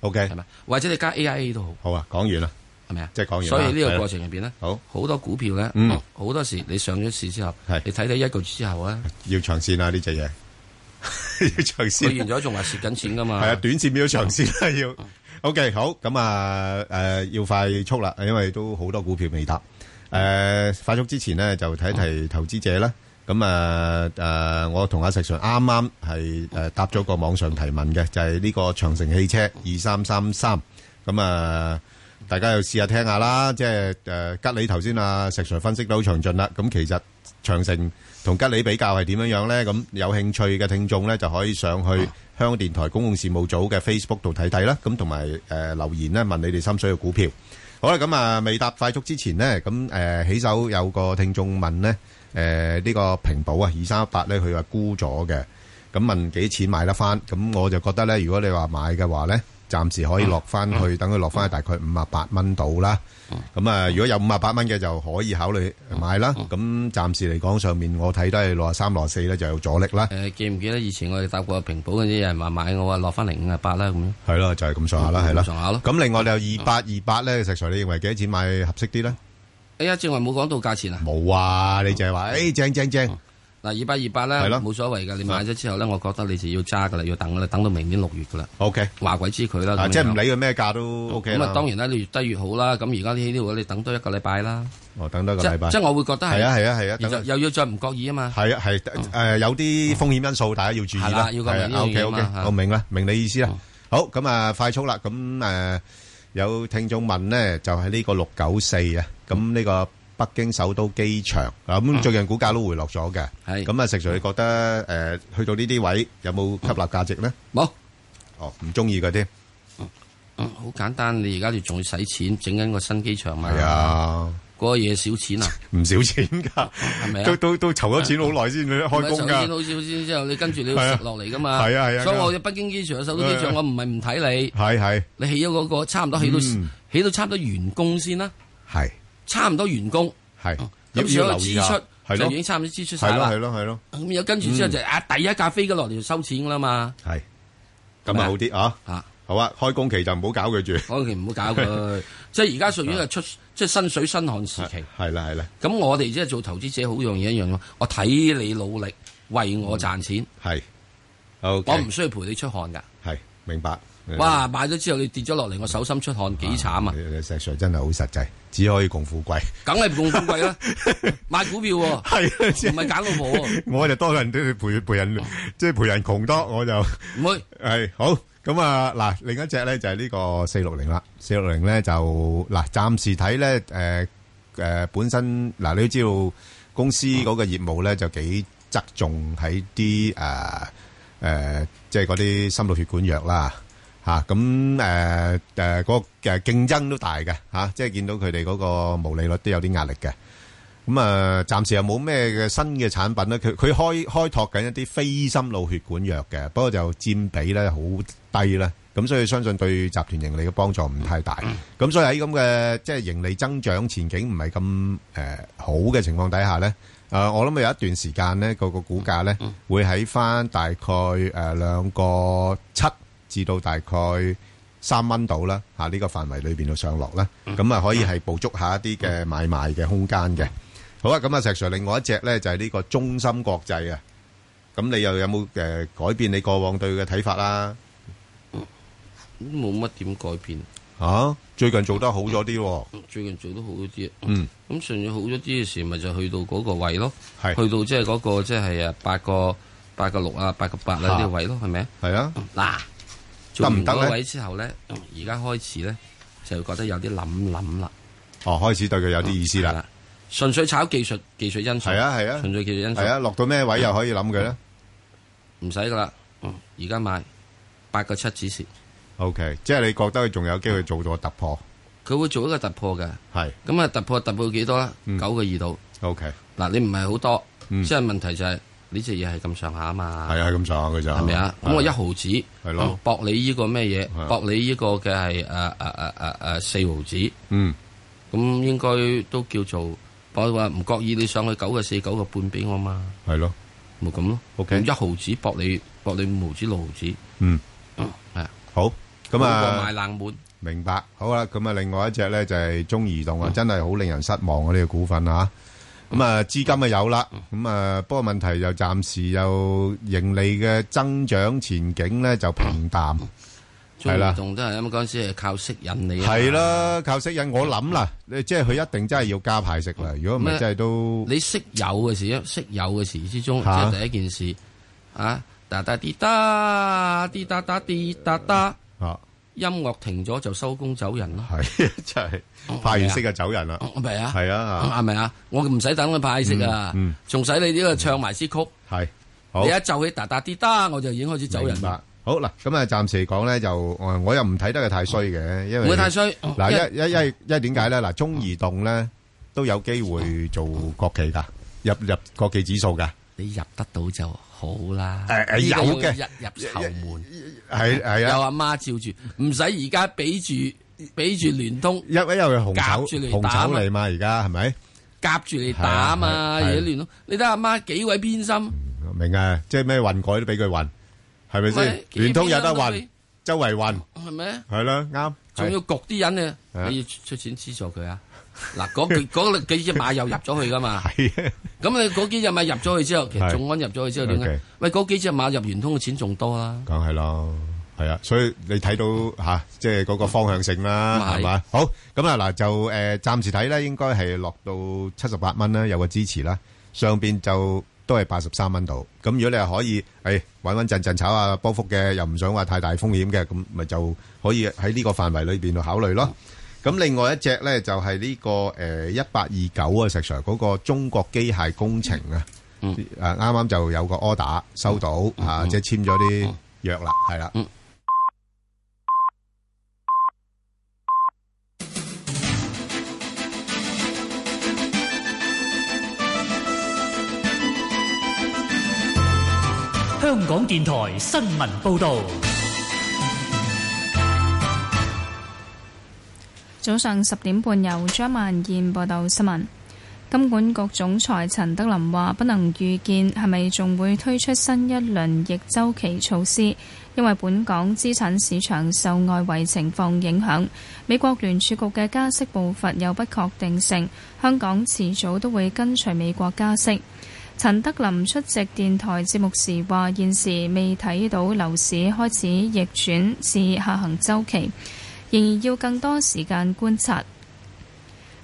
Speaker 7: ，OK
Speaker 8: 係咪？或者你加 AIA 都好。
Speaker 7: 好啊，講完啦，
Speaker 8: 係咪啊？
Speaker 7: 即係講完啦。
Speaker 8: 所以呢
Speaker 7: 係
Speaker 8: 個
Speaker 7: 啦
Speaker 8: 過程入邊咧，
Speaker 7: 好
Speaker 8: 好多股票咧
Speaker 7: 嗯，
Speaker 8: 好多時你上咗市之後，你睇睇一個月之後 啊，
Speaker 7: 要長線啊呢隻嘢，要長線。
Speaker 8: 佢完咗仲話蝕緊錢噶嘛。
Speaker 7: 啊係啊，短線變咗長線啦，要 OK，好，咁啊，誒，要快速啦，因為都好多股票未答。誒，快速之前呢，就睇一睇投資者啦。咁啊，誒，我同阿石Sir啱啱係，誒，答咗個網上提問嘅，就係呢個長城汽車2333。咁啊，大家又試下聽下啦，即係，誒，吉利頭先阿石Sir分析得好詳盡啦。咁其實長城同吉利比較係點樣樣呢？咁有興趣嘅聽眾呢，就可以上去香港電台公共事務組嘅 Facebook 度睇睇啦，咁同埋誒留言咧問你哋心水嘅股票。好啦，咁啊未答快速之前呢，咁誒、呃起手有個聽眾問呢，誒、呢、個平保啊，二三一八咧，佢話沽咗嘅，咁問幾錢買得翻？咁我就覺得呢，如果你話買嘅話呢，暫時可以落翻去，等佢落翻去大概五啊八蚊度啦。咁啊，如果有五啊八蚊嘅就可以考慮買啦。咁暫時嚟講，上面我睇都係六啊三、六啊四咧就有阻力啦。
Speaker 8: 誒記唔記得以前我哋搭過平保嗰啲有人話買我話落翻零五啊八啦咁樣。
Speaker 7: 係咯，就係咁上下啦，係啦。
Speaker 8: 咁上下咯。
Speaker 7: 咁另外你有二八二八咧，石 Sir，你認為幾多錢買合適啲咧？
Speaker 8: 哎呀，正話冇講到價錢啊。
Speaker 7: 冇啊，你就係話誒正正正。
Speaker 8: 嗱，二八二八咧，
Speaker 7: 係咯
Speaker 8: 冇所謂噶。你買咗之後咧，我覺得你就要揸噶啦，要等噶啦，等到明年六月噶啦。
Speaker 7: OK，
Speaker 8: 話鬼知佢啦。
Speaker 7: 啊
Speaker 8: 咁樣
Speaker 7: 即係唔理佢咩價都 OK
Speaker 8: 咁
Speaker 7: 啦
Speaker 8: 啊，當然啦，你越低越好啦。咁而家呢啲你等多一個禮拜啦。
Speaker 7: 哦，等多一個
Speaker 8: 即
Speaker 7: 禮拜
Speaker 8: 即係我會覺得係
Speaker 7: 係啊係啊係
Speaker 8: 而
Speaker 7: 啊
Speaker 8: 就
Speaker 7: 等
Speaker 8: 又要再唔覺意啊嘛。
Speaker 7: 係啊，係誒有啲風險因素，大家要注意
Speaker 8: 係
Speaker 7: 啦
Speaker 8: 啦。要咁明呢樣
Speaker 7: O K
Speaker 8: 嘢
Speaker 7: O
Speaker 8: 嘛
Speaker 7: K，
Speaker 8: 嚇
Speaker 7: 我明啦，明你意思啦。好，咁啊，快速啦。咁誒有聽眾問呢，就係呢個六九四啊，咁呢個北京首都機場啊，咁最近股價都回落咗嘅。
Speaker 8: 係
Speaker 7: 咁啊，石 Sir 你覺得誒去到呢啲位有冇吸納價值呢？
Speaker 8: 冇。
Speaker 7: 哦，唔中意嗰啲。
Speaker 8: 嗯好簡單，你而家你仲要使錢整緊個新機場嘛？
Speaker 7: 係啊，
Speaker 8: 嗰個嘢少錢啊，
Speaker 7: 唔少錢㗎，
Speaker 8: 係咪啊
Speaker 7: 都都都籌咗錢好耐先開工
Speaker 8: 唔係首
Speaker 7: 㗎
Speaker 8: 先好少先之後，你跟住你
Speaker 7: 係
Speaker 8: 要
Speaker 7: 啊
Speaker 8: 食落嚟噶嘛？
Speaker 7: 係啊係啊
Speaker 8: 所以我
Speaker 7: 啱
Speaker 8: 哋北京機場、首都機場，
Speaker 7: 係
Speaker 8: 我唔係唔睇你。
Speaker 7: 係係。
Speaker 8: 你起咗嗰個差唔多起到
Speaker 7: 嗯
Speaker 8: 起到差唔多員工先啦。
Speaker 7: 係
Speaker 8: 差唔多員工。
Speaker 7: 係要
Speaker 8: 哦咁所
Speaker 7: 要
Speaker 8: 有
Speaker 7: 留意
Speaker 8: 支
Speaker 7: 㗎
Speaker 8: 出
Speaker 7: 係
Speaker 8: 就
Speaker 7: 咯
Speaker 8: 已經差唔多支出晒啦。
Speaker 7: 係咯係咯係咯。
Speaker 8: 咁有跟住之後就
Speaker 7: 嗯
Speaker 8: 啊，第一架飛機落嚟就收錢噶啦嘛。
Speaker 7: 係。咁啊好啲啊。好啊，開工期就唔好搞佢住。
Speaker 8: 開期唔好搞 佢，即係而家屬於係出即係新水新汗時期。
Speaker 7: 啊係啦係啦。
Speaker 8: 咁我哋即係做投資者好樣嘢一樣咯，我睇你努力為我賺錢。
Speaker 7: 嗯係。
Speaker 8: 我唔需要陪你出汗㗎。
Speaker 7: 係，明白。嗯
Speaker 8: 哇！買咗之後你跌咗落嚟，我手心出汗幾慘啊！
Speaker 7: 石 Sir 真係好實際，只可以共富貴。
Speaker 8: 梗係唔咁 貴啦，買股票喎，
Speaker 7: 啊
Speaker 8: 唔係揀老婆喎。
Speaker 7: 我就多人都去陪陪人，即係陪人窮多，我就
Speaker 8: 唔會
Speaker 7: 係好咁啊！嗱，另一隻咧就係呢個四六零啦，四六零咧就嗱，暫時睇咧誒誒本身嗱，你都知道公司嗰個業務咧就幾側重喺啲誒誒，即係嗰啲心腦血管藥啦。吓咁誒誒嗰個誒競爭都大嘅吓、即係見到佢哋嗰個毛利率都有啲壓力嘅。咁啊，暫時又冇咩嘅新嘅產品咧，佢佢開開拓緊一啲非心腦血管藥嘅，不過就佔比咧好低啦，咁所以相信對集團盈利嘅幫助唔太大。咁所以喺咁嘅即係盈利增長前景唔係咁誒好嘅情況底下咧，誒、我諗有一段時間咧，個個股價咧會喺翻大概誒兩個七至到大概。三蚊到啦，嚇、呢、個範圍裏邊度上落啦，咁啊可以係捕捉下一啲嘅買賣嘅空間嘅。好啊，咁啊石 Sir，另外一隻咧就係呢個中芯國際啊，咁你又有冇誒、呃改變你過往對佢嘅睇法啦？
Speaker 8: 冇乜點改變。
Speaker 7: 嚇、啊最近做得好咗啲喎，
Speaker 8: 嗯最近做得好啲，
Speaker 7: 嗯，
Speaker 8: 咁順住好咗啲嘅時，咪就去到嗰個位咯，
Speaker 7: 係
Speaker 8: 去到即係嗰個即係誒八個八個六啊，八個八啊呢
Speaker 7: 嚇
Speaker 8: 啲位咯，係咪啊？
Speaker 7: 係啊，
Speaker 8: 嗱，做
Speaker 7: 得
Speaker 8: 完
Speaker 7: 唔得
Speaker 8: 嗰個
Speaker 7: 咧
Speaker 8: 位之後咧，而家開始咧就覺得有啲諗諗啦，
Speaker 7: 哦，開始對佢有啲意思啦，
Speaker 8: 純粹炒技術技術因素，
Speaker 7: 係啊係啊，
Speaker 8: 純粹技術因素，
Speaker 7: 係啊，落到咩位又可以諗佢咧
Speaker 8: 唔使噶啦，而家買八個七指示，
Speaker 7: ？OK，即係你覺得佢仲有機會做到突破？
Speaker 8: 佢會做一個突破嘅，
Speaker 7: 係，嗯
Speaker 8: 咁啊突破突破幾多啦？九個二度
Speaker 7: ，OK，嗯
Speaker 8: 嗱你唔係好多，即係問題就係呢隻嘢係咁上下啊嘛，
Speaker 7: 係啊，係咁上下佢就
Speaker 8: 係咪啊？咁我一毫子，
Speaker 7: 係咯
Speaker 8: 博你呢個咩嘢？
Speaker 7: 啊
Speaker 8: 博你呢個嘅係誒呃誒誒誒誒四毫子，
Speaker 7: 嗯，
Speaker 8: 咁應該都叫做我話唔覺意你上去九個四九個半俾我嘛，
Speaker 7: 係咯，
Speaker 8: 咪咁咯
Speaker 7: ，OK
Speaker 8: 咁一毫子博你博你五毫子六毫子，
Speaker 7: 嗯，
Speaker 8: 係啊，
Speaker 7: 好，咁啊，
Speaker 8: 好過買冷門。
Speaker 7: 明白，好啦，咁啊，另外一隻咧就係中移動啊，真係好令人失望啊！呢個股份啊，咁啊資金啊有啦，咁啊不過問題就暫時又盈利嘅增長前景咧就平淡，
Speaker 8: 中
Speaker 7: 係啦
Speaker 8: 移動都係因為嗰陣時係靠息引你啊嘛。
Speaker 7: 係啦，靠息引我諗啦，即係佢一定真係要加派息啦。如
Speaker 8: 哦
Speaker 7: 果唔係，
Speaker 8: 咩
Speaker 7: 真係都
Speaker 8: 你識有嘅時，識有嘅時之中，即
Speaker 7: 嚇
Speaker 8: 係第一件事啊，哒哒滴哒滴哒哒滴哒哒，音樂停咗就收工走人咯。哦
Speaker 7: 係 真係派完息就走人啦。
Speaker 8: 咪啊，
Speaker 7: 係啊，
Speaker 8: 係咪啊？我唔使等佢派息啊
Speaker 7: 嗯嗯，
Speaker 8: 仲使你呢個唱埋支曲。
Speaker 7: 係好
Speaker 8: 你一奏起哒哒滴哒，我就已經開始走人
Speaker 7: 明白
Speaker 8: 啦。
Speaker 7: 好嗱，咁啊，暫時講咧就，我我又唔睇得佢太衰嘅，因為
Speaker 8: 唔會太衰
Speaker 7: 嗱，一一一因為點解咧？嗱，中移動咧都有機會做國企噶，入入國企指數噶。
Speaker 8: 你入得到就好啦。
Speaker 7: 誒誒
Speaker 8: 呢個
Speaker 7: 有嘅
Speaker 8: 要入入後門，
Speaker 7: 係係啊
Speaker 8: 有阿媽照住，唔使而家俾住俾住聯通，
Speaker 7: 因因為紅
Speaker 8: 夾
Speaker 7: 手
Speaker 8: 住嚟
Speaker 7: 紅
Speaker 8: 打啊
Speaker 7: 手
Speaker 8: 嘛
Speaker 7: 嚟嘛，而家係咪？
Speaker 8: 夾住你打嘛，
Speaker 7: 係啊係啊
Speaker 8: 而家聯通，你睇阿媽幾位偏心。
Speaker 7: 明啊，即係咩運改都俾佢運，係咪
Speaker 8: 喂
Speaker 7: 先？
Speaker 8: 幾
Speaker 7: 聯通有
Speaker 8: 邊
Speaker 7: 得
Speaker 8: 有得
Speaker 7: 運
Speaker 8: 俾，
Speaker 7: 周圍運，
Speaker 8: 係咪？
Speaker 7: 係啦，啱。
Speaker 8: 仲要焗啲人咧，
Speaker 7: 係啊
Speaker 8: 你要出出錢資助佢啊！ 嗱，嗰句嗰幾隻馬又入咗去噶 嘛？
Speaker 7: 咁
Speaker 8: 你嗰幾隻馬入咗去之後，其實
Speaker 7: 係
Speaker 8: 眾安入咗去之後點咧
Speaker 7: OK？
Speaker 8: 喂，嗰幾隻馬入元通嘅錢仲多啊！
Speaker 7: 梗係啦，係啊，所以你睇到吓，即係嗰個方向性啦，
Speaker 8: 咁係
Speaker 7: 係嘛？好咁啊嗱，就诶暂时睇咧，應該係落到七十八蚊啦，有個支持啦，上边就都係八十三蚊度。咁如果你係可以诶穩穩陣陣炒下波幅嘅，又唔想話太大風險嘅，咁咪就可以喺呢個範圍裏边度考慮咯。咁另外一隻咧就係呢、個誒一八二九啊，石 Sir 嗰個中國機械工程啊，誒啱啱就有個 order 收到、啊，即係簽咗啲約啦，係啦。
Speaker 19: 香港電台新聞報導，
Speaker 11: 早上十點半由張曼燕報道新聞。金管局總裁陳德霖話：不能預見係咪仲會推出新一輪逆周期措施，因為本港資產市場受外圍情況影響，美國聯儲局嘅加息步伐有不確定性，香港遲早都會跟隨美國加息。陳德霖出席電台節目時話：現時未睇到樓市開始逆轉至下行周期，仍然要更多時間觀察。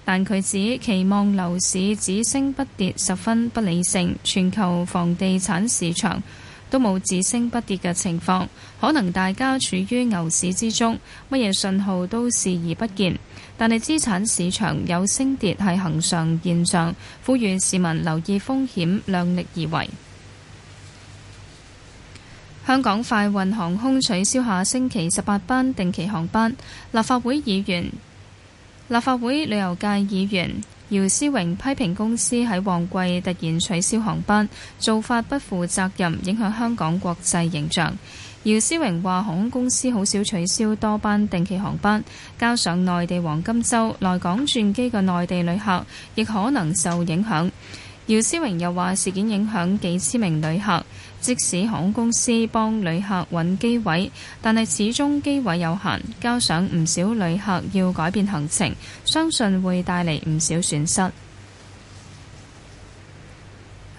Speaker 11: 但佢指期望樓市只升不跌十分不理性，全球房地產市場都冇只升不跌嘅情況，可能大家處於牛市之中，乜嘢信號都視而不見。但係資產市場有升跌係恒常現象，呼籲市民留意風險，量力而為。香港快運航空取消下星期十八班定期航班，立法會議員立法會旅遊界議員姚思榮批評公司喺旺季突然取消航班，做法不負責任，影響香港國際形象。姚思榮話：航空公司好少取消多班定期航班，加上內地黃金周，來港轉機嘅內地旅客亦可能受影響。姚思榮又話：事件影響幾千名旅客，即使航空公司幫旅客揾機位，但係始終機位有限，加上唔少旅客要改變行程，相信會帶嚟唔少損失。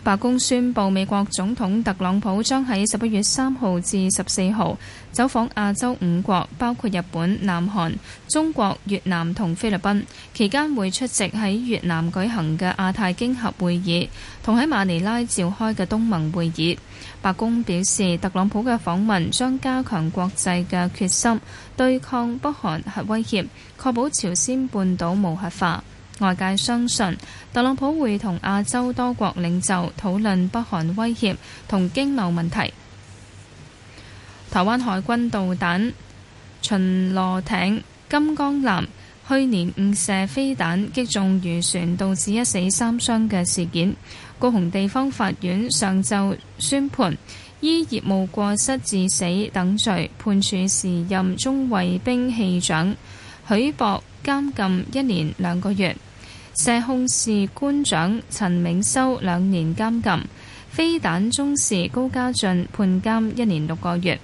Speaker 11: 白宮宣布，美國總統特朗普將喺十一月三號至十四號走訪亞洲五國，包括日本、南韓、中國、越南同菲律賓。期間會出席喺越南舉行嘅亞太經合會議，同喺馬尼拉召開嘅東盟會議。白宮表示，特朗普嘅訪問將加強國際嘅決心，對抗北韓核威脅，確保朝鮮半島無核化。外界相信特朗普會同亞洲多國領袖討論北韓威脅同經貿問題。台灣海軍導彈巡邏艇金剛艦去年誤射飛彈擊中漁船，導致一死三傷嘅事件，高雄地方法院上晝宣判，依業務過失致死等罪判處時任中衛兵器長許博監禁一年兩個月。社控事官長陳銘修兩年監禁，飛彈中士高家俊判監一年六個月。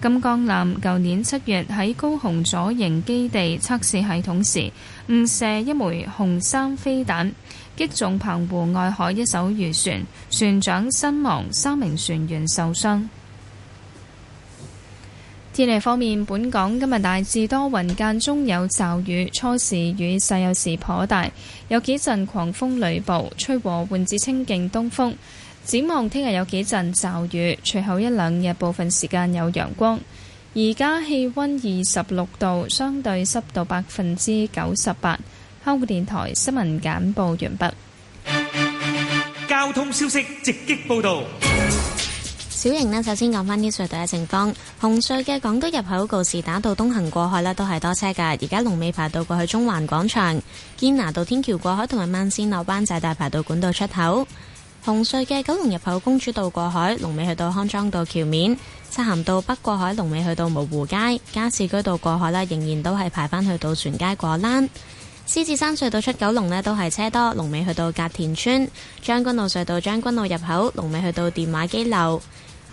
Speaker 11: 金剛艦舊年七月喺高雄左營基地測試系統時，誤射一枚紅三飛彈，擊中澎湖外海一艘漁船，船長身亡，三名船員受傷。天氣方面，本港今日大致多雲間中有驟雨，初時雨勢有時頗大，有幾陣狂風雷暴，吹和緩至清勁東風。展望聽日有幾陣驟雨，隨後一兩日部分時間有陽光。而家氣温二十六度，相對濕度百分之九十八。香港電台新聞簡報完畢。
Speaker 12: 交通消息直擊報道。
Speaker 13: 小型呢，首先講翻啲隧道嘅情況。紅隧嘅港島入口告士打道東行過海呢，都係多車㗎。而家龍尾排到過去中環廣場，堅拿道天橋過海同埋慢線落灣仔大排道管道出口。紅隧嘅九龍入口公主道過海，龍尾去到康莊道橋面；漆咸道北過海，龍尾去到蕪湖街；加士居道過海呢，仍然都係排返去到船街果欄。獅子山隧道出九龍呢都係車多，龍尾去到隔田村；將軍澳隧道將軍澳入口，龍尾去到電話機樓。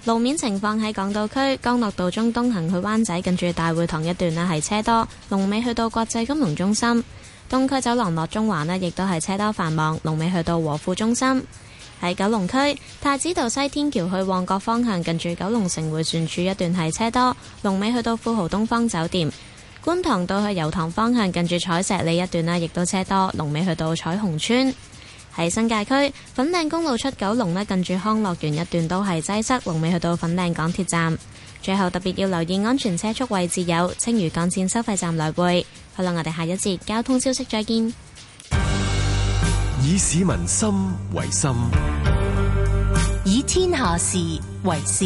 Speaker 13: 路面情況喺港島區，江樂道中東行去灣仔，近住大會堂一段呢係車多，龍尾去到國際金融中心；東區走廊落中環呢亦都係車多繁忙，龍尾去到和富中心。喺九龍區太子道西天橋去旺角方向，近住九龍城迴旋處一段係車多，龍尾去到富豪東方酒店。觀塘道去油塘方向，近住彩石里一段啦，亦都車多，龍尾去到彩虹村。喺新界區粉嶺公路出九龍咧，近住康樂園一段都係擠塞，龍尾去到粉嶺港鐵站。最後特別要留意安全車速位置有青嶼幹線收費站來回。好啦，我哋下一節交通消息再見。
Speaker 20: 以市民心為心，
Speaker 15: 以天下事為事。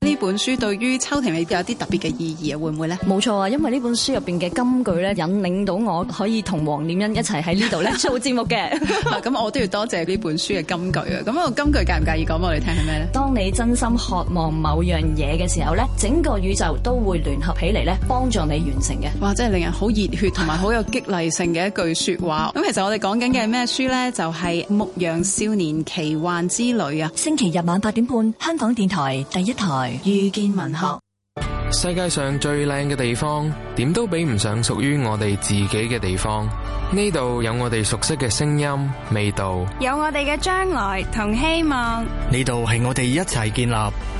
Speaker 5: 呢本書對於秋婷你有啲特別嘅意義啊，會唔會呢？
Speaker 29: 冇錯啊，因為呢本書入邊嘅金句咧，引領到我可以同黃念欣一齊喺呢 度咧做節目嘅。
Speaker 5: 嗱，咁我都要多謝呢本書嘅金句啊！咁個金句介唔介意講俾我哋聽係咩呢？
Speaker 29: 當你真心渴望某樣嘢嘅時候咧，整個宇宙都會聯合起嚟咧，幫助你完成嘅。
Speaker 5: 哇！真係令人好熱血同埋好有激勵性嘅一句説話。咁其實我哋講緊嘅咩書呢？就係《牧羊少年奇幻之旅》啊！
Speaker 15: 星期日晚八點半，香港電台第一台。遇見文學，
Speaker 1: 世界上最靚嘅地方，點都比唔上屬於我哋自己嘅地方。呢度有我哋熟悉嘅聲音、味道，
Speaker 18: 有我哋嘅將來同希望。
Speaker 30: 呢度係我哋一齊建立、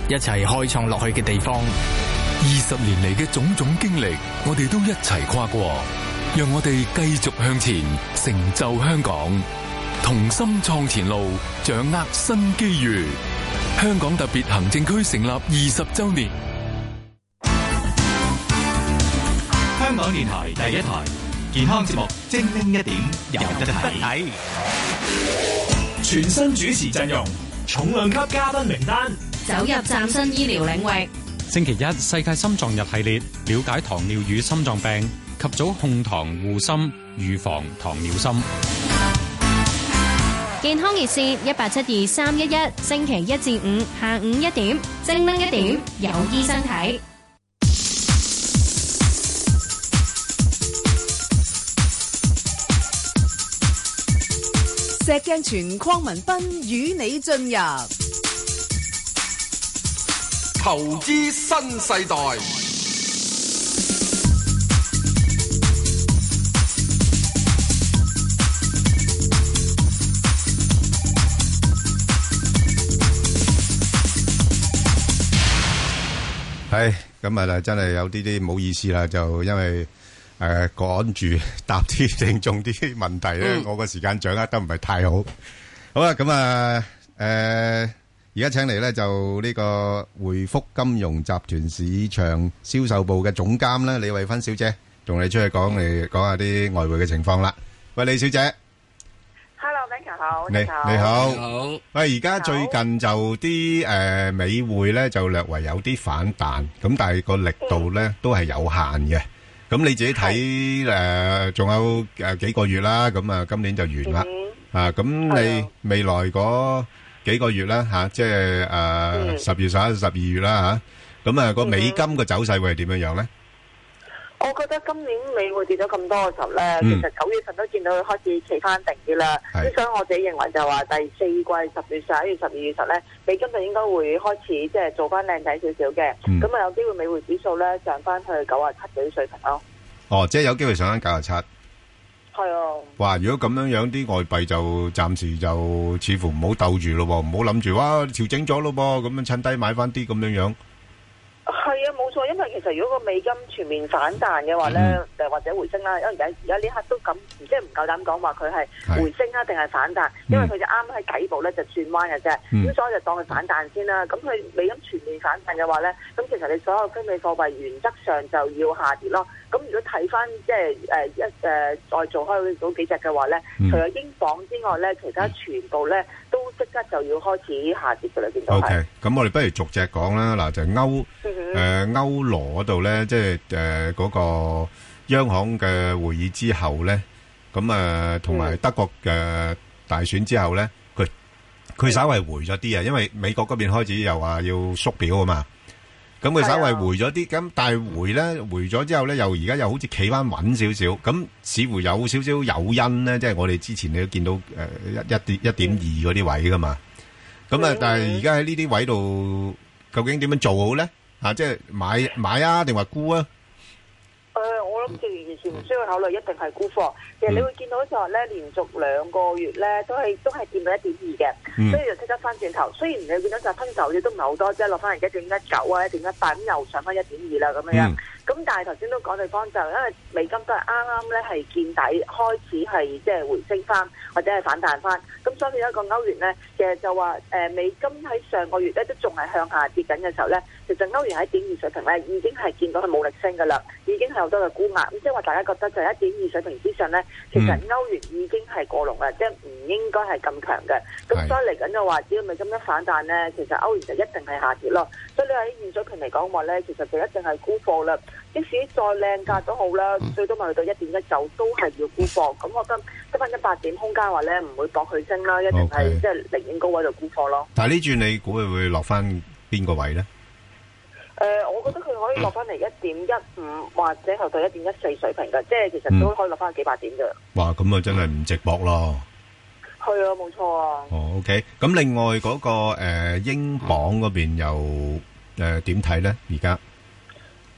Speaker 30: 一齊開創落去嘅地方。
Speaker 20: 二十年嚟嘅種種經歷，我哋都一齊跨過，讓我哋繼續向前，成就香港，同心創前路，掌握新機遇。香港特別行政區成立二十周年。
Speaker 4: 香港電台第一台健康節目，精靈一點有得睇。全新主持陣容，重量級嘉賓名單，
Speaker 31: 走入嶄新醫療領域。
Speaker 32: 星期一世界心臟日系列，了解糖尿與心臟病，及早控糖護心，預防糖尿心。
Speaker 31: 健康熱線一八七二三一一，星期一至五下午一點，精靈一點，有醫生睇。
Speaker 22: 石鏡泉鄺民彬與你進入
Speaker 23: 投資新世代。
Speaker 7: 係咁啊！真係有啲啲冇意思啦，就因為誒趕住答啲聽眾啲問題咧，我個時間掌握得唔係太好。好啦，咁啊誒，而家請嚟咧就呢個匯福金融集團市場銷售部嘅總監啦，李慧芬小姐，同你出去講嚟講下啲外匯嘅情況啦。喂，李小姐
Speaker 33: ，Hello，Michael 好，
Speaker 7: 你你好，好。喂，而家最近就啲誒美匯咧就略為有啲反彈，咁但係個力度咧都係有限嘅。咁你自己睇誒，仲有誒幾個月啦，咁啊今年就完啦。啊，咁你未來嗰幾個月啦嚇，即係誒十月、十一、十二月啦嚇，咁啊個美金嘅走勢會係點樣樣咧？
Speaker 33: 我覺得今年美匯跌咗咁多嘅時候咧，
Speaker 9: 嗯
Speaker 33: 其實九月份都見到佢開始企翻定啲啦。
Speaker 9: 係
Speaker 33: 咁所以我自己認為就話第四季十月、十一月、十二月時候咧，美金就應該會開始即係做翻靚仔少少嘅。咁啊、有機會美匯指數咧上翻去九啊七嗰啲水平咯。
Speaker 7: 哦，即係有機會上翻九十七。
Speaker 33: 係啊，
Speaker 7: 哇！如果咁樣樣，啲外幣就暫時就似乎唔好鬥住咯喎，唔好諗住哇調整咗咯噃，咁樣趁低買翻啲咁樣樣。
Speaker 33: 係啊，冇錯，因為其實如果個美金全面反彈嘅話咧，誒、或者回升啦，因為而家而家呢刻都咁，即係唔夠膽講話佢係
Speaker 24: 嗯
Speaker 33: 回升啊定係反彈，因為佢就啱喺底部咧就轉彎嘅啫，咁、
Speaker 9: 嗯
Speaker 33: 所以就當佢反彈先啦。咁佢美金全面反彈嘅話咧，咁其實你所有非美貨幣原則上就要下跌咯。咁如果睇翻即係誒一誒再做開嗰幾隻嘅話咧，除咗英鎊之外咧，其他全部咧都即刻就要開始下跌嘅啦，見到
Speaker 7: O
Speaker 33: 係。
Speaker 7: K，咁我哋不如逐隻講啦。嗱，就歐
Speaker 33: 嗯
Speaker 7: 誒歐羅嗰度咧，即係誒嗰個央行嘅會議之後咧，咁誒同埋德國嘅大選之後咧，佢佢稍微回咗啲啊，因為美國嗰邊開始又話要縮表啊嘛。咁佢稍微回咗啲，咁但係回咧回咗之後咧，又而家又好似企翻穩少少，咁似乎有少少誘因咧，即係我哋之前你都見到誒一一點一點二嗰啲位噶嘛。咁啊，但係而家喺呢啲位度，究竟點樣做好咧？啊，即係買買啊，定話沽啊？
Speaker 33: 誒、呃我諗就完全唔需要考慮，一定係沽貨。其實你會見到就係咧，連續兩個月咧都係都係掂到一點二
Speaker 9: 嗯
Speaker 33: 嘅，所以就即刻翻轉頭。雖然你見到就分手嘅都唔係好多啫，落翻而家一點一九啊，一點一八咁又上翻一點二啦咁樣樣。咁、但係頭先都講地方就因為美金都係啱啱咧係見底，開始係即係回升翻或者係反彈翻。咁所以一個歐元咧，其實就話誒、呃美金喺上個月咧都仲係向下跌緊嘅時候咧，其實歐元喺一點二水平咧已經係見到佢冇力升噶啦，已經係好多嘅沽壓。咁即係話呃大家覺得就係一點二水平之上咧，其實歐元已經係過龍啦，即係唔應該係咁強嘅。咁所以嚟緊就話，只要美金一反彈咧，其實歐元就一定係下跌咯。所以你喺現水平嚟講話咧，其實就一定係沽貨啦。即使再靚價都好啦，最多咪去到一點一九都係要沽貨。咁我覺得得翻一百點空間話咧，唔會搏佢升啦，一定
Speaker 7: OK
Speaker 33: 係即係寧願高位度沽貨咯。
Speaker 7: 但係呢轉你估佢會落翻邊個位咧？
Speaker 33: 誒、我覺得佢可以落翻嚟一點一五或者去到一點一四水平嘅，即係其實都可以落翻幾百點嘅。
Speaker 7: 哇，咁啊真係唔值博咯。
Speaker 33: 係啊，冇錯啊。
Speaker 7: 哦，OK。咁另外嗰個誒英鎊嗰邊又誒點睇咧？而家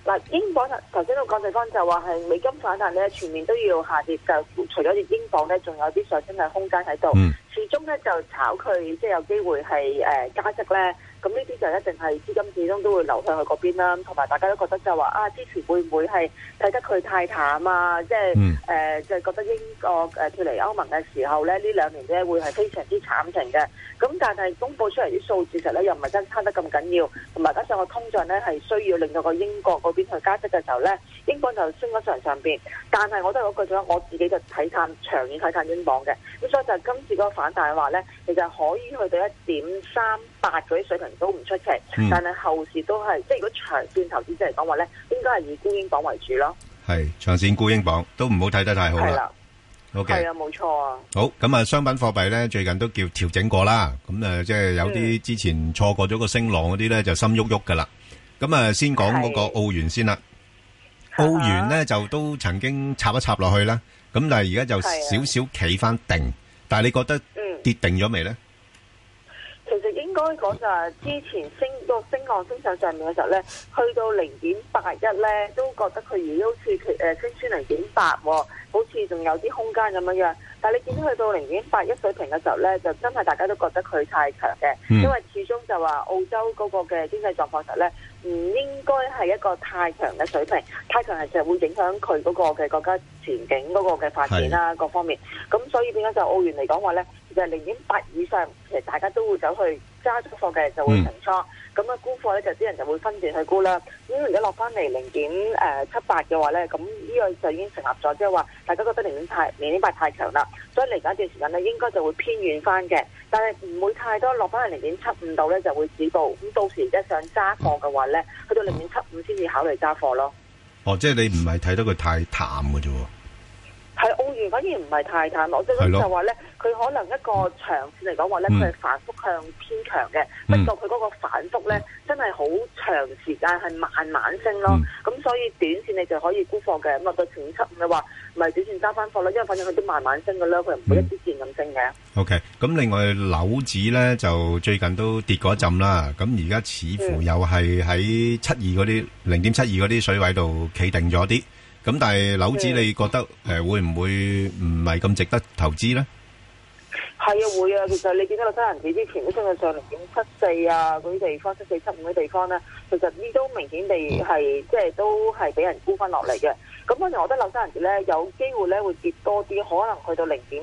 Speaker 33: 嗱，英鎊就頭先都講地方就話係美金反彈咧，全面都要下跌，就除咗隻英鎊咧，仲有啲上升嘅空間喺度。始終咧就炒佢即係有機會係誒、呃加息咧，咁呢啲就一定係資金始終都會流向佢嗰邊啦。同埋大家都覺得就話啊，之前會唔會係睇得佢太淡啊？即係誒，即係、覺得英國誒脱離歐盟嘅時候咧，呢兩年咧會係非常之慘情嘅。咁但係公佈出嚟啲數字其實咧又唔係真差得咁緊要，同埋加上個通脹咧係需要令到個英國嗰邊去加息嘅時候咧，英鎊就升咗上上邊。但係我都係嗰句咗，我自己就睇淡長遠睇淡英鎊嘅。咁所以就今次嗰個反彈嘅話咧，其實可以去到一點三八嗰啲水平都唔出奇。
Speaker 7: 嗯
Speaker 33: 但係後市都係即係如果長線投資者嚟講話咧，應該係以沽英鎊為主咯。
Speaker 7: 係長線沽英鎊都唔好睇得太好
Speaker 33: 係
Speaker 7: 啦
Speaker 33: 啦。，
Speaker 7: OK。
Speaker 33: 係啊，冇錯啊。
Speaker 7: 好，咁啊，商品貨幣咧最近都叫調整過啦，咁誒即係有啲之前錯過咗個升浪嗰啲咧就心喐喐噶啦。咁啊，先講嗰個澳元先啦。澳元咧就都曾經插一插落去啦，咁但係而家就少少企翻定。但係你覺得跌定咗未咧？
Speaker 33: 其實應該講就係之前升個升浪升上上面嘅時候咧，去到零點八一咧，都覺得佢而家好似佢誒升穿零點八喎，好似仲有啲空間咁樣樣。但係你見到去到零點八一水平嘅時候咧，就真係大家都覺得佢太強嘅，
Speaker 9: 嗯
Speaker 33: 因為始終就話澳洲嗰個嘅經濟狀況實咧，唔應該係一個太強嘅水平，太強係其實會影響佢嗰個嘅國家前景嗰個嘅發展啦，各方面。咁所以變咗就澳元嚟講話咧，其實零點八以上，其實大家都會走去揸咗貨嘅就會平倉，咁啊沽貨咧就啲人就會分段去沽啦。咁而家落翻嚟零點誒七八嘅話咧，咁呢個就已經成立咗，即係話大家覺得零點太零點八太強啦，所以嚟緊一段時間咧應該就會偏軟翻嘅，但係唔會太多落翻去零點七五度咧就會止步。咁到時即係想揸貨嘅話咧，去到零點七五先至考慮揸貨咯。
Speaker 7: 哦，即係你唔係睇到佢太淡嘅啫喎。
Speaker 33: 係澳現反而唔係太淡落，即係
Speaker 7: 係咯
Speaker 33: 就話咧，佢可能一個長線嚟講話咧，
Speaker 7: 嗯
Speaker 33: 佢係反覆向偏強嘅，
Speaker 7: 嗯
Speaker 33: 不過佢嗰個反覆咧真係好長時間係慢慢升
Speaker 7: 嗯
Speaker 33: 咯。咁、所以短線你就可以沽貨嘅，咁落到前七五嘅話，咪短線揸翻貨咯，因為反正佢都慢慢升嘅啦，佢唔會一支箭咁升嘅。
Speaker 7: OK，咁另外樓指咧就最近都跌過一陣啦，咁而家似乎
Speaker 33: 嗯
Speaker 7: 又係喺七二嗰啲零點七二嗰啲水位度企定咗啲，咁但係樓指
Speaker 33: 嗯
Speaker 7: 你覺得誒、呃、會唔會唔係咁值得投資咧？
Speaker 33: 係啊，會啊，其實你見到紐西蘭指之前都升到上零點七四啊嗰啲地方，七四七五嗰啲地方咧，其實呢都明顯地係即係都係俾人沽翻落嚟嘅。咁反而我覺得紐西蘭指咧有機會咧會跌多啲，可能去到零點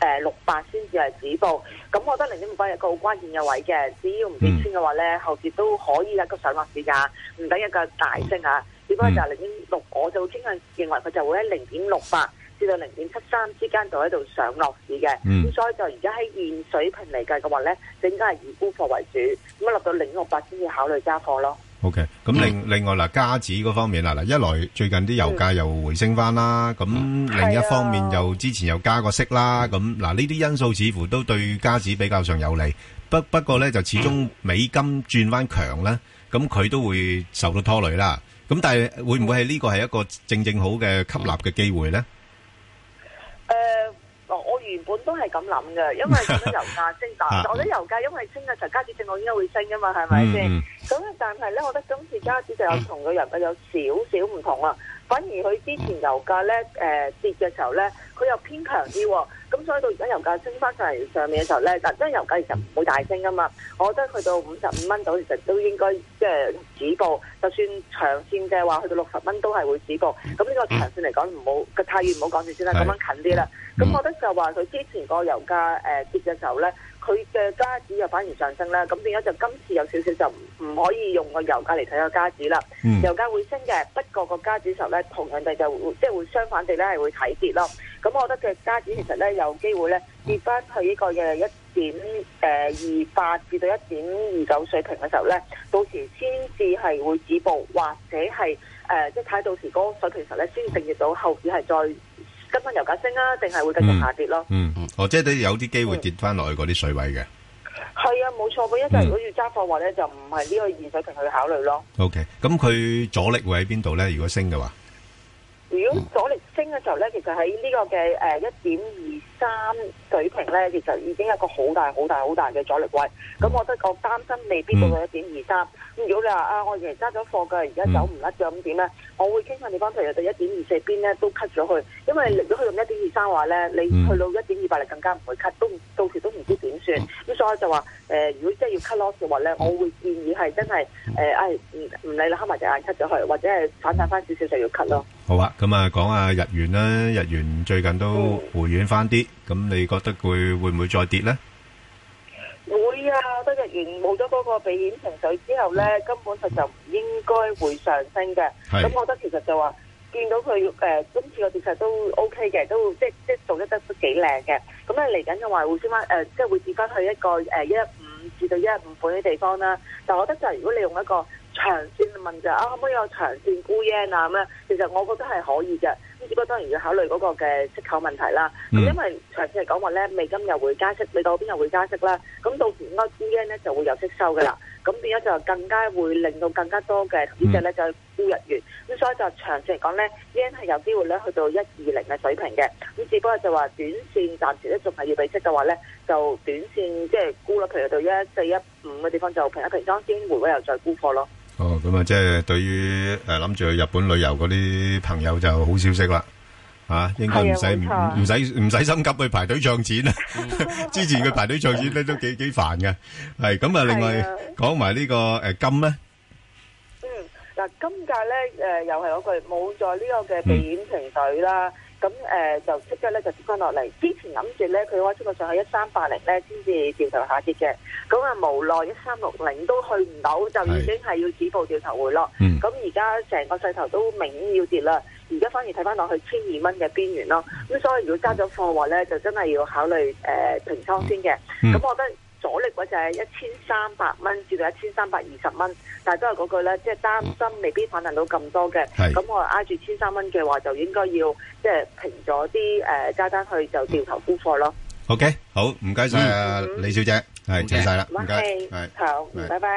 Speaker 33: 誒六八先至係止步。咁我覺得零點六八係一個好關鍵嘅位嘅，只要唔跌穿嘅話咧，後市都可以有一個上落市㗎，唔等一個大升啊。只不過就係零點六，我就傾向認為佢就會喺零點六八至到零點七三之間就喺度上落市嘅。咁、
Speaker 9: 嗯
Speaker 33: 所以就而家喺現水平嚟計嘅話咧，就應該係以沽貨為主，咁啊落到零點六八先至考慮加貨咯。
Speaker 7: OK，咁另另外嗱，加指嗰方面啦，嗱，一來最近啲油價又回升翻啦，咁另一方面又之前又加個息啦，咁嗱呢啲因素似乎都對加指比較上有利。不不過咧，就始終美金轉翻強咧，咁佢都會受到拖累啦。咁但係會唔會係呢個係一個正正好嘅吸納嘅機會咧？
Speaker 33: 誒、我呃我原本都係咁諗嘅，因為覺得油價升，但
Speaker 7: 啊
Speaker 33: 我覺得油價因為升嘅時候，加指正我應該會升噶嘛，係咪先
Speaker 9: 嗯嗯？
Speaker 33: 咁、但係咧，我覺得今次加指就有同個人嘅有少少唔同啦。反而佢之前油價咧誒、跌嘅時候咧，佢又偏強啲喎。咁所以到而家油價升翻上嚟上面嘅時候咧，嗱，因為油價其實唔會大升噶嘛，我覺得去到五十五蚊度，其實都應該即係止步。就算長線嘅話，去到六十蚊都係會止步。咁呢個長線嚟講，唔好個太遠唔好講住先啦，咁樣近啲啦。咁我覺得就話佢之前個油價誒、呃跌嘅時候咧，佢嘅加指又反而上升啦。咁變咗就今次有少少就唔唔可以用個油價嚟睇個加指啦。
Speaker 9: 嗯
Speaker 33: 油價會升嘅，不過個加指時候咧，同樣地就會即係會相反地咧係會睇跌咯。咁我覺得嘅加指其實咧有機會咧跌翻去呢個嘅一點誒二八至到一點二九水平嘅時候咧，到時先至係會止步，或者係誒、呃即係睇到時嗰個水平時候咧，先定奪到後市係再。今晚油價升啊，定係會繼續下跌咯？
Speaker 7: 嗯，哦，即係都有啲機會跌翻落去嗰啲水位嘅。
Speaker 33: 係啊，冇錯，佢一就如果要揸貨話咧，就唔係呢個現水平去考慮咯。
Speaker 7: OK，咁佢阻力會喺邊度咧？如果升嘅話，
Speaker 33: 如果阻力升嘅時候咧，其實喺呢個嘅誒一點二三水平咧，其實已經有一個好大、好大、好大嘅阻力位。咁我覺得我擔心未必到到一點二三。咁如果你話啊，我而家揸咗貨嘅，而家走唔甩嘅，咁點咧？我會傾向你方，譬如到一點二四邊咧都 cut 咗佢，因為如果去到一點二三話咧，你去到一點二八你更加唔會 cut，都唔到時都唔知點算。咁所以我就話誒、如果真係要 cut loss 嘅話咧，我會建議係真係誒，唉唔唔理啦，黑埋隻眼 cut 咗佢，或者係反彈翻少少就要 cut 咯。
Speaker 7: 好啊，咁啊，講下日元啦，日元最近都回軟翻啲，咁你覺得佢會唔會再跌咧？
Speaker 33: 會啊，我覺得日元冇咗嗰個避險情緒之後咧，根本佢就唔應該會上升嘅。
Speaker 9: 係
Speaker 33: 咁我覺得其實就話見到佢誒、呃今次個跌勢都 O K 嘅，都即即做得得都幾靚嘅。咁啊咧嚟緊嘅話會先翻誒，即係會跌翻去一個誒一五至到一五半啲地方啦。但我覺得就係如果你用一個長線問就啊，可唔可以有長線沽 yen 啊咁樣？其實我覺得係可以嘅，咁只不過當然要考慮嗰個嘅息口問題啦。咁、
Speaker 24: 嗯
Speaker 33: 因為長線嚟呃講話咧，美金又會加息，美國嗰邊又會加息啦。咁到時應該沽 yen 咧就會有息收噶啦。咁變咗就更加會令到更加多嘅投資者咧就去沽日元。咁所以就長線嚟講咧，yen 係有機會咧去到一二零嘅水平嘅。咁只不過就話短線暫時咧仲係要俾息嘅話咧，就短線即係沽啦，譬如到一四一五嘅地方就平一平倉先，回位又再沽貨咯。
Speaker 7: 哦，咁啊，即係對於誒諗住去日本旅遊嗰啲朋友就好消息啦，啊，應該唔使
Speaker 9: 係啊
Speaker 7: 唔唔
Speaker 9: 冇
Speaker 7: 使唔使心急去排隊唱錢啦。 之前佢排隊唱 錢咧都幾幾煩嘅，係咁啊。另外講埋呢個誒金咧，
Speaker 33: 嗯，嗱，今屆咧誒又係嗰句，冇咗呢個嘅避險情緒啦，咁誒、呃就即刻咧就跌翻落嚟。之前諗住咧佢可以衝到上去一三八零咧先至掉頭下跌嘅，咁啊無奈一三六零都去唔到，就已經係要止步掉頭回落。咁而家成個勢頭都明顯要跌啦，而家反而睇翻落去千二蚊嘅邊 Ừ.
Speaker 24: 嗯
Speaker 33: 緣咯。咁所以如果揸咗貨話咧，就真係要考慮誒、呃平倉先嘅。咁、我覺得。阻力位就係一千三百蚊至到一千三百二十蚊，但係都係嗰句咧，即係擔心未必反彈到咁多嘅。
Speaker 7: 嗯係
Speaker 33: 咁我挨住千三蚊嘅話，就應該要即係平咗啲誒加單去就掉頭沽貨咯。
Speaker 7: OK，好，唔該晒啊，李小姐，係，謝晒啦，啊唔該，係
Speaker 33: 係，好，拜拜。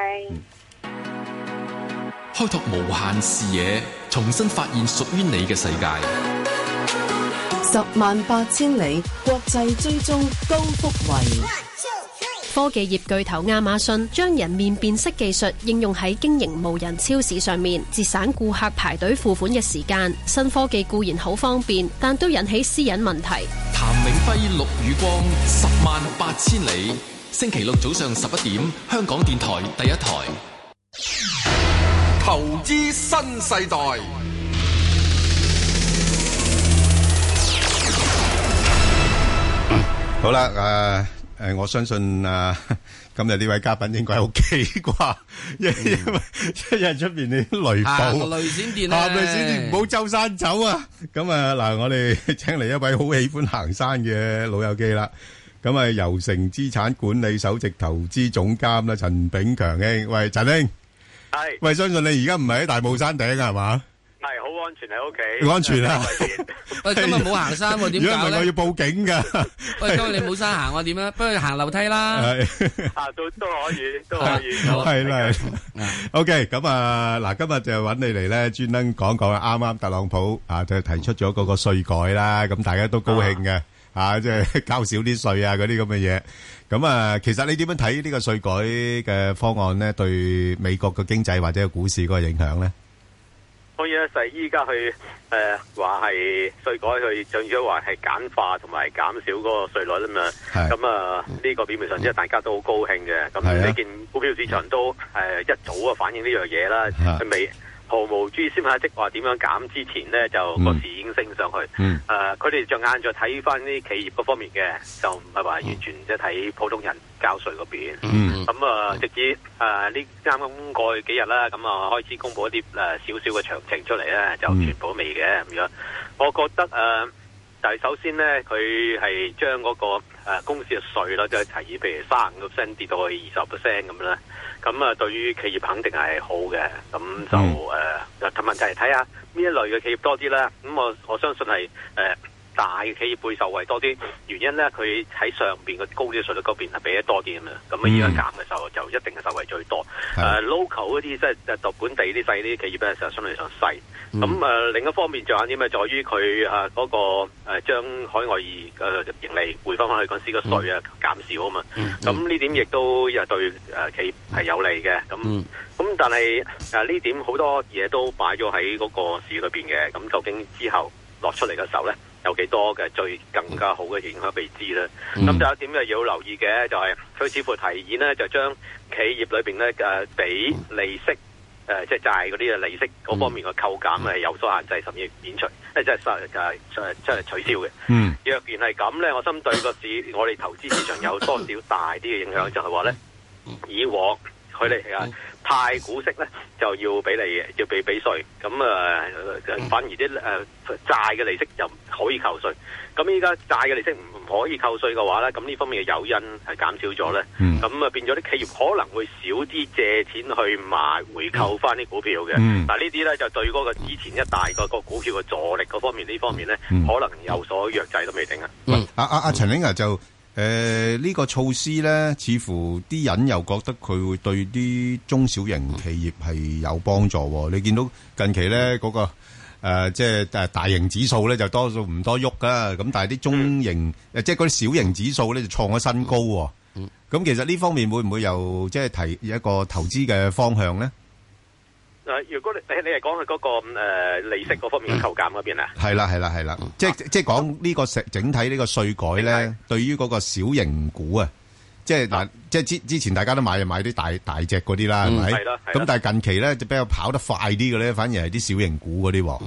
Speaker 9: 開拓無限視野，重新發現屬於你嘅世界。
Speaker 22: 十萬八千里國際追蹤高福維。
Speaker 4: 科技業巨頭亞馬遜將人面辨識技術應用喺經營無人超市上面，節省顧客排隊付款嘅時間。新科技固然好方便，但都引起私隱問題。
Speaker 9: 譚永輝、陸宇光，十萬八千里。星期六早上十一點，香港電台第一台。
Speaker 23: 投資新世代，
Speaker 7: 好啦，誒誒，我相信啊， 今日呢位嘉賓應該喺屋企啩， 因因為一日出邊啲雷
Speaker 8: 啊
Speaker 7: 暴，
Speaker 8: 雷閃電
Speaker 7: 啊
Speaker 8: 啊
Speaker 7: 雷閃電唔好周山走啊！咁啊嗱，我哋 請嚟一位好喜歡行山嘅老友記啦。咁啊，油城資產管理首席投資總監啦，陳炳強兄，喂，陳兄，
Speaker 25: 係
Speaker 7: 喂，相信你而家唔係喺大帽山頂啊，係嘛？
Speaker 25: 係好安全喺屋企，
Speaker 7: 安全啊！
Speaker 8: 喂，今日冇行山 喎，點
Speaker 7: 如果唔
Speaker 8: 搞
Speaker 7: 係我
Speaker 8: 咧
Speaker 7: 要？報警噶。
Speaker 8: 喂，今日你冇山行，我點啊？不如行樓梯啦。
Speaker 7: 係
Speaker 25: 啊，都都可以，都可以。
Speaker 7: 係啦，OK，咁 啊，嗱，今日就揾你嚟咧，專登講講啱啱特朗普啊，就提出咗嗰個税改啦，咁大家都高興嘅，啊，即係 交少啲税啊，嗰啲咁嘅嘢。咁啊，其實你點樣睇呢個税改嘅方案咧，對美國嘅經濟或者股市嗰個影響咧？
Speaker 25: 當然啦，就係依家去誒話係稅改，佢仲要話係簡化同埋減少嗰個稅率啊嘛。咁啊，呢個表面上即係大家都好高興嘅。咁
Speaker 2: 係啊
Speaker 25: 呢件股票市場都誒一早啊反映呢樣嘢啦
Speaker 2: 啊，
Speaker 25: 佢未毫無蛛絲馬跡話點樣減之前呢，就個市已經升上去。
Speaker 2: 嗯
Speaker 25: 誒，啊佢哋着眼就睇翻啲企業嗰方面嘅，就唔係話完全即係睇普通人交稅嗰邊。
Speaker 2: 嗯
Speaker 25: 咁啊，直至誒呢啱啱過去幾日啦，咁啊開始公佈一啲誒少少嘅詳情出嚟咧，就
Speaker 2: 嗯
Speaker 25: 全部都未嘅咁樣。我覺得誒、呃就係、首先咧，佢係將嗰、個、呃、公司嘅稅啦，即係提議，譬如三十五 percent 跌到去二十 percent 咁啦。咁啊，對於企業肯定係好嘅。咁就誒，呃同、問題係睇下呢一類嘅企業多啲啦。咁我我相信係誒。呃大嘅企業會受惠多啲，原因咧佢喺上邊嘅高啲稅率嗰邊係俾得多啲咁樣，咁
Speaker 2: 嗯
Speaker 25: 啊而家減嘅時候就一定係受惠最多。誒、local 嗰啲即係誒到本地啲細啲企業咧，就相對上細。咁誒、呃另一方面仲有啲咩？在於佢誒嗰個誒、呃、將海外業嘅盈利回翻翻去嗰時嘅稅啊減少啊嘛。咁呢、點亦都又對誒、呃企業係有利嘅。咁咁但係誒呢點好多嘢都擺咗喺嗰個市裏邊嘅，咁究竟之後落出嚟嘅時候咧，有幾多嘅最更加好嘅影響未知咧？咁、就有一點就要留意嘅，就係、佢似乎提議咧，就將企業裏邊咧誒俾利息。誒、即係債嗰啲嘅利息嗰方面嘅扣減係有所限制，甚至免除，即係即係誒即係取消嘅。
Speaker 7: 嗯，
Speaker 25: 若然係咁咧，我心對個市，我哋投資市場有多少大啲嘅影響，就係話咧，以往佢哋啊派股息咧就要俾你要俾俾税，咁啊、呃反而啲誒、呃債嘅利息就唔可以扣税。咁依家債嘅利息唔唔可以扣税嘅話咧，咁呢方面嘅誘因係減少咗咧，咁啊、變咗啲企業可能會少啲借錢去買回購翻啲股票嘅。嗱、
Speaker 2: 嗯
Speaker 25: 呢啲咧就對嗰個以前一大個個股票嘅助力嗰方面呢方面咧，可能有所弱制都未定啊。
Speaker 7: 阿阿阿陳玲啊，就誒呢個措施咧，似乎啲人又覺得佢會對啲中小型企業係有幫助喎。你見到近期咧嗰個誒即係誒大型指數咧就多數唔多喐噶，咁但係啲中型誒即係嗰啲小型指數咧就創咗新高喎。咁其實呢方面會唔會又即係提一個投資嘅方向咧？
Speaker 25: 誒、如果你你你係講佢嗰個誒、呃利息嗰方面嘅扣減嗰邊啊？
Speaker 7: 係啦，係啦，係啦，即係即係講呢個成整體呢個税改咧，對於嗰個小型股啊，即係嗱，即係之之前大家都買就買啲大大隻嗰啲啦，係
Speaker 25: 嗯
Speaker 7: 咪？
Speaker 25: 係啦係啦
Speaker 7: 咁但係近期咧就比較跑得快啲嘅咧，反而係啲小型股嗰啲喎。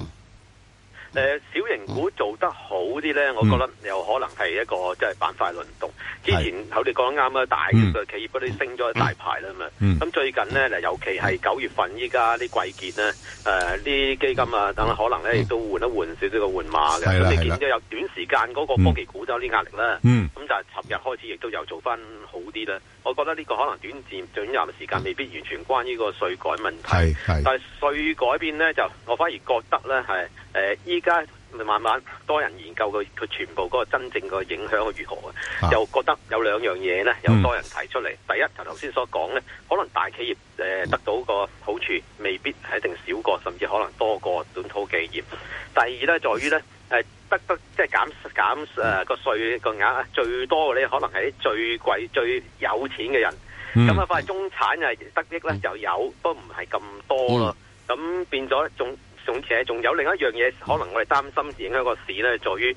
Speaker 25: 誒、小型股做得好啲
Speaker 24: 嗯
Speaker 25: 咧，我覺得有可能係一個即係板塊輪動。之前我哋講得啱啦，啊大嘅企業嗰啲升咗一大排啦嘛。
Speaker 24: 嗯
Speaker 25: 咁最近咧，嗱尤其係九月份依家啲季結咧，誒啲基金啊等等可能咧亦都換一換少少嘅換馬嘅。
Speaker 24: 嗯係啦
Speaker 25: 咁
Speaker 24: 係
Speaker 25: 你
Speaker 24: 啦
Speaker 25: 見到有短時間嗰個
Speaker 7: 嗯
Speaker 25: 科技股都有啲壓力啦。
Speaker 24: 嗯
Speaker 25: 咁就係尋日開始亦都有做翻好啲啦。我覺得呢個可能短暫短暫嘅時間未必完全關於個稅改問題。
Speaker 7: 係係
Speaker 25: 但係税改變咧，就我反而覺得咧係誒，依、家慢慢多人研究佢佢全部嗰個真正個影響係如何
Speaker 7: 啊
Speaker 25: 嘅，又覺得有兩樣嘢咧，有多人提出嚟。第一就頭先所講咧，可能大企業誒、呃得到個好處，未必係一定少過，甚至可能多過本土企業。第二咧，在於咧誒得得即係減減誒個税個額最多嘅咧，可能係啲最貴最有錢嘅人。
Speaker 24: 嗯
Speaker 25: 咁啊，反而中產係得益咧就有，不過唔係咁多咯。咁變咗仲仲且仲有另一樣嘢，可能我哋擔心影響個市咧，在於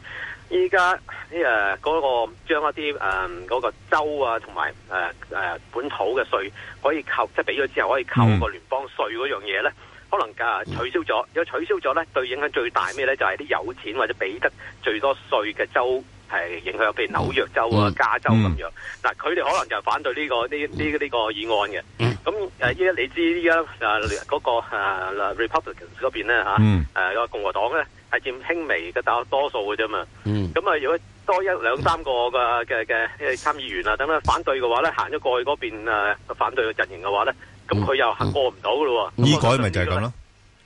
Speaker 25: 依家啲誒嗰個將一啲誒嗰個州啊同埋誒誒本土嘅稅可以扣，即係俾咗之後可以扣
Speaker 24: 嗯
Speaker 25: 個聯邦稅嗰樣嘢咧。可能啊取消咗，如果取消咗咧，對影響最大咩咧？就係、啲有錢或者俾得最多稅嘅州係影響，譬如紐約州啊、
Speaker 24: 嗯
Speaker 25: 加州咁樣。嗱，佢哋可能就係反對呢、個呢呢呢個議案
Speaker 7: 嗯
Speaker 25: 嘅。咁誒，依家你知依家誒嗰個誒 Republicans 嗰邊咧嚇，
Speaker 24: 嗯
Speaker 25: 誒個共和黨咧係佔輕微嘅大多數嘅啫嘛。
Speaker 24: 嗯
Speaker 25: 咁啊，如果多一兩三個嘅嘅嘅參議員啊等等反對嘅話咧，行咗過去嗰邊誒反對嘅陣營嘅話咧，咁佢又行過唔到嘅喎。
Speaker 7: 醫改咪就係咁咯，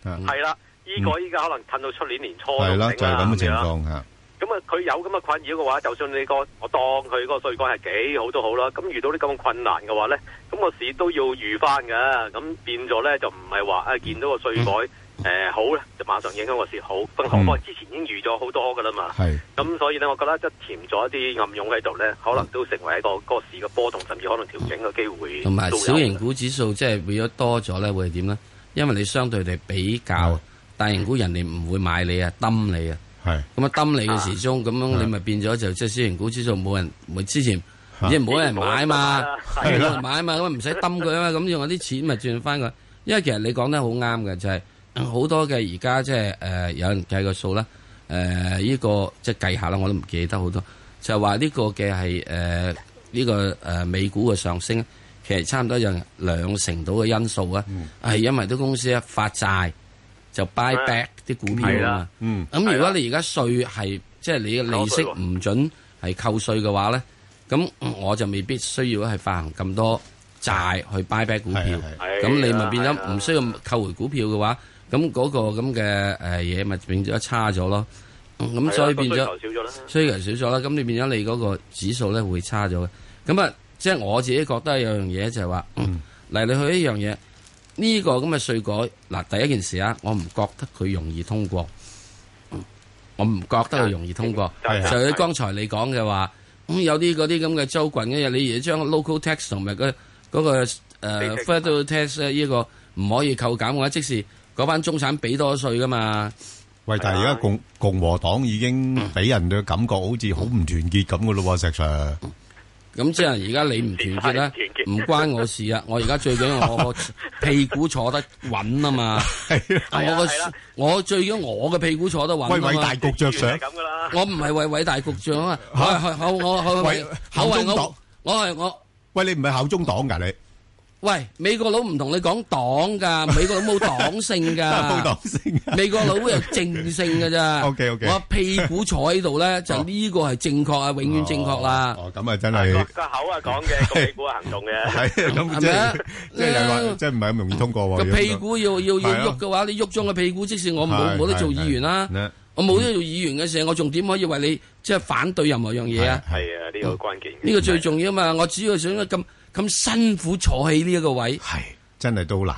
Speaker 25: 係啦，依個依家可能褪到出年年初
Speaker 7: 嗯係啦，
Speaker 25: 都
Speaker 7: 就
Speaker 25: 整
Speaker 7: 係咁嘅情
Speaker 25: 係啦
Speaker 7: 況吓。
Speaker 25: 咁啊，佢有咁嘅困擾嘅話，就算你個我當佢嗰個稅改係幾好都好啦，咁遇到啲咁嘅困難嘅話咧，咁個市都要預翻嘅，咁變咗咧就唔係話啊見到個稅改
Speaker 8: 嗯
Speaker 25: 誒、呃好咧，就馬上影響個市好，更何況之前已經預咗好多噶啦嘛。
Speaker 7: 係。
Speaker 25: 咁所以咧，我覺得即係潛咗一啲暗湧喺度咧，可能都成為一個個市嘅波動，甚至可能調整嘅機會
Speaker 8: 嗯同埋
Speaker 25: 都有
Speaker 8: 小型股指數即係變咗多咗咧，會係點咧？因為你相對地比較大型股，人哋唔會買你啊，抌你啊。
Speaker 7: 系
Speaker 8: 咁啊，抌你嘅時鐘，咁樣你咪變咗就即係小型股指數冇人，冇之前
Speaker 24: 嚇
Speaker 8: 因為冇人買嘛，冇
Speaker 24: 係啦
Speaker 8: 人買嘛，咁咪唔使抌佢啊嘛，咁用我啲錢咪轉翻佢。因為其實你講得好啱嘅，就係嗯好多嘅而家即係誒有人計個數啦，誒呢個即係計下啦，我都唔記得好多，就係話呢個嘅係誒呢個誒美股嘅上升，其實差唔多有兩成到嘅因素啊，
Speaker 24: 嗯
Speaker 8: 係因為啲公司咧發債就 buy back 啲股票
Speaker 24: 係
Speaker 8: 啊嘛
Speaker 24: 啦。嗯
Speaker 8: 咁如果你而家税係即係你嘅利息唔準係扣税嘅話咧，咁嗯我就未必需要係發行咁多債去 buy back 股票。
Speaker 24: 係
Speaker 8: 咁你
Speaker 25: 啊
Speaker 8: 咪變咗唔需要扣回股票嘅話，咁嗰個咁嘅誒嘢咪變咗差咗咯。嗯咁所以變咗
Speaker 25: 係啊個需求少咗啦
Speaker 8: 需求少咗啦。咁你變咗你嗰個指數咧會差咗嘅。咁啊，即係我自己覺得有樣嘢就係話，嗯
Speaker 24: 嗯
Speaker 8: 嚟嚟去一樣嘢。呢個咁嘅税改嗱，第一件事啊，我唔覺得佢容易通過，我唔覺得佢容易通過。
Speaker 24: 係係
Speaker 8: 就係剛才你講嘅話，咁有啲嗰啲咁嘅州郡嘅嘢，你而家將 local tax 同埋嗰嗰個誒 federal tax 呢依個唔可以扣減嘅話，即是嗰班中產俾多税噶嘛。
Speaker 7: 喂，但係而家共共和黨已經俾人嘅感覺好似好唔團結咁嘅咯喎，石 Sir。
Speaker 8: 咁即係而家你唔 團結啦，唔關我事啊！我而家最緊要 我個屁股坐得穩啊啊嘛，我個我最緊要我嘅屁股坐得穩啊嘛。
Speaker 7: 為偉大局着想
Speaker 8: 我唔係為偉大局長啊，我係係我啊我我
Speaker 7: 喂
Speaker 8: 為我
Speaker 7: 效
Speaker 8: 為
Speaker 7: 忠黨
Speaker 8: 我我係我。
Speaker 7: 喂，你唔係效忠黨㗎你？
Speaker 8: 喂，美國佬唔同你講黨噶，美國佬冇黨性噶，
Speaker 7: 冇黨性啊
Speaker 8: 美國佬有正性噶咋。
Speaker 7: OK，OK
Speaker 8: 我屁股坐喺度咧，就呢個係正確啊，永遠正確啦。
Speaker 7: 哦，咁啊真係。
Speaker 25: 個口啊講嘅，個屁股啊行動嘅。
Speaker 7: 係咁
Speaker 8: 係
Speaker 7: 即
Speaker 8: 咪
Speaker 7: 係
Speaker 8: 啊
Speaker 7: 即係又話，即係唔係咁容易通過
Speaker 8: 個
Speaker 7: 喎。
Speaker 8: 屁股要要
Speaker 7: 係啊
Speaker 8: 要喐嘅話，你喐咗個屁股，即使我冇
Speaker 7: 係
Speaker 8: 冇得
Speaker 7: 係
Speaker 8: 做議員啦
Speaker 7: 係係，
Speaker 8: 我冇得做議員嘅時候，我仲點可以為你即係反對任何樣嘢啊？
Speaker 25: 係啊，呢個關鍵嘅。
Speaker 8: 呢個最重要啊嘛！我只要想咁咁辛苦坐喺呢一個位，
Speaker 7: 係真係都好難。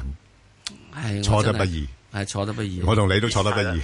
Speaker 8: 係
Speaker 7: 坐得不易，
Speaker 8: 係坐得不易。
Speaker 7: 我同你都坐得不易。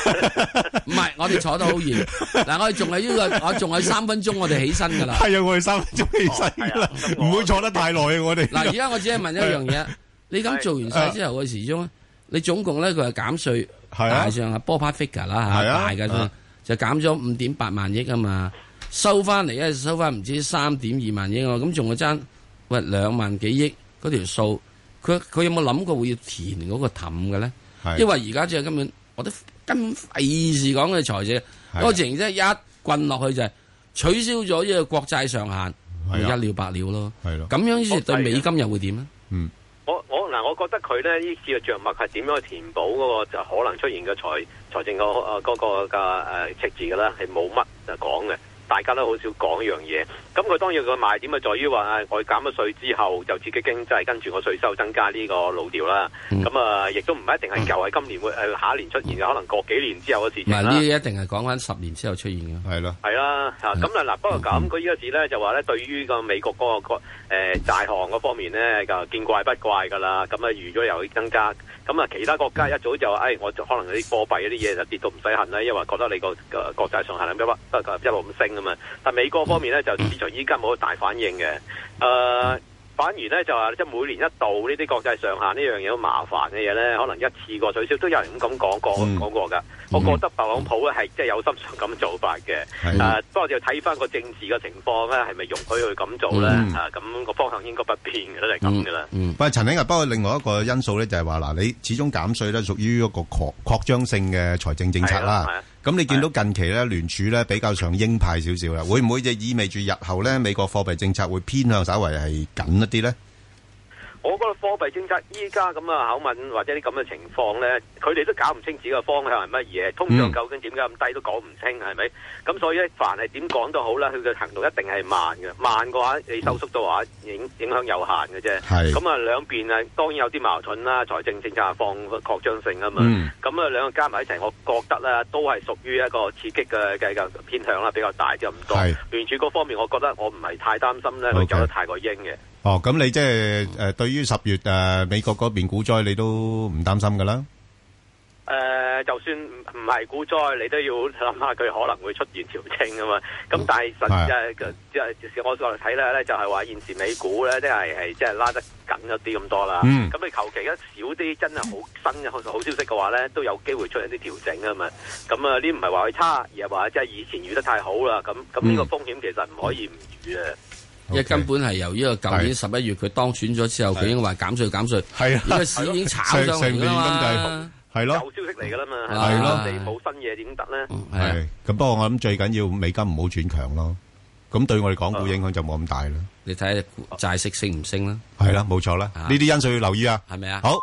Speaker 8: 唔係，我哋坐得好 嚴。嗱，我哋仲係呢個，我仲係三分鐘，我哋起身㗎啦。
Speaker 7: 係啊，我哋三分鐘起身㗎啦，唔會坐得太耐啊！我哋
Speaker 8: 嗱，而家我只係問一樣 嘢，你咁做完晒之後嘅時鐘，你總共咧佢係減税，
Speaker 24: 係啊
Speaker 8: 大上係波 part figure 啦
Speaker 24: 係
Speaker 8: 嚇，
Speaker 24: 啊
Speaker 8: 大嘅啫
Speaker 24: 啊，
Speaker 8: 就減咗五點八萬億啊嘛，收翻嚟咧收翻唔知三點二萬億喎，咁仲係爭喂兩萬幾億嗰條數，佢佢有冇諗過會要填嗰個氹嘅咧？
Speaker 24: 係
Speaker 8: 因為而家即係根本我都根本費事講佢財政，我直情即係一棍落去就係取消咗呢個國債上限，咪一了百了咯。
Speaker 7: 啊係咯，
Speaker 8: 咁樣於是對美金又會點呢？
Speaker 7: 嗯，
Speaker 25: 我我嗱，我覺得佢咧呢次嘅着墨係點樣去填補嗰個就可能出現嘅財財政個誒嗰個嘅誒赤字嘅啦，係冇乜就講嘅，大家都好少講呢樣嘢。咁佢當然個賣點啊，在於話啊我減咗稅之後就刺激經濟，跟住個稅收增加呢個老調啦。
Speaker 8: 嗯
Speaker 25: 咁啊，亦都唔一定係舊係今年會誒下一年出現嘅，可能過幾年之後嘅事
Speaker 8: 唔
Speaker 25: 情
Speaker 8: 係呢
Speaker 25: 啦
Speaker 8: 啲。一定係講緊十年之後出現嘅。
Speaker 7: 係咯，
Speaker 25: 係啦，嚇咁啊嗱，不過咁佢依家字咧就話咧，對於個美國嗰、個誒、呃、債項嗰方面咧，就見怪不怪噶啦，咁啊預咗又會增加，咁啊其他國家一早就誒、哎，我就可能啲貨幣嗰啲嘢就跌到唔使恨啦，因為覺得你個個國債上限一筆一路咁升啊嘛，但美國方面咧就市場依家冇大反應嘅，誒、呃。反而咧就話，即係每年一度呢啲國際上限呢樣嘢好麻煩嘅嘢咧，可能一次過取消，都有人咁講過講過
Speaker 24: 嗯
Speaker 25: 㗎。我覺得特朗普咧係即係有心想咁做法嘅，
Speaker 24: 係
Speaker 25: 誒不過就睇翻個政治嘅情況咧，係咪容許佢咁做咧？
Speaker 7: 嗯
Speaker 25: 啊，咁個方向應該不變嘅都係咁嘅啦。
Speaker 7: 嗯，喂，陳兄啊，不過另外一個因素咧就係話嗱，你始終減税咧屬於一個擴擴張性嘅財政政策啦
Speaker 25: 係啊係啊。
Speaker 7: 咁你見到近期咧聯儲咧比較上鷹派少少啦，會唔會就意味住日後咧美國貨幣政策會偏向稍為係緊一啲咧？
Speaker 25: 我覺得貨幣政策依家咁嘅口吻或者啲咁嘅情況呢，佢哋都搞唔清自己嘅方向係乜嘢，通
Speaker 24: 嗯
Speaker 25: 脹究竟點解咁低都講唔清係咪？咁所以呢，凡係點講都好啦，佢嘅行動一定係慢嘅，慢嘅話你收縮嘅話影影響有限嘅啫。
Speaker 24: 係
Speaker 25: 咁啊兩邊啊當然有啲矛盾啦，財政政策放擴張性啊嘛
Speaker 24: 嗯，
Speaker 25: 咁啊兩個加埋一齊，我覺得呢都係屬於一個刺激嘅嘅嘅偏向啦，比較大啲咁多。
Speaker 7: 係
Speaker 25: 聯儲嗰方面，我覺得我唔係太擔心呢，佢
Speaker 7: OK
Speaker 25: 走得太過鷹嘅。
Speaker 7: 哦，咁你即係誒對於十月誒美國嗰邊股災你都唔擔心噶啦？
Speaker 25: 誒、呃就算唔唔係股災，你都要諗下佢可能會出現調整啊嘛。咁但係
Speaker 7: 係
Speaker 25: 實誒，即係即係我再睇咧，咧就係話現時美股咧，即係係即係拉得緊咗啲咁多啦。咁、
Speaker 24: 嗯
Speaker 25: 你求其一少啲真係好新嘅好好消息嘅話咧，都有機會出現啲調整啊嘛。咁啊，呢唔係話佢差，而係話即係以前預得太好啦。咁咁呢個風險其實唔可以唔預啊。
Speaker 8: 因為根本係由呢個舊年十一月佢當選咗之後，佢已經話減税減税，
Speaker 7: 係
Speaker 8: 呢個市已經炒上嚟啊啦嘛。
Speaker 7: 係咯，
Speaker 25: 有消息嚟㗎啦嘛，
Speaker 7: 係咯
Speaker 25: 你冇新嘢點得咧？
Speaker 8: 嗯啊
Speaker 7: 係。啊咁不過我諗最緊要美金唔好轉強咯，咁對我哋港股影響就冇咁大啦。
Speaker 8: 你睇下債息升唔升啦？
Speaker 7: 係啦，冇錯啦，呢啲因素要留意啊。
Speaker 8: 係咪啊？
Speaker 7: 好。